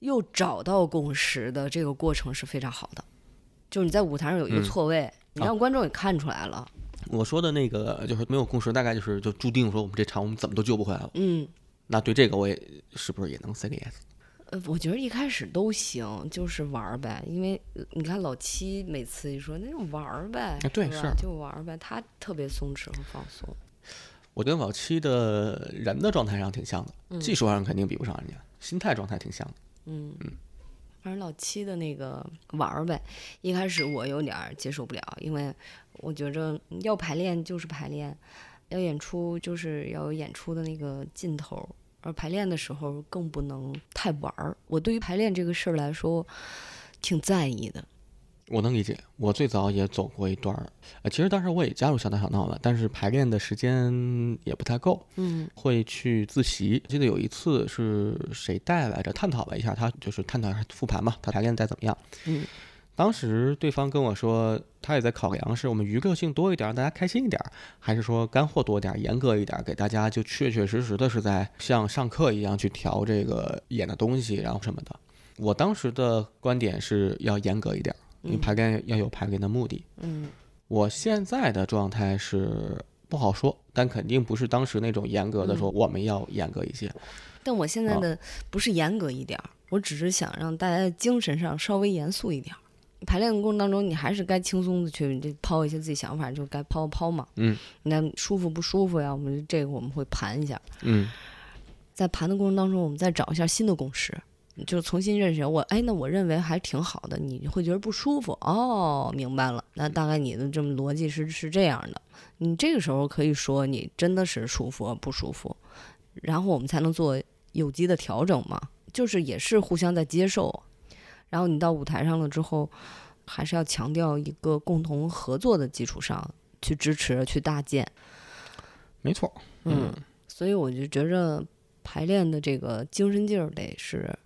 Speaker 1: 又找到共识的这个过程是非常好的。就是你在舞台上有一个
Speaker 2: 嗯
Speaker 1: 错位，你
Speaker 2: 啊
Speaker 1: 让观众也看出来了，
Speaker 2: 我说的那个就是没有共识，大概就是就注定说我们这场我们怎么都救不回来了。
Speaker 1: 嗯。
Speaker 2: 那对这个我也是不是也能 say yes？
Speaker 1: 呃，我觉得一开始都行，就是玩儿呗。因为呃你看老七每次一说，那就玩儿呗，
Speaker 2: 啊对
Speaker 1: 是吧
Speaker 2: 是
Speaker 1: 就玩儿呗。他特别松弛和放松，
Speaker 2: 我跟老七的人的状态上挺像的，技术上肯定比不上人家，心态状态挺像的。
Speaker 1: 嗯，反正老七的那个玩儿呗，一开始我有点儿接受不了，因为我觉着要排练就是排练，要演出就是要有演出的那个劲头儿，而排练的时候更不能太玩儿。我对于排练这个事儿来说，挺在意的。
Speaker 2: 我能理解，我最早也走过一段儿，呃，其实当时我也加入小打小闹了，但是排练的时间也不太够，
Speaker 1: 嗯
Speaker 2: 会去自习。记得有一次是谁带来着，探讨了一下他，就是探讨一下复盘嘛，他排练带怎么样。
Speaker 1: 嗯，
Speaker 2: 当时对方跟我说，他也在考量是我们娱乐性多一点，让大家开心一点，还是说干货多一点，严格一点，给大家就确确实实的是在像上课一样去调这个演的东西，然后什么的。我当时的观点是要严格一点，因为
Speaker 1: 嗯
Speaker 2: 排练要有排练的目的。
Speaker 1: 嗯
Speaker 2: 我现在的状态是不好说，但肯定不是当时那种严格
Speaker 1: 嗯
Speaker 2: 的说我们要严格一些。
Speaker 1: 但我现在
Speaker 2: 啊
Speaker 1: 的不是严格一点儿，我只是想让大家的精神上稍微严肃一点儿。排练的过程当中，你还是该轻松的去你就抛一些自己想法，就该抛抛嘛。
Speaker 2: 嗯，
Speaker 1: 那舒服不舒服呀？我们这个我们会盘一下，
Speaker 2: 嗯，
Speaker 1: 在盘的过程当中，我们再找一下新的共识，就重新认识我。哎，那我认为还挺好的，你会觉得不舒服哦，明白了。那大概你的这么逻辑是是这样的，你这个时候可以说你真的是舒服不舒服，然后我们才能做有机的调整嘛，就是也是互相在接受。然后你到舞台上了之后，还是要强调一个共同合作的基础上去支持、去搭建。
Speaker 2: 没错。
Speaker 1: 嗯，所以我就觉着排练的这个精神劲儿得是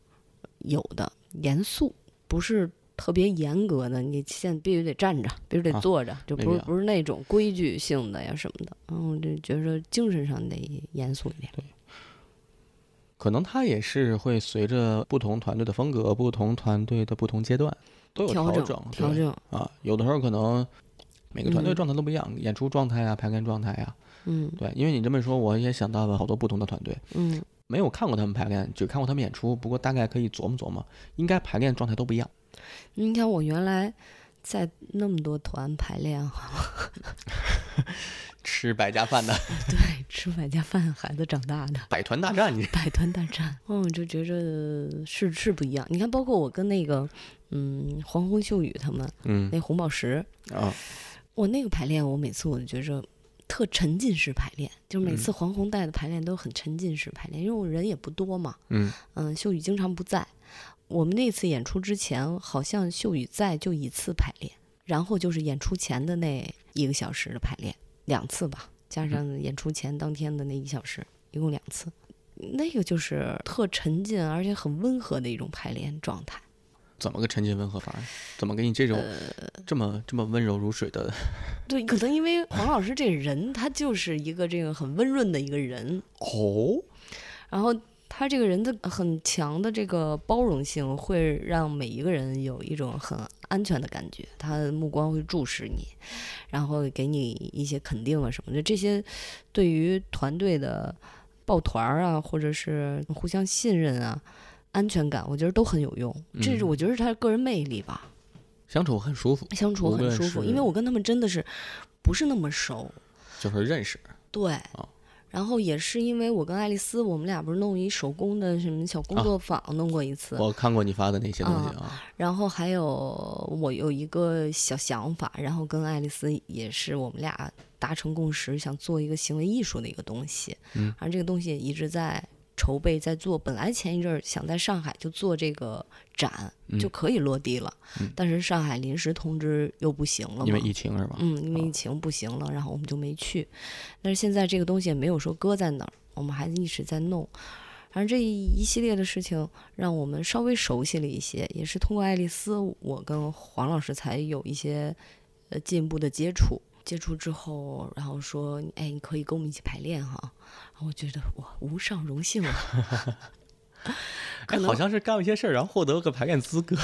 Speaker 1: 有的，严肃不是特别严格的，你现在必须得站着，必须得
Speaker 2: 啊
Speaker 1: 坐着，就
Speaker 2: 没
Speaker 1: 不是
Speaker 2: 必要
Speaker 1: 不是那种规矩性的呀什么的。然后我就觉着精神上得严肃一点。
Speaker 2: 可能他也是会随着不同团队的风格、不同团队的不同阶段都有
Speaker 1: 调
Speaker 2: 整，
Speaker 1: 调
Speaker 2: 对
Speaker 1: 整，
Speaker 2: 啊，有的时候可能每个团队
Speaker 1: 嗯
Speaker 2: 状态都不一样，演出状态啊、排练状态啊，
Speaker 1: 嗯
Speaker 2: 对，因为你这么说，我也想到了好多不同的团队，
Speaker 1: 嗯
Speaker 2: 没有看过他们排练，只看过他们演出，不过大概可以琢磨琢磨，应该排练状态都不一样。
Speaker 1: 你看我原来在那么多团排练，好吗？
Speaker 2: 吃百家饭的
Speaker 1: 对，吃百家饭，孩子长大的。
Speaker 2: 百团大战，你
Speaker 1: 百团大战，嗯，我就觉着是是不一样。你看，包括我跟那个，嗯，黄昏秀雨他们
Speaker 2: 嗯
Speaker 1: 那红宝石，
Speaker 2: 啊
Speaker 1: 我那个排练，我每次我就觉着特沉浸式排练，就是每次黄宏带的排练都很沉浸式排练，因为我人也不多嘛，
Speaker 2: 嗯
Speaker 1: 嗯，秀宇经常不在。我们那次演出之前，好像秀宇在就一次排练，然后就是演出前的那一个小时的排练，两次吧，加上演出前当天的那一小时，一共两次。那个就是特沉浸而且很温和的一种排练状态。
Speaker 2: 怎么个沉浸温和法儿？怎么给你这种、
Speaker 1: 呃
Speaker 2: 这么这么温柔如水的？
Speaker 1: 对，可能因为黄老师这人，他就是一个这个很温润的一个人，
Speaker 2: 哦，
Speaker 1: 然后他这个人的很强的这个包容性，会让每一个人有一种很安全的感觉。他的目光会注视你，然后给你一些肯定啊什么的。这些对于团队的抱团儿啊，或者是互相信任啊、安全感，我觉得都很有用。这是
Speaker 2: 嗯
Speaker 1: 我觉得是他的个人魅力吧，
Speaker 2: 相处很舒服，
Speaker 1: 相处
Speaker 2: 无
Speaker 1: 很
Speaker 2: 论
Speaker 1: 舒服。
Speaker 2: 是
Speaker 1: 因为我跟他们真的是不是那么熟，
Speaker 2: 就是认识
Speaker 1: 对。
Speaker 2: 哦
Speaker 1: 然后也是因为我跟爱丽丝，我们俩不是弄一手工的什么小工
Speaker 2: 啊
Speaker 1: 作坊，弄过一次。
Speaker 2: 我看过你发的那些东西啊，
Speaker 1: 然后还有我有一个小想法，然后跟爱丽丝也是我们俩达成共识，想做一个行为艺术的一个东西。
Speaker 2: 嗯，
Speaker 1: 而这个东西一直在筹备在做，本来前一阵儿想在上海就做这个展，
Speaker 2: 嗯
Speaker 1: 就可以落地了，
Speaker 2: 嗯
Speaker 1: 但是上海临时通知又不行了嘛，
Speaker 2: 因为疫情是吧？
Speaker 1: 嗯，因为
Speaker 2: 啊
Speaker 1: 疫情不行了，然后我们就没去。但是现在这个东西也没有说搁在那儿，我们还一直在弄。反正这一系列的事情让我们稍微熟悉了一些，也是通过爱丽丝，我跟黄老师才有一些呃进一步的接触。接触之后，然后说，哎，你可以跟我们一起排练哈。然后我觉得我无上荣幸 啊，可
Speaker 2: 哎，
Speaker 1: 能
Speaker 2: 好像是干了一些事儿，然后获得个排 练资格。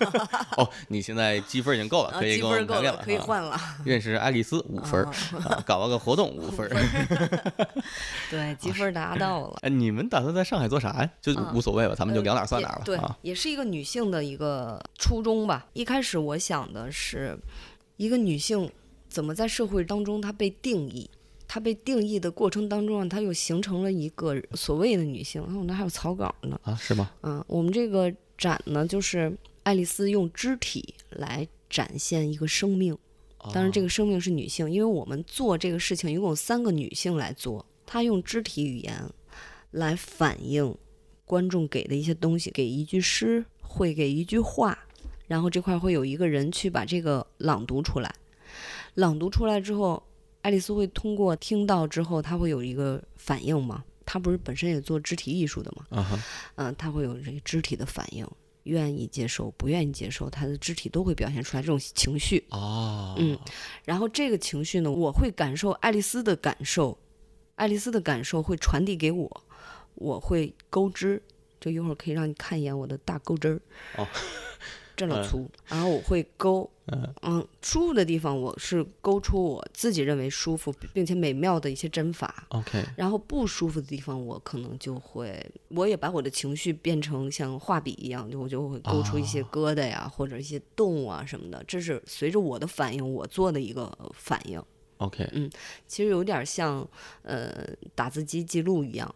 Speaker 2: 哦，你现在积分已经够了，
Speaker 1: 啊
Speaker 2: 可以
Speaker 1: 积分
Speaker 2: 跟我
Speaker 1: 儿
Speaker 2: 们
Speaker 1: 够
Speaker 2: 排练
Speaker 1: 了
Speaker 2: 了，，
Speaker 1: 可以
Speaker 2: 啊
Speaker 1: 换了。
Speaker 2: 认识爱丽丝五分儿，啊搞了个活动五分儿。
Speaker 1: 对，积 分儿拿到了。
Speaker 2: 哎，你们打算在上海做啥呀？就
Speaker 1: 啊
Speaker 2: 无所谓吧，咱们就聊哪儿算哪儿
Speaker 1: 也
Speaker 2: 吧。
Speaker 1: 对
Speaker 2: 啊，，
Speaker 1: 也是一个女性的一个初衷吧。一开始我想的是，一个女性怎么在社会当中她被定义，她被定义的过程当中，啊她又形成了一个所谓的女性。然后我那还有草稿呢，
Speaker 2: 啊，是吗？
Speaker 1: 嗯，我们这个展呢，就是爱丽丝用肢体来展现一个生命。当然，这
Speaker 2: 个
Speaker 1: 个生命是女性，因为我们做这个事情一共有三个女性来做，她用肢体语言来反映观众给的一些东西，给一句诗，会给一句话，然后这块会有一个人去把这个朗读出来，朗读出来之后，爱丽丝会通过听到之后，她会有一个反应嘛？她不是本身也做肢体艺术的嘛？
Speaker 2: 啊哈，
Speaker 1: 嗯，他会有这个肢体的反应，愿意接受，不愿意接受，他的肢体都会表现出来这种情绪。
Speaker 2: 哦，
Speaker 1: 嗯，然后这个情绪呢，我会感受爱丽丝的感受，爱丽丝的感受会传递给我，我会钩织，就一会儿可以让你看一眼我的大钩织儿。
Speaker 2: 哦。
Speaker 1: 这老粗，然后我会勾，嗯，舒服的地方我是勾出我自己认为舒服并且美妙的一些针法，
Speaker 2: OK，
Speaker 1: 然后不舒服的地方，我可能就会，我也把我的情绪变成像画笔一样，就我就会勾出一些疙瘩呀，或者一些洞啊什么的。这是随着我的反应，我做的一个反应。
Speaker 2: OK，
Speaker 1: 其实有点像呃打字机记录一样。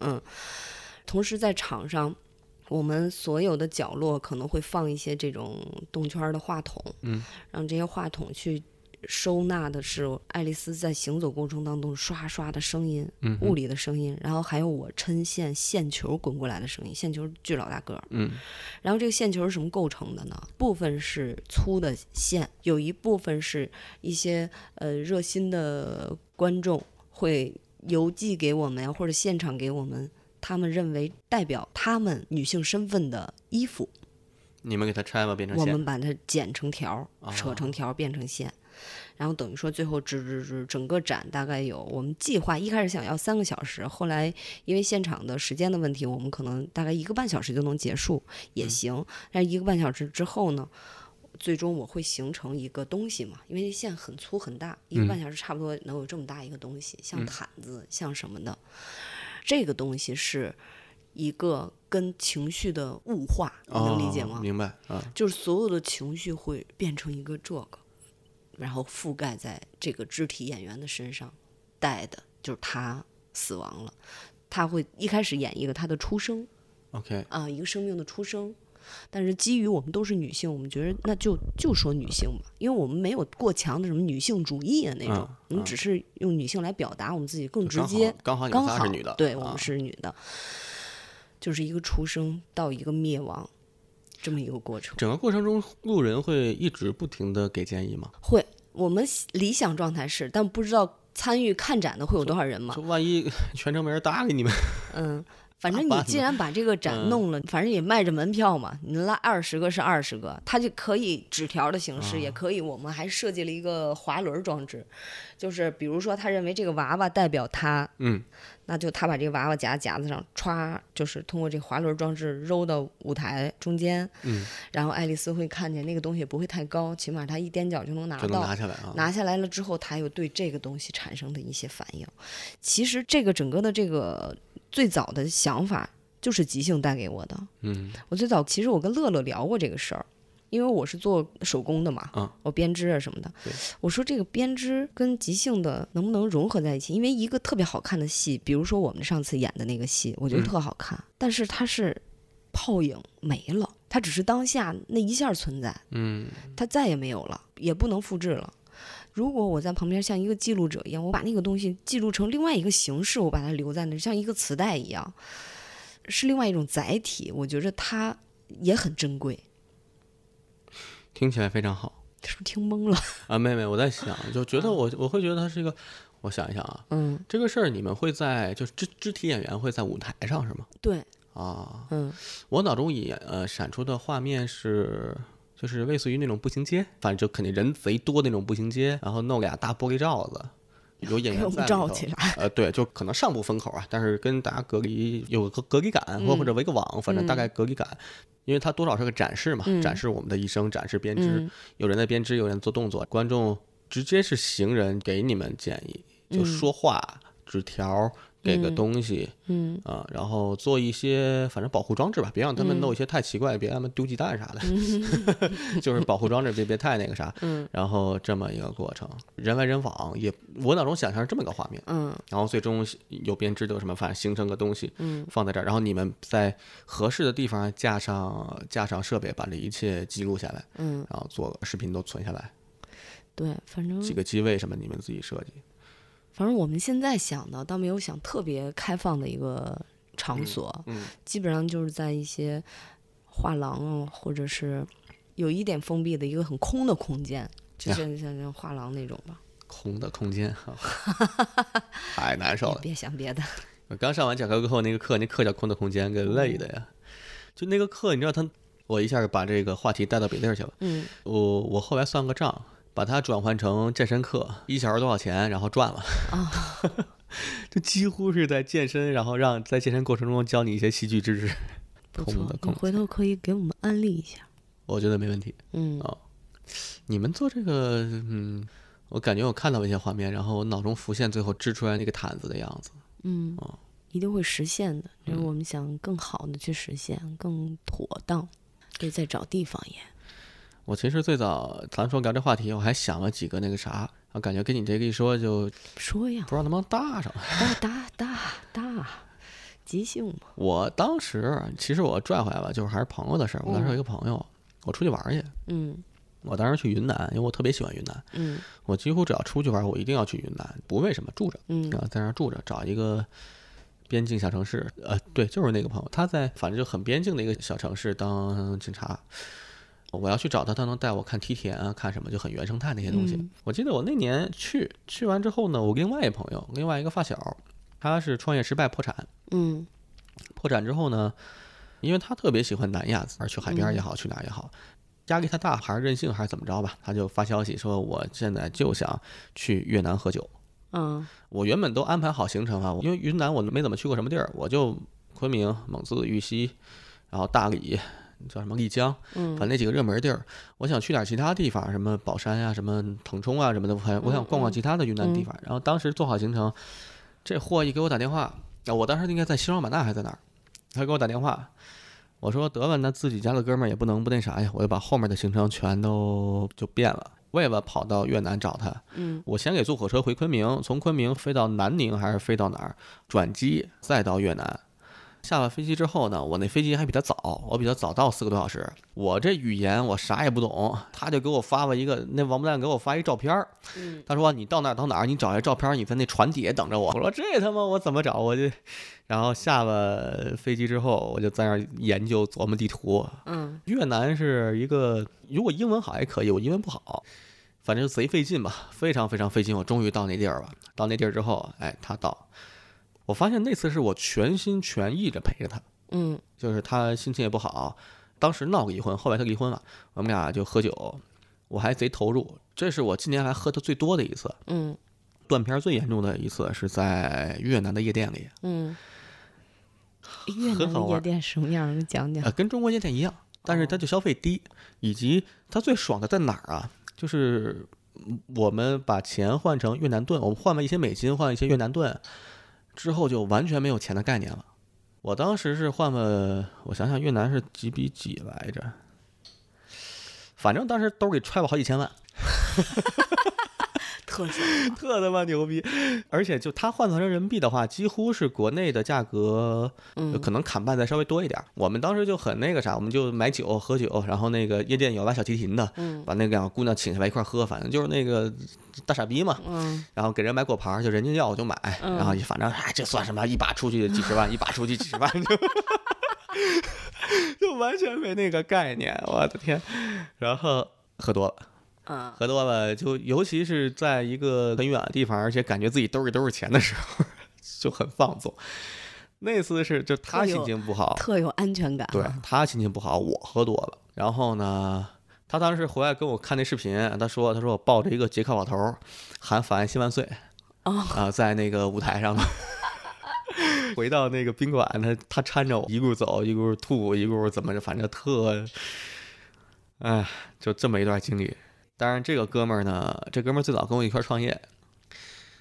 Speaker 2: 嗯
Speaker 1: 同时在场上，我们所有的角落可能会放一些这种动圈儿的话筒，
Speaker 2: 嗯，
Speaker 1: 让这些话筒去收纳的是爱丽丝在行走过程当中刷刷的声音，
Speaker 2: 嗯哼
Speaker 1: 物理的声音，然后还有我抻线线球滚过来的声音，线球巨老大个儿，
Speaker 2: 嗯，
Speaker 1: 然后这个线球是什么构成的呢？部分是粗的线，有一部分是一些呃热心的观众会邮寄给我们呀，或者现场给我们他们认为代表他们女性身份的衣服，
Speaker 2: 你们给它拆吧，变成
Speaker 1: 我
Speaker 2: 线。
Speaker 1: 们把它剪成条
Speaker 2: 哦
Speaker 1: 儿，扯成条儿变成线，然后等于说最后织织织，整个展大概有我们计划一开始想要三个小时，后来因为现场的时间的问题，我们可能大概一个半小时就能结束也
Speaker 2: 嗯
Speaker 1: 行，但是一个半小时之后呢？最终我会形成一个东西嘛，因为那线很粗很大，一个
Speaker 2: 嗯
Speaker 1: 半小时差不多能有这么大一个东西，像毯子，像什么的。这个东西是一个跟情绪的物化，你能理解吗？
Speaker 2: 哦明白啊，
Speaker 1: 就是所有的情绪会变成一个这个，然后覆盖在这个肢体演员的身上，带的就是他死亡了。他会一开始演一个他的出生
Speaker 2: OK，
Speaker 1: 啊、一个生命的出生。但是基于我们都是女性，我们觉得那就就说女性吧，因为我们没有过强的什么女性主义啊那种，
Speaker 2: 嗯
Speaker 1: 我们
Speaker 2: 嗯
Speaker 1: 只是用女性来表达我们自己更
Speaker 2: 就
Speaker 1: 嗯直
Speaker 2: 刚好
Speaker 1: 接。
Speaker 2: 刚好你
Speaker 1: 刚
Speaker 2: 们
Speaker 1: 好
Speaker 2: 仨是女的，
Speaker 1: 对
Speaker 2: 啊
Speaker 1: 我们是女的，就是一个出生到一个灭亡这么一个过程。
Speaker 2: 整个过程中，路人会一直不停的给建议吗？
Speaker 1: 会，我们喜理想状态是，但不知道参与看展的会有多少人嘛
Speaker 2: 就？万一 全程没人搭理你们，
Speaker 1: 嗯，反正
Speaker 2: 咋
Speaker 1: 你
Speaker 2: 办
Speaker 1: 既
Speaker 2: 呢
Speaker 1: 然把这个展
Speaker 2: 嗯
Speaker 1: 弄了，反正也卖着门票嘛，你拉二十个是二十个，它就可以纸条的形
Speaker 2: 啊
Speaker 1: 式，也可以。我们还设计了一个滑轮装置，就是比如说他认为这个娃娃代表他，
Speaker 2: 嗯，
Speaker 1: 那就他把这个娃娃夹在夹子上，歘，就是通过这滑轮装置揉到舞台中间，
Speaker 2: 嗯，
Speaker 1: 然后爱丽丝会看见那个东西也不会太高，起码她一踮脚就能拿
Speaker 2: 就能
Speaker 1: 到。
Speaker 2: 拿下来啊。
Speaker 1: 拿下来了之后，他又对这个东西产生的一些反应。其实这个整个的这个最早的想法就是即兴带给我的。
Speaker 2: 嗯，
Speaker 1: 我最早其实我跟乐乐聊过这个事儿，因为我是做手工的嘛，
Speaker 2: 嗯
Speaker 1: 我编织啊什么的
Speaker 2: 对。
Speaker 1: 我说这个编织跟即兴的能不能融合在一起？因为一个特别好看的戏，比如说我们上次演的那个戏，我觉得
Speaker 2: 嗯
Speaker 1: 特好看，但是它是泡影没了，它只是当下那一下存在。
Speaker 2: 嗯，
Speaker 1: 它再也没有了，也不能复制了。如果我在旁边像一个记录者一样，我把那个东西记录成另外一个形式，我把它留在那儿，像一个磁带一样，是另外一种载体。我觉着它也很珍贵。
Speaker 2: 听起来非常好
Speaker 1: 是不是听懵了？
Speaker 2: 啊，妹妹，我在想，就觉得
Speaker 1: 啊
Speaker 2: 我我会觉得它是一个，我想一想啊，
Speaker 1: 嗯，
Speaker 2: 这个事儿你们会在就是肢肢体演员会在舞台上是吗？
Speaker 1: 对，
Speaker 2: 啊，
Speaker 1: 嗯，
Speaker 2: 我脑中也呃闪出的画面是。就是类似于那种步行街，反正就肯定人贼多那种步行街，然后弄俩大玻璃罩子，有演
Speaker 1: 给
Speaker 2: 员
Speaker 1: 我
Speaker 2: 在
Speaker 1: 们
Speaker 2: 里
Speaker 1: 罩
Speaker 2: 头，
Speaker 1: 起来。
Speaker 2: 呃，对，就可能上部风口啊，但是跟大家隔离有个隔离感，或
Speaker 1: 嗯
Speaker 2: 或者围个网，反正大
Speaker 1: 嗯
Speaker 2: 概隔离感，因为它多少是个展示嘛，
Speaker 1: 嗯
Speaker 2: 展示我们的一生，展示编织，
Speaker 1: 嗯，
Speaker 2: 有人在编织，有人做动作，观众直接是行人给你们建议，就
Speaker 1: 嗯
Speaker 2: 说话、纸条。给个
Speaker 1: 嗯
Speaker 2: 东西
Speaker 1: 嗯，
Speaker 2: 啊、然后做一些反正保护装置吧，别让他们弄一些太奇怪，别让他们丢鸡蛋啥的， 就是保护装置别别太那个啥。
Speaker 1: 嗯，
Speaker 2: 然后这么一个过程，人来人往也，我脑中想象是这么个画面。
Speaker 1: 嗯，
Speaker 2: 然后最终有编织的有什么，反正形成个东西，
Speaker 1: 嗯，
Speaker 2: 放在这儿，然后你们在合适的地方架上架上设备，把这一切记录下来，
Speaker 1: 嗯，
Speaker 2: 然后做视频都存下来，
Speaker 1: 对，反正
Speaker 2: 几个机位什么你们自己设计，
Speaker 1: 反正我们现在想的，倒没有想特别开放的一个场所，
Speaker 2: 嗯
Speaker 1: 基本上就是在一些画廊啊，或者是有一点封闭的一个很空的空间，就
Speaker 2: 呀
Speaker 1: 是像像画廊那种吧。
Speaker 2: 空的空间，太难受
Speaker 1: 也
Speaker 2: 了。
Speaker 1: 别想别 的，
Speaker 2: 我刚上完讲课后那个课，那课叫空的空间，给累的呀。就那个课，你知道他，我一下把这个话题带到别地儿去了。
Speaker 1: 嗯，
Speaker 2: 我我后来算个账，把它转换成健身课，一小时多少钱，然后赚了。
Speaker 1: 哦
Speaker 2: 就几乎是在健身，然后让在健身过程中教你一些戏剧知识，
Speaker 1: 不
Speaker 2: 空
Speaker 1: 错
Speaker 2: 的，
Speaker 1: 你
Speaker 2: 空
Speaker 1: 回头可以给我们安利一下。
Speaker 2: 我觉得没问题。
Speaker 1: 嗯
Speaker 2: 哦你们做这个，嗯，我感觉我看到了一些画面，然后我脑中浮现最后织出来那个毯子的样子。
Speaker 1: 嗯，
Speaker 2: 哦
Speaker 1: 一定会实现的，
Speaker 2: 嗯
Speaker 1: 因为我们想更好的去实现，更妥当。对，再找地方也。
Speaker 2: 我其实最早咱说聊这话题，我还想了几个那个啥，我感觉跟你这个一说就
Speaker 1: 说呀
Speaker 2: 不，知道能不能搭上。
Speaker 1: 大大大大，即兴嘛。
Speaker 2: 我当时啊其实我拽回来吧，就是还是朋友的事儿。我当时有一个朋友，我出去玩儿去，
Speaker 1: 嗯
Speaker 2: 我当时去云南，因为我特别喜欢云南，
Speaker 1: 嗯
Speaker 2: 我几乎只要出去玩儿，我一定要去云南，不为什么住着，
Speaker 1: 嗯
Speaker 2: 然后在那儿住着，找一个边境小城市，呃，对，就是那个朋友，他在反正就很边境的一个小城市当警察。我要去找他，他能带我看梯田啊，看什么就很原生态那些东西。
Speaker 1: 嗯
Speaker 2: 我记得我那年去去完之后呢，我另外一朋友，另外一个发小，他是创业失败破产，
Speaker 1: 嗯
Speaker 2: 破产之后呢，因为他特别喜欢南亚子，而去海边也好，去哪儿也好，压力太大还是任性还是怎么着吧，他就发消息说我现在就想去越南喝酒。
Speaker 1: 嗯
Speaker 2: 我原本都安排好行程啊，因为云南我没怎么去过什么地儿，我就昆明、蒙自、玉溪，然后大理。叫什么丽江，反
Speaker 1: 嗯
Speaker 2: 正那几个热门地儿，我想去点其他地方，什么宝山呀、什么腾冲啊什么的，我还我想
Speaker 1: 嗯
Speaker 2: 逛逛其他的云南地方。然后当时做好行程，这货一给我打电话，啊我当时应该在西双版纳还是在哪儿，他给我打电话，我说得吧，那自己家的哥们儿也不能不那啥呀，我就把后面的行程全都就变了。为了跑到越南找他，
Speaker 1: 嗯，
Speaker 2: 我先给坐火车回昆明，从昆明飞到南宁还是飞到哪儿，转机再到越南。下了飞机之后呢，我那飞机还比他早，我比他早到四个多小时。我这语言我啥也不懂，他就给我发了一个那王八蛋给我发一照片儿，
Speaker 1: 嗯
Speaker 2: 他说你到哪儿到哪儿，你找一下照片儿，你在那船底下等着我。 我说这他妈我怎么找？我就，然后下了飞机之后，我就在那儿研究琢磨地图，
Speaker 1: 嗯，
Speaker 2: 越南是一个，如果英文好还可以，我英文不好，反正贼费劲吧，非常非常费劲。我终于到那地儿了，到那地儿之后，哎，他到，我发现那次是我全心全意的陪着他，
Speaker 1: 嗯，
Speaker 2: 就是他心情也不好，当时闹过一婚，后来他离婚了，我们俩就喝酒，我还贼投入，这是我今年来喝的最多的一次，
Speaker 1: 嗯，
Speaker 2: 断片儿最严重的一次是在越南的夜店里，
Speaker 1: 嗯。越南
Speaker 2: 很好
Speaker 1: 的
Speaker 2: 玩
Speaker 1: 夜店什么样儿？你讲讲
Speaker 2: 呃，。跟中国夜店一样，但是它就消费低，以及它最爽的在哪儿啊？就是嗯我们把钱换成越南盾，我们换了一些美金，换了一些越南盾，之后就完全没有钱的概念了。我当时是换了，我想想越南是几比几来着？反正当时兜里揣了好几千万，
Speaker 1: 特色。
Speaker 2: 特他妈牛逼！而且就它换算成人民币的话，几乎是国内的价格
Speaker 1: 嗯
Speaker 2: 可能砍半再稍微多一点儿。我们当时就很那个啥，我们就买酒喝酒，然后那个夜店有拉小提琴的，
Speaker 1: 嗯
Speaker 2: 把那两个姑娘请下来一块儿喝，反正就是那个大傻逼嘛。
Speaker 1: 嗯
Speaker 2: 然后给人买果盘儿，就人家要我就买，
Speaker 1: 嗯
Speaker 2: 然后也反正哎这算什么？一把出去几十万，一把出去几十万，就 就完全没那个概念，我的天！然后喝多了。
Speaker 1: 嗯
Speaker 2: 喝多了，就尤其是在一个很远的地方，而且感觉自己兜里都是钱的时候， 就很放纵。那次是就他心情不好，
Speaker 1: 特有安全感。
Speaker 2: 对他心情不好，我喝多了。然后呢，他当时回来跟我看那视频，他说他说我抱着一个捷克老头儿喊“法案新万岁”，
Speaker 1: 哦
Speaker 2: 啊、在那个舞台上 头。回到那个宾馆，他他搀着我一路走，一路吐，一路怎么着，反正特，哎，就这么一段经历。当然，这个哥们儿呢，这哥们儿最早跟我一块儿创业。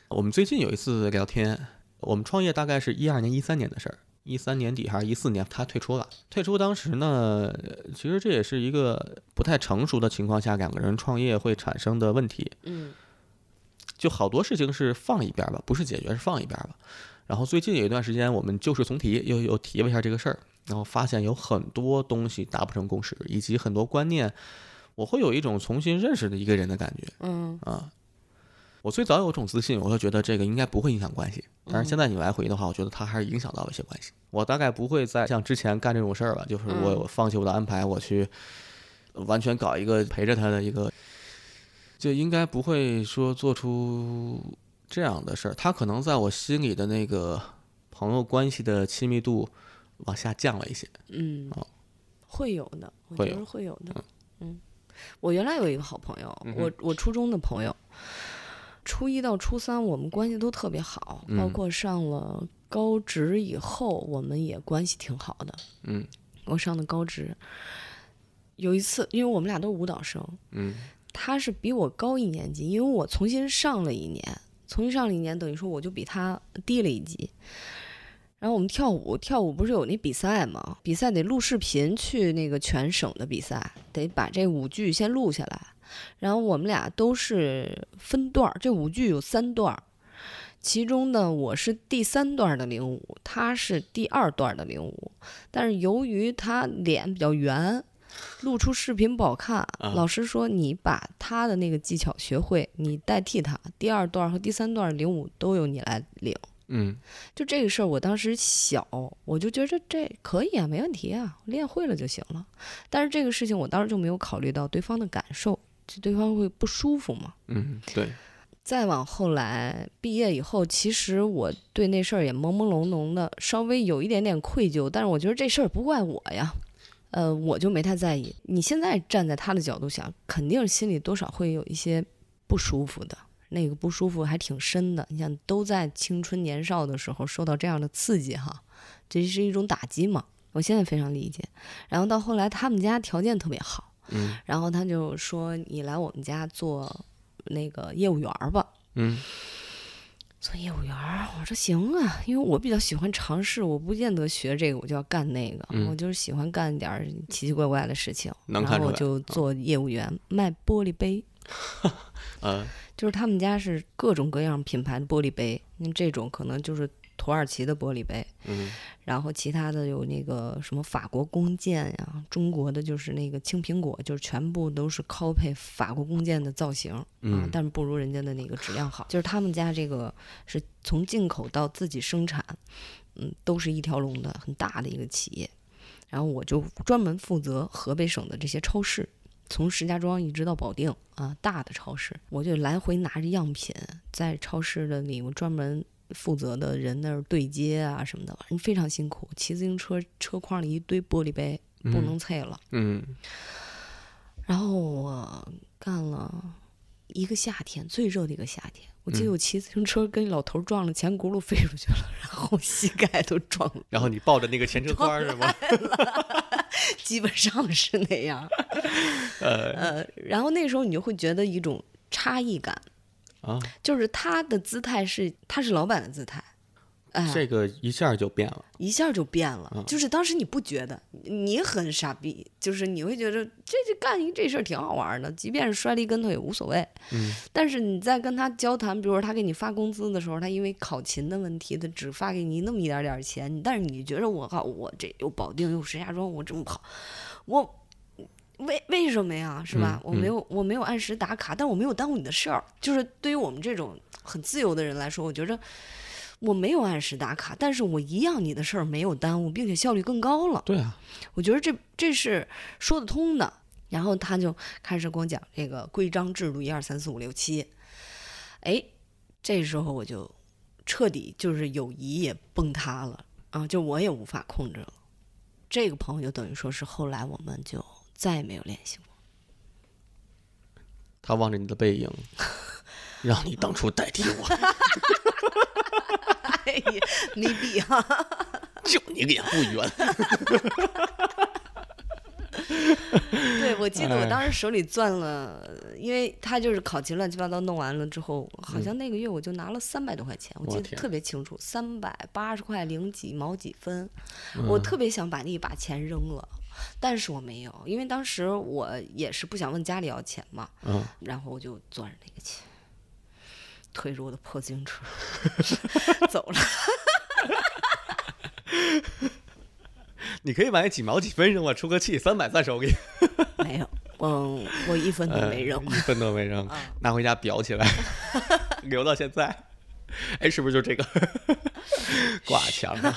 Speaker 2: 我们最近有一次聊天，我们创业大概是一二年、一三年的事儿，一三年底还是一四年，他退出了。退出当时呢，呃其实这也是一个不太成熟的情况下，两个人创业会产生的问题。
Speaker 1: 嗯
Speaker 2: 就好多事情是放一边儿吧，不是解决，是放一边儿吧。然后最近有一段时间，我们旧事重提，又又提了一下这个事儿，然后发现有很多东西达不成共识，以及很多观念，我会有一种重新认识的一个人的感觉。
Speaker 1: 嗯
Speaker 2: 啊。我最早有种自信，我就觉得这个应该不会影响关系。但
Speaker 1: 嗯
Speaker 2: 是现在你来回忆的话，我觉得它还是影响到了一些关系。我大概不会再像之前干这种事儿了，就是我
Speaker 1: 嗯
Speaker 2: 我放弃我的安排，我去完全搞一个陪着他的一个，就应该不会说做出这样的事儿。他可能在我心里的那个朋友关系的亲密度往下降了一些。
Speaker 1: 嗯
Speaker 2: 哦，
Speaker 1: 会有的，我
Speaker 2: 会
Speaker 1: 觉
Speaker 2: 有
Speaker 1: 得会有的。嗯，我原来有一个好朋友，
Speaker 2: 嗯
Speaker 1: 我我初中的朋友，初一到初三我们关系都特别好，包
Speaker 2: 嗯
Speaker 1: 括上了高职以后，我们也关系挺好的。
Speaker 2: 嗯
Speaker 1: 我上的高职，有一次，因为我们俩都是舞蹈生，
Speaker 2: 嗯
Speaker 1: 他是比我高一年级，因为我重新上了一年，重新上了一年，等于说我就比他低了一级。然后我们跳舞，跳舞不是有那比赛吗？比赛得录视频去那个全省的比赛，得把这舞剧先录下来。然后我们俩都是分段儿，这舞剧有三段儿，其中呢我是第三段儿的领舞，他是第二段儿的领舞。但是由于他脸比较圆，录出视频不好看，
Speaker 2: 啊
Speaker 1: 老师说你把他的那个技巧学会，你代替他，第二段儿和第三段儿领舞都由你来领。
Speaker 2: 嗯
Speaker 1: 就这个事儿，我当时小，我就觉着这可以啊，没问题啊，练会了就行了。但是这个事情，我当时就没有考虑到对方的感受，就对方会不舒服嘛。
Speaker 2: 嗯，对，
Speaker 1: 再往后来，毕业以后，其实我对那事儿也朦朦胧胧的，稍微有一点点愧疚，但是我觉得这事儿不怪我呀，呃，我就没太在意。你现在站在他的角度想，肯定心里多少会有一些不舒服的，那个不舒服还挺深的。你想，都在青春年少的时候受到这样的刺激哈，这是一种打击嘛。我现在非常理解。然后到后来，他们家条件特别好，
Speaker 2: 嗯
Speaker 1: 然后他就说：“你来我们家做那个业务员儿吧。”
Speaker 2: 嗯
Speaker 1: 做业务员儿，我说行啊，因为我比较喜欢尝试，我不见得学这个我就要干那个，
Speaker 2: 嗯
Speaker 1: 我就是喜欢干点儿奇奇怪怪的事情。
Speaker 2: 能
Speaker 1: 然
Speaker 2: 看
Speaker 1: 后
Speaker 2: 出
Speaker 1: 我就
Speaker 2: 来
Speaker 1: 做业务员，卖玻璃杯，
Speaker 2: 嗯
Speaker 1: 就是他们家是各种各样品牌的玻璃杯，那这种可能就是土耳其的玻璃杯，
Speaker 2: 嗯
Speaker 1: 然后其他的有那个什么法国弓箭呀、中国的就是那个青苹果，就是全部都是 copy 法国弓箭的造型啊，
Speaker 2: 嗯
Speaker 1: 但是不如人家的那个质量好。就是他们家这个是从进口到自己生产，嗯，都是一条龙的很大的一个企业。然后我就专门负责河北省的这些超市，从石家庄一直到保定啊，大的超市，我就来回拿着样品，在超市的里我专门负责的人那儿对接啊什么的，反正非常辛苦。骑自行车车筐里一堆玻璃杯，
Speaker 2: 嗯
Speaker 1: 不能碎了。
Speaker 2: 嗯
Speaker 1: 然后我干了一个夏天，最热的一个夏天。我记得
Speaker 2: 嗯
Speaker 1: 我骑自行车跟老头撞了，前轱辘飞出去了， 然后膝盖都撞了，
Speaker 4: 然后你抱着那个 前车筐儿是吗？
Speaker 1: 基本上是那样。呃，然后那时候你就会觉得一种差异感，
Speaker 2: 啊，
Speaker 1: 就是他的姿态是他是老板的姿态，哎，
Speaker 2: 这个一下就变了，
Speaker 1: 一下就变了。
Speaker 2: 嗯
Speaker 1: 就是当时你不觉得，你很傻逼，就是你会觉得这这干一这事儿挺好玩儿的，即便是摔了一跟头也无所谓。
Speaker 2: 嗯，
Speaker 1: 但是你在跟他交谈，比如说他给你发工资的时候，他因为考勤的问题，他只发给你那么一点点儿钱，你但是你觉得我靠，我这又保定又石家庄，我这么跑，我。为为什么呀？是吧？
Speaker 2: 嗯
Speaker 1: 我没有，我没有按时打卡，但我没有耽误你的事儿。就是对于我们这种很自由的人来说，我觉着我没有按时打卡，但是我一样你的事儿没有耽误，并且效率更高了。
Speaker 2: 对啊，
Speaker 1: 我觉得这这是说得通的。然后他就开始跟我讲这个规章制度一二三四五六七，哎，这时候我就彻底就是友谊也崩塌了啊，就我也无法控制了。这个朋友就等于说是后来我们就再也没有联系过。
Speaker 2: 他望着你的 背影，让你当初代替我，
Speaker 1: 哎呀，没必要。
Speaker 2: 就你脸不圆。
Speaker 1: 对，我记得
Speaker 2: 哎
Speaker 1: 我当时手里攥了，因为他就是考勤乱七八糟弄完了之后，好像那个月我就拿了三百多块钱，我
Speaker 2: 嗯我
Speaker 1: 记得
Speaker 2: 天
Speaker 1: 特别清楚，三百八十块零几毛几分，
Speaker 2: 嗯
Speaker 1: 我特别想把那一把钱扔了。但是我没有，因为当时我也是不想问家里要钱嘛，
Speaker 2: 嗯，
Speaker 1: 然后我就攥着那个钱，推着我的破自行车 走了。
Speaker 4: 你可以买几毛几分扔了，出个气，三百暂时我给你，哎
Speaker 1: 没有，嗯，我一分都
Speaker 2: 哎
Speaker 1: 没 扔。
Speaker 4: 一分都没扔，
Speaker 2: 嗯
Speaker 4: 拿回家裱起来， 留到现在。哎，是不是就这个 挂墙上？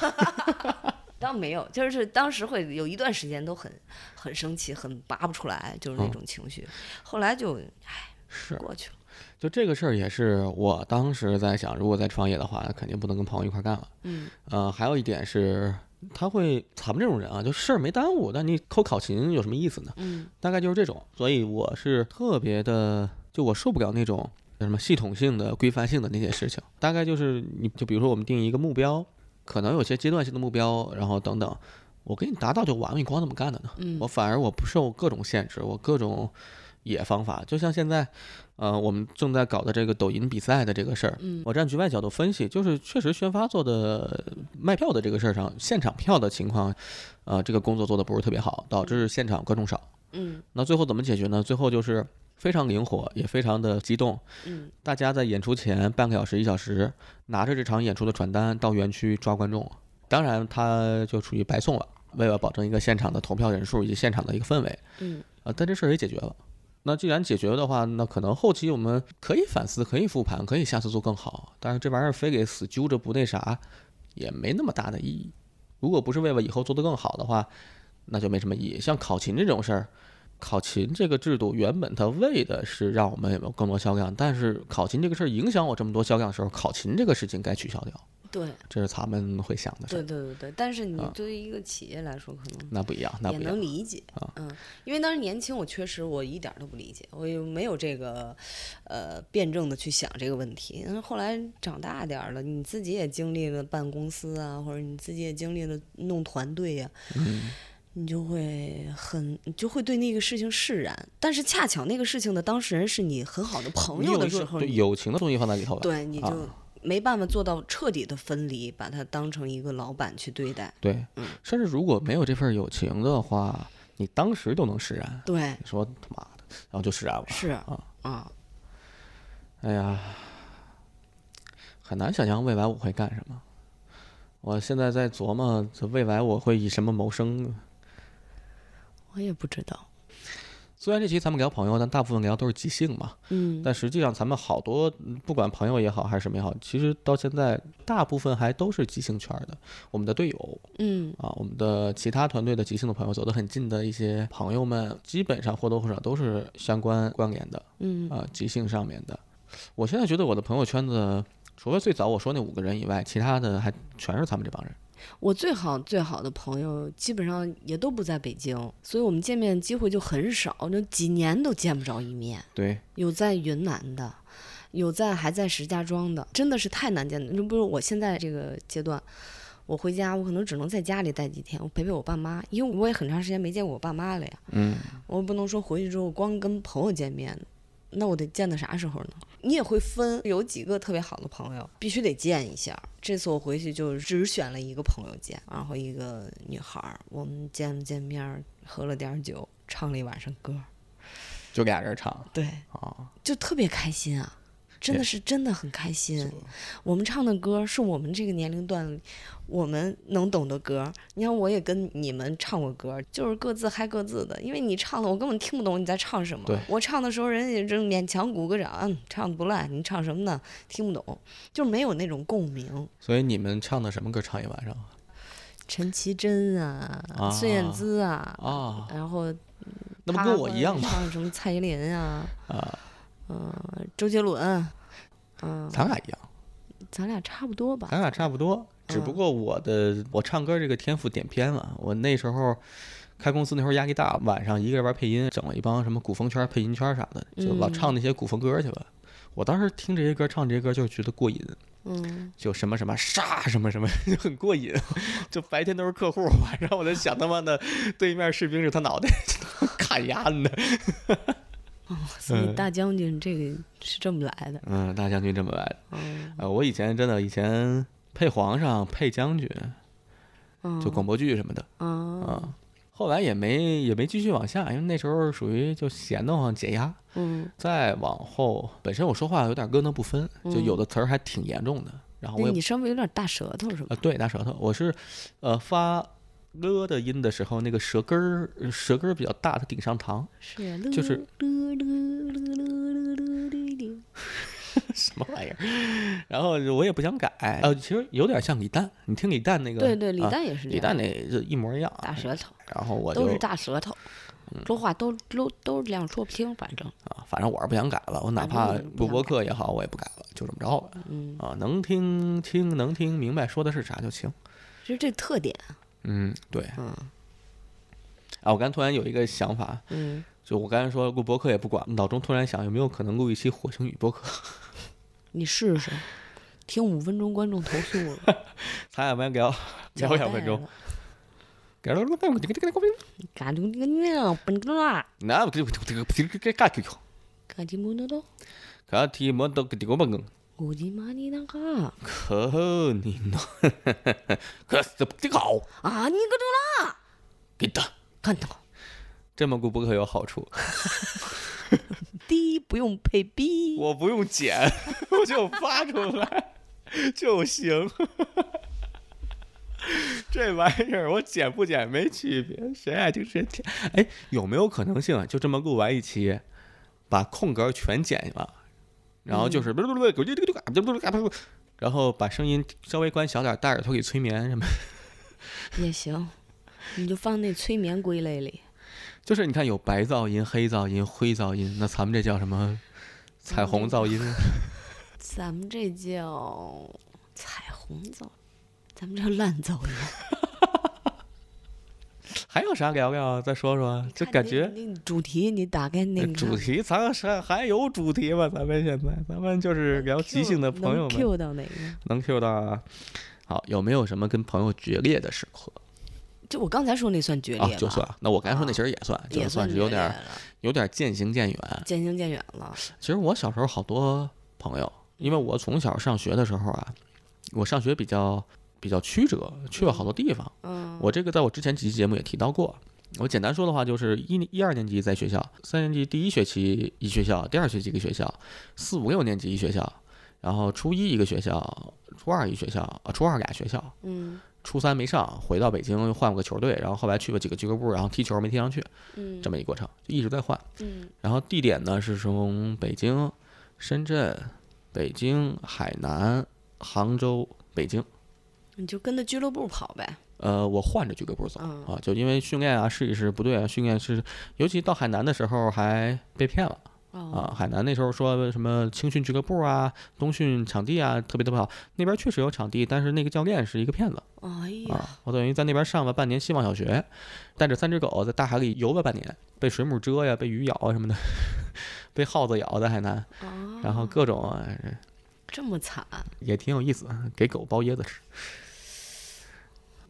Speaker 1: 倒没有，就是当时会有一段时间都很很生气，很拔不出来，就是那种情绪。后来就唉，
Speaker 2: 是，
Speaker 1: 过去了。
Speaker 2: 就这个事儿也是我当时在想，如果再创业的话，肯定不能跟朋友一块儿干了。
Speaker 1: 嗯，
Speaker 2: 呃，还有一点是，他会咱们这种人啊，就事儿没耽误，但你扣考勤有什么意思呢？
Speaker 1: 嗯，
Speaker 2: 大概就是这种。所以我是特别的，就我受不了那种叫什么系统性的、规范性的那些事情。大概就是你就比如说我们定一个目标，可能有些阶段性的目标，然后等等。我给你达到就完了，你光怎么干的呢？
Speaker 1: 嗯
Speaker 2: 我反而我不受各种限制，我各种野方法。就像现在，呃，我们正在搞的这个抖音比赛的这个事儿，
Speaker 1: 嗯
Speaker 2: 我站局外角度分析，就是确实宣发做的卖票的这个事儿上，现场票的情况，呃，这个工作做的不是特别好，导致现场观众少。
Speaker 1: 嗯
Speaker 2: 那最后怎么解决呢？最后就是非常灵活，也非常的激动。
Speaker 1: 嗯
Speaker 2: 大家在演出前半个小时、一小时，拿着这场演出的传单到园区抓观众。当然，他就属于白送了。为了保证一个现场的投票人数以及现场的一个氛围，
Speaker 1: 嗯
Speaker 2: 啊，但这事儿也解决了。那既然解决了的话，那可能后期我们可以反思，可以复盘，可以下次做更好。但是这玩意儿非给死揪着不那啥，也没那么大的意义。如果不是为了以后做得更好的话，那就没什么意义。像考勤这种事儿，考勤这个制度原本它为的是让我们有更多销量，但是考勤这个事儿影响我这么多销量的时候，考勤这个事情该取消掉，
Speaker 1: 对
Speaker 2: 这是咱们会想的事
Speaker 1: 对
Speaker 2: 儿。
Speaker 1: 对对对。但是你
Speaker 2: 啊
Speaker 1: 对于一个企业来说，可能
Speaker 2: 那不一样，那
Speaker 1: 也
Speaker 2: 不一样
Speaker 1: 能。理解
Speaker 2: 啊。
Speaker 1: 嗯，因为当时年轻，我确实我一点儿都不理解，我也没有这个呃辩证的去想这个问题。但是后来长大点儿了，你自己也经历了办公司啊，或者你自己也经历了弄团队呀、
Speaker 2: 嗯
Speaker 1: 你就会很，你就会对那个事情释然。但是恰巧那个事情的当事人是你很好的朋
Speaker 2: 你
Speaker 1: 友
Speaker 2: 有
Speaker 1: 的
Speaker 2: 一个
Speaker 1: 时候，
Speaker 2: 啊对
Speaker 1: 你
Speaker 2: 友情的东西放在里头吧。
Speaker 1: 对你就、
Speaker 2: 啊
Speaker 1: 没办法做到彻底的分离，把它当成一个老板去对待。
Speaker 2: 对
Speaker 1: 嗯，
Speaker 2: 甚至如果没有这份友情的话，你当时就能释然。
Speaker 1: 对，
Speaker 2: 你说他妈的，然后就释然了。
Speaker 1: 是啊，
Speaker 2: 哎呀，很难想象未来我会干什么。我现在在琢磨，这未来我会以什么谋生呢？
Speaker 1: 我也不知道。
Speaker 2: 虽然这期咱们聊朋友，但大部分聊都是即兴嘛。
Speaker 1: 嗯，
Speaker 2: 但实际上，咱们好多嗯不管朋友也好还是什么也好，其实到现在大部分还都是即兴圈的。我们的队友
Speaker 1: 嗯，
Speaker 2: 啊，我们的其他团队的即兴的朋友，走得很近的一些朋友们，基本上或多或少都是相关关联的。
Speaker 1: 嗯，
Speaker 2: 啊，即兴上面的。我现在觉得我的朋友圈子，除了最早我说那五个人以外，其他的还全是他们这帮人。
Speaker 1: 我最好最好的朋友基本上也都不在北京，所以我们见面机会就很少，就几年都见不着一面。
Speaker 2: 对，
Speaker 1: 有在云南的，有在还在石家庄的，真的是太难见了。就不是我现在这个阶段，我回家我可能只能在家里待几天，我陪陪我爸妈，因为我也很长时间没见过我爸妈了呀。
Speaker 2: 嗯，
Speaker 1: 我不能说回去之后光跟朋友见面，那我得见到啥时候呢？你也会分，有几个特别好的朋友必须得见一下。这次我回去就只选了一个朋友见，然后一个女孩儿，我们见了见面儿，喝了点儿酒，唱了一晚上歌儿，
Speaker 2: 就俩人唱
Speaker 1: 对，
Speaker 2: 啊，
Speaker 1: 就特别开心啊，真的
Speaker 2: 也
Speaker 1: 是真的很开心。我们唱的歌是我们这个年龄段我们能懂的歌。你看，我也跟你们唱过歌，就是各自嗨各自的。因为你唱的我根本听不懂你在唱什么
Speaker 2: 对。
Speaker 1: 我唱的时候，人家也正勉强鼓个掌，嗯，唱的不赖。你唱什么呢？听不懂，就没有那种共鸣。
Speaker 2: 所以你们唱的什么歌唱一晚上
Speaker 1: 陈绮贞啊，
Speaker 2: 啊
Speaker 1: 孙燕姿啊，
Speaker 2: 啊？
Speaker 1: 然后
Speaker 2: 那不
Speaker 1: 她
Speaker 2: 跟我
Speaker 1: 会
Speaker 2: 一样吗？
Speaker 1: 唱什么蔡依林啊，
Speaker 2: 啊，
Speaker 1: 嗯、周杰伦，嗯、
Speaker 2: 咱俩一样，
Speaker 1: 咱俩差不多吧。
Speaker 2: 咱俩差不多，只不过我的我唱歌这个天赋点偏了。我那时候开公司那时候压力大，晚上一个人玩配音，整了一帮什么古风圈、配音圈啥的，就老
Speaker 1: 嗯
Speaker 2: 唱那些古风歌去了。我当时听这些歌，唱这些歌就是觉得过瘾。
Speaker 1: 嗯，
Speaker 2: 就什么什么杀什么什么， 就很过瘾。就白天都是客户，晚上我在想他妈的对面士兵是他脑袋 砍牙的。
Speaker 1: 所以大将军这个是这么来的。
Speaker 2: 嗯，大将军这么来的。
Speaker 1: 嗯
Speaker 2: 呃，我以前真的以前配皇上、配将军，
Speaker 1: 嗯，
Speaker 2: 就广播剧什么的啊、
Speaker 1: 啊，
Speaker 2: 后来也没也没继续往下，因为那时候属于就闲得慌解压。
Speaker 1: 嗯，
Speaker 2: 再往后，本身我说话有点咯噔不分，就有的词儿还挺严重的。然后我
Speaker 1: 那
Speaker 2: 也
Speaker 1: 你稍微有点大舌头是吧
Speaker 2: 啊，？对，大舌头，我是，呃，发了的音的时候，那个舌根儿，呃舌根儿比较大，它顶上膛。
Speaker 1: 是啊呀，
Speaker 2: 就是
Speaker 1: 了了了了了了了
Speaker 2: 什么玩意儿？然后我也不想改，呃，其实有点像李诞，你听李诞那个，
Speaker 1: 对对，李
Speaker 2: 啊
Speaker 1: 诞也是这
Speaker 2: 李诞
Speaker 1: 样，
Speaker 2: 那就一模一样。啊
Speaker 1: 大舌头
Speaker 2: 然后我就嗯
Speaker 1: 都是大舌头，说话都都都是这样说不清，反正
Speaker 2: 啊，反正我是不想改了，我哪
Speaker 1: 反正
Speaker 2: 怕
Speaker 1: 你不想
Speaker 2: 录播
Speaker 1: 改
Speaker 2: 课也好，我也不改了，就这么着吧。
Speaker 1: 嗯，
Speaker 2: 啊，能听清，能听明白说的是啥就行。
Speaker 1: 其实这特点，啊
Speaker 2: 嗯，对。
Speaker 1: 嗯
Speaker 2: 啊，我刚突然有一个想法，
Speaker 1: 嗯，
Speaker 2: 就我刚才说录播课也不管，脑中突然想有没有可能录一期火星语播客？
Speaker 1: 你试试，听五分钟观众投诉了，
Speaker 2: 咱俩先聊聊 两分钟，聊聊聊聊
Speaker 1: 嘎就那个尿不能啦，
Speaker 2: 那这这这这这这干就行。
Speaker 1: 嘎叽木诺多，
Speaker 2: 可提莫都给丢吧更，
Speaker 1: 我的妈你那个
Speaker 2: 可你呢？ 可是不得好，
Speaker 1: 啊，你个这啦，
Speaker 2: 给的。
Speaker 1: 看到。
Speaker 2: 这么录播客有好处，
Speaker 1: D 不用配 B，
Speaker 2: 我不用剪， 我就发出来 就行。 这玩意儿我剪不剪没区别，谁爱听谁听。哎，有没有可能性啊？就这么录完一期，把空格全剪了，然后就是然后把声音稍微关小点，戴耳朵给催眠什么。
Speaker 1: 也行，你就放那催眠归类里。
Speaker 2: 就是你看有白噪音、黑噪音、灰噪音，那咱们这叫什么？彩虹噪音？
Speaker 1: 咱们这叫彩虹噪，咱们叫烂噪音。
Speaker 2: 还有啥聊聊啊？再说说，就
Speaker 1: 看
Speaker 2: 感
Speaker 1: 那
Speaker 2: 觉哎
Speaker 1: 那主题，你打开那个
Speaker 2: 主题，咱还还有主题吗？咱们现在，咱们就是聊即兴的朋友们，
Speaker 1: Q 到哪个？
Speaker 2: 能 Q 到啊。好，有没有什么跟朋友决裂的时刻
Speaker 1: 就我刚才说那算决
Speaker 2: 啊
Speaker 1: 裂吧，？啊
Speaker 2: 就算，那我刚才说那其实也算，就
Speaker 1: 也
Speaker 2: 是算是
Speaker 1: 决
Speaker 2: 有
Speaker 1: 裂
Speaker 2: 点儿
Speaker 1: 了
Speaker 2: 有点儿渐行渐远。
Speaker 1: 渐行渐远了。
Speaker 2: 其实我小时候好多朋友，因为我从小上学的时候啊，我上学比较比较曲折，去了好多地方。
Speaker 1: 嗯，
Speaker 2: 我这个在我之前几期节目也提到过。我简单说的话就是一一二年级在学校，三年级第一学期一学校，第二学期一个学校，四五六年级一学校，然后初一一个学校，初二一学校，啊初二俩学校，
Speaker 1: 嗯
Speaker 2: 初三没上，回到北京又换过个球队，然后后来去了几个俱乐部，然后踢球没踢上去，
Speaker 1: 嗯
Speaker 2: 这么一过程就一直在换。
Speaker 1: 嗯
Speaker 2: 然后地点呢是从北京、深圳、北京、海南、杭州、北京。
Speaker 1: 你就跟着俱乐部跑呗。
Speaker 2: 呃，我换着俱乐部走
Speaker 1: 嗯
Speaker 2: 啊，就因为训练啊试一试不对啊，训练是，尤其到海南的时候还被骗了
Speaker 1: 哦，
Speaker 2: 啊。海南那时候说什么青训俱乐部啊、冬训场地啊特别的不好，那边确实有场地，但是那个教练是一个骗子
Speaker 1: 哎呀，
Speaker 2: 啊。我等于在那边上了半年希望小学，带着三只狗在大海里游了半年，被水母蛰呀、被鱼咬啊什么的， 被耗子咬在海南，
Speaker 1: 哦，
Speaker 2: 啊然后各种啊
Speaker 1: 这么惨，
Speaker 2: 也挺有意思，啊给狗包椰子吃。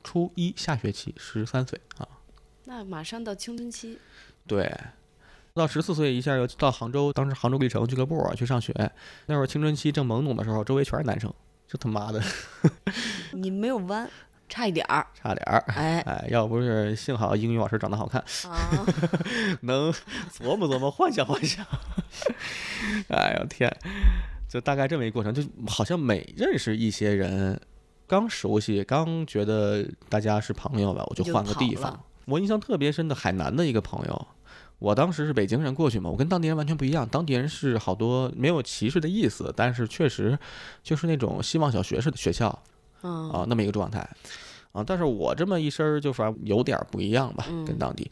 Speaker 2: 初一下学期，十三岁啊，
Speaker 1: 那马上到青春期，
Speaker 2: 对，到十四岁一下又到杭州，当时杭州绿城俱乐部啊去上学。那会儿青春期正懵懂的时候，周围全是男生，这他妈的
Speaker 1: 你没有弯，差一点儿，
Speaker 2: 差点儿。
Speaker 1: 哎
Speaker 2: 哎，要不是幸好英语老师长得好看，
Speaker 1: 啊，
Speaker 2: 能琢磨琢磨，幻想幻想。 哎呦天，就大概这么一过程，就好像每认识一些人，刚熟悉，刚觉得大家是朋友吧，我就
Speaker 1: 你就
Speaker 2: 换个
Speaker 1: 跑
Speaker 2: 地
Speaker 1: 了
Speaker 2: 方。我印象特别深的海南的一个朋友，我当时是北京人过去嘛，我跟当地人完全不一样。当地人是好多没有歧视的意思，但是确实就是那种希望小学式的学校
Speaker 1: 嗯
Speaker 2: 啊那么一个状态啊。但是我这么一身儿就反正有点儿不一样吧，跟
Speaker 1: 嗯
Speaker 2: 当地。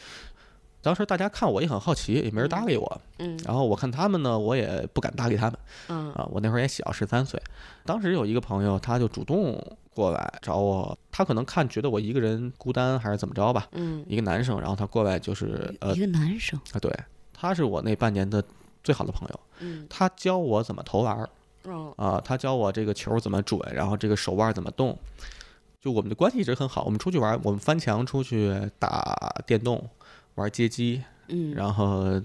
Speaker 2: 当时大家看我也很好奇，也没人搭理我。
Speaker 1: 嗯
Speaker 2: 然后我看他们呢，我也不敢搭理他们
Speaker 1: 嗯
Speaker 2: 啊。我那会儿也小，十三岁。当时有一个朋友，他就主动过来找我，他可能看觉得我一个人孤单还是怎么着吧，
Speaker 1: 嗯，
Speaker 2: 一个男生，然后他过来就是呃
Speaker 1: 一个男生，
Speaker 2: 啊，对，他是我那半年的最好的朋友，
Speaker 1: 嗯
Speaker 2: 他教我怎么投篮儿
Speaker 1: 哦
Speaker 2: 啊，他教我这个球怎么准，然后这个手腕怎么动，就我们的关系一直很好。我们出去玩儿，我们翻墙出去打电动，玩街机，
Speaker 1: 嗯，
Speaker 2: 然后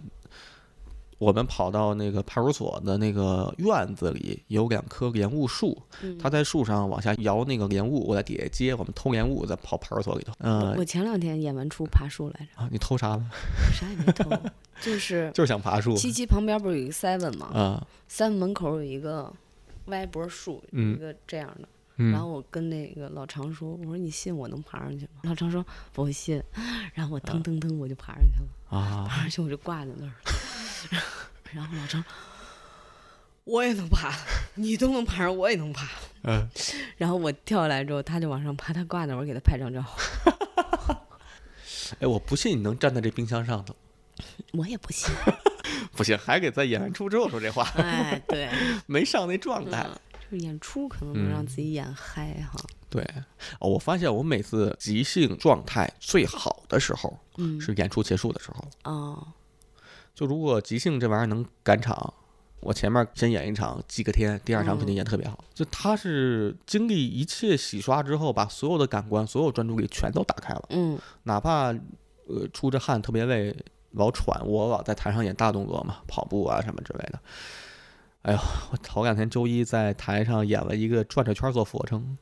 Speaker 2: 我们跑到那个派出所的那个院子里，有两棵莲雾树，
Speaker 1: 嗯
Speaker 2: 他在树上往下摇那个莲雾，我在底下接，我们偷莲雾，再跑派出所里头。嗯、
Speaker 1: 我我前两天演完出爬树来着，
Speaker 2: 啊，你偷啥了？
Speaker 1: 啥也没 偷，就是
Speaker 2: 就是想爬树
Speaker 1: 七七旁边不是有一个 seven 吗？
Speaker 2: 啊，
Speaker 1: 三门口有一个歪脖树，有一
Speaker 2: 嗯
Speaker 1: 个这样的。然
Speaker 2: 嗯
Speaker 1: 后我跟那个老常说：“我说你信我能爬上去吗？”老常说：“不信。”然后我腾腾腾我就爬上去了，
Speaker 2: 啊。
Speaker 1: 爬上去我就挂在那儿了。 然后老常，我也能爬，你都能爬上，我也能爬。
Speaker 2: 嗯，
Speaker 1: 然后我跳下来之后，他就往上爬，他挂那儿，我给他拍张照。
Speaker 2: 哎，我不信你能站在这冰箱上头，
Speaker 1: 我也不信，
Speaker 2: 不行，还给在演完出之后说这话，
Speaker 1: 哎， 对，
Speaker 2: 没上那状态。
Speaker 1: 嗯 就是演出可
Speaker 2: 嗯
Speaker 1: 能能让自己演嗨哈。
Speaker 2: 对、哦我发现我每次即兴状态最好的时候
Speaker 1: 嗯，
Speaker 2: 是演出结束的时候。
Speaker 1: 哦，
Speaker 2: 就如果即兴这玩意儿能赶场，我前面先演一场祭个天，第二场肯定演得特别好。就他是经历一切洗刷之后，把所有的感官、所有专注力全都打开了，
Speaker 1: 嗯
Speaker 2: 哪怕呃出着汗特别累，老喘，我老在台上演大动作嘛，跑步啊什么之类的。哎呦，我头两天周一在台上演了一个转着圈做俯卧撑，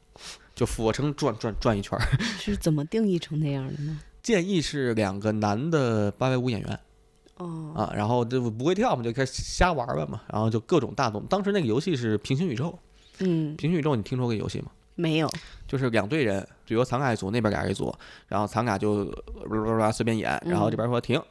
Speaker 2: 就俯卧撑转转转一圈儿。
Speaker 1: 是怎么定义成那样的呢？
Speaker 2: 建议是两个男的芭蕾舞演员
Speaker 1: 哦，
Speaker 2: 啊，然后就不会跳嘛，就开始瞎玩玩嘛，然后就各种大动。当时那个游戏是平行宇宙，
Speaker 1: 嗯，
Speaker 2: 平行宇宙你听说过游戏吗？
Speaker 1: 没有，
Speaker 2: 就是两队人，比如咱俩一组，那边俩人一组，然后咱俩就呃啦啦啦随便演，
Speaker 1: 嗯
Speaker 2: 然后这边说停，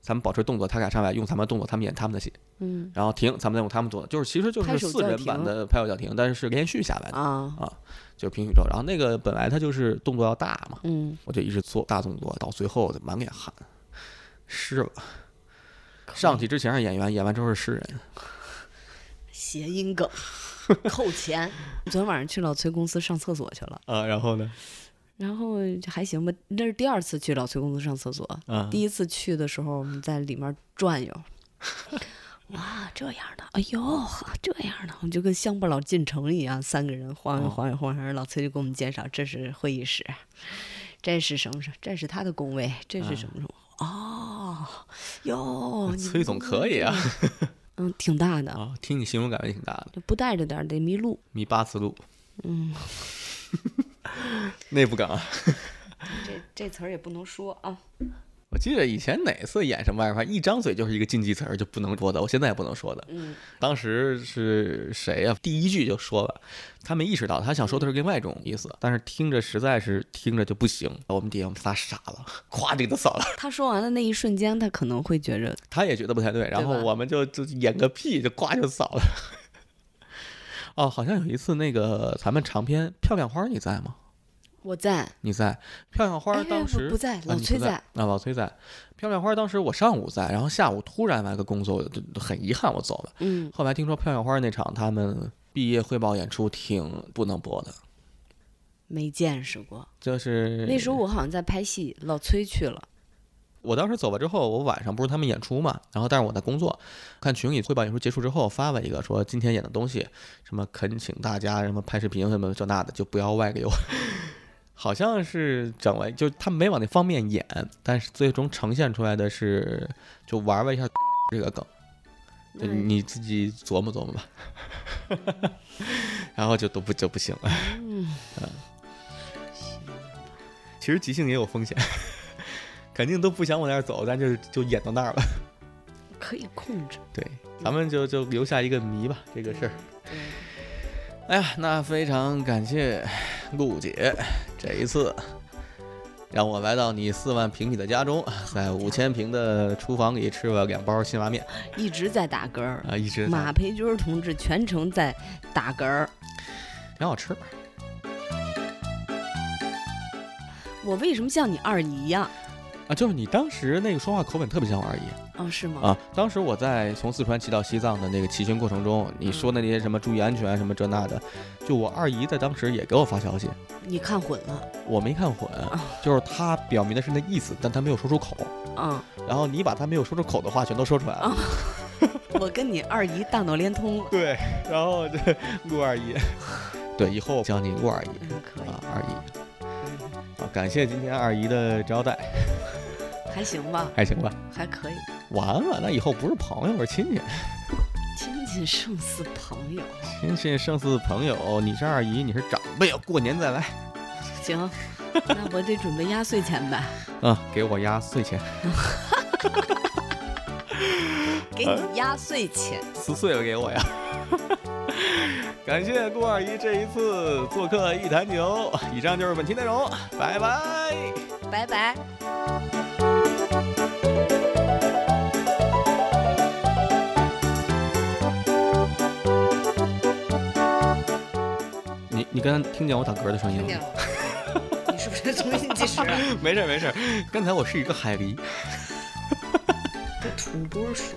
Speaker 2: 咱们保持动作，他俩上来用咱们的动作，他们演他们的戏，
Speaker 1: 嗯
Speaker 2: 然后停，咱们再用他们做的，就是其实就
Speaker 1: 拍
Speaker 2: 是
Speaker 1: 手
Speaker 2: 四
Speaker 1: 叫
Speaker 2: 人
Speaker 1: 停
Speaker 2: 版的拍手叫停，但是是连续下来的，
Speaker 1: 啊，
Speaker 2: 就是平行宇宙。然后那个本来它就是动作要大嘛，
Speaker 1: 嗯，
Speaker 2: 我就一直做大动作，到最后满脸汗，湿了。上去之前是演员，演完之后是诗人。
Speaker 1: 谐音 梗，扣钱。 昨天晚上去老崔公司上厕所去了，
Speaker 2: 啊，然后呢？
Speaker 1: 然后还行吧，那是第二次去老崔公司上厕所，
Speaker 2: 啊，
Speaker 1: 第一次去的时候我们在里面转悠。哇，这样的，哎呦，呵这样的，我们就跟乡巴佬进城一样，三个人晃悠
Speaker 2: 哦
Speaker 1: 晃悠晃悠，老崔就给我们介绍，这是会议室，这是什么什么，这是他的工位，这是什么什么，哦，哟，你
Speaker 2: 崔总可以啊，
Speaker 1: 嗯，挺大的，
Speaker 5: 啊，听你形容感觉挺大的，
Speaker 1: 就不带着点儿得迷路。
Speaker 5: 米八思路，
Speaker 1: 嗯，
Speaker 2: 内部梗啊。
Speaker 1: 这这词儿也不能说啊。
Speaker 2: 我记得以前哪次演什么玩意儿，反正一张嘴就是一个禁忌词儿，就不能说的，我现在也不能说的。
Speaker 1: 嗯，
Speaker 2: 当时是谁呀、第一句就说了，他没意识到，他想说的是另外一种意思，但是听着实在是听着就不行。我们底下我们仨傻了，咵就给他扫了。
Speaker 1: 他说完的那一瞬间，他可能会觉着
Speaker 2: 他也觉得不太对，然后
Speaker 1: 对吧
Speaker 2: 我们就就演个屁，就咵就扫了。 哦，好像有一次那个咱们长篇《漂亮花》，你在吗？
Speaker 1: 我在，
Speaker 2: 你在《漂亮花
Speaker 1: 哎》
Speaker 2: 当
Speaker 1: 我
Speaker 2: 时、
Speaker 1: 不在
Speaker 2: 啊
Speaker 1: 老
Speaker 2: 你
Speaker 1: 崔
Speaker 2: 不
Speaker 1: 在
Speaker 2: 啊，老崔在《漂亮花》当时我上午在，然后下午突然来个工作，就就很遗憾我走了。
Speaker 1: 嗯，
Speaker 2: 后来听说《漂亮花》那场他们毕业汇报演出挺不能播的，
Speaker 1: 没见识过。
Speaker 2: 就是
Speaker 1: 那时候我好像在拍戏，老崔去了。
Speaker 2: 我当时走了之后，我晚上不是他们演出嘛，然后但是我在工作，看群里汇报演出结束之后发了一个说今天演的东西，什么恳请大家什么拍视频什么这那的就不要外流， 好像是整了，就他们没往那方面演，但是最终呈现出来的是就玩了一下 这个梗，就
Speaker 1: 那
Speaker 2: 你自己琢磨琢磨吧， 然后就都不就不行了。
Speaker 1: 嗯，
Speaker 2: 其实即兴也有风险， 肯定都不想往那儿走，咱就就演到那儿了。
Speaker 1: 可以控制。
Speaker 2: 对，咱们就就留下一个谜吧，这个事儿。
Speaker 1: 对，
Speaker 2: 哎呀，那非常感谢陆姐，这一次让我来到你四万平米的家中，在五千平的厨房里吃了两包辛拉面
Speaker 1: 一直在打嗝儿。
Speaker 2: 啊，一直在
Speaker 1: 马培军同志全程在打嗝儿。
Speaker 2: 挺好吃。
Speaker 1: 我为什么像你二姨呀、
Speaker 2: 啊，就是你当时那个说话口吻特别像我二姨
Speaker 1: 哦，是吗？
Speaker 2: 啊！当时我在从四川骑到西藏的那个骑行过程中，你说的那些什么注意安全啊什么这那的，就我二姨在当时也给我发消息，
Speaker 1: 你看混了。
Speaker 2: 我没看混，就是她表明的是那意思，但她没有说出口。
Speaker 1: 嗯，
Speaker 2: 然后你把他没有说出口的话全都说出来了。
Speaker 1: 啊我跟你二姨大脑连通了。
Speaker 2: 对，然后这陆二姨， 对，以后我叫你陆二姨
Speaker 1: 嗯，可以，
Speaker 2: 啊，二姨啊，感谢今天二姨的招待，
Speaker 1: 还行吧，
Speaker 2: 还行吧？
Speaker 1: 还可以。
Speaker 2: 完了，那以后不是朋友，是亲戚，
Speaker 1: 亲戚胜似朋友。
Speaker 2: 亲戚胜似朋友，你是二姨，你是长辈，过年再来
Speaker 1: 行，那我得准备压岁钱吧，
Speaker 2: 啊，给我压岁钱，
Speaker 1: 给
Speaker 2: 啊
Speaker 1: 你压岁钱。
Speaker 2: 撕碎了给我呀。 感谢顾二姨这一次做客一坛酒，以上就是本期内容，拜拜。
Speaker 1: 拜拜。
Speaker 2: 你你刚才听见我打嗝的声音
Speaker 1: 听
Speaker 2: 了
Speaker 1: 见？
Speaker 2: 吗
Speaker 1: 了吗？ 你是不是重新计时啊？
Speaker 2: 没事儿没事儿，刚才我是一个海狸。
Speaker 1: 土拨鼠。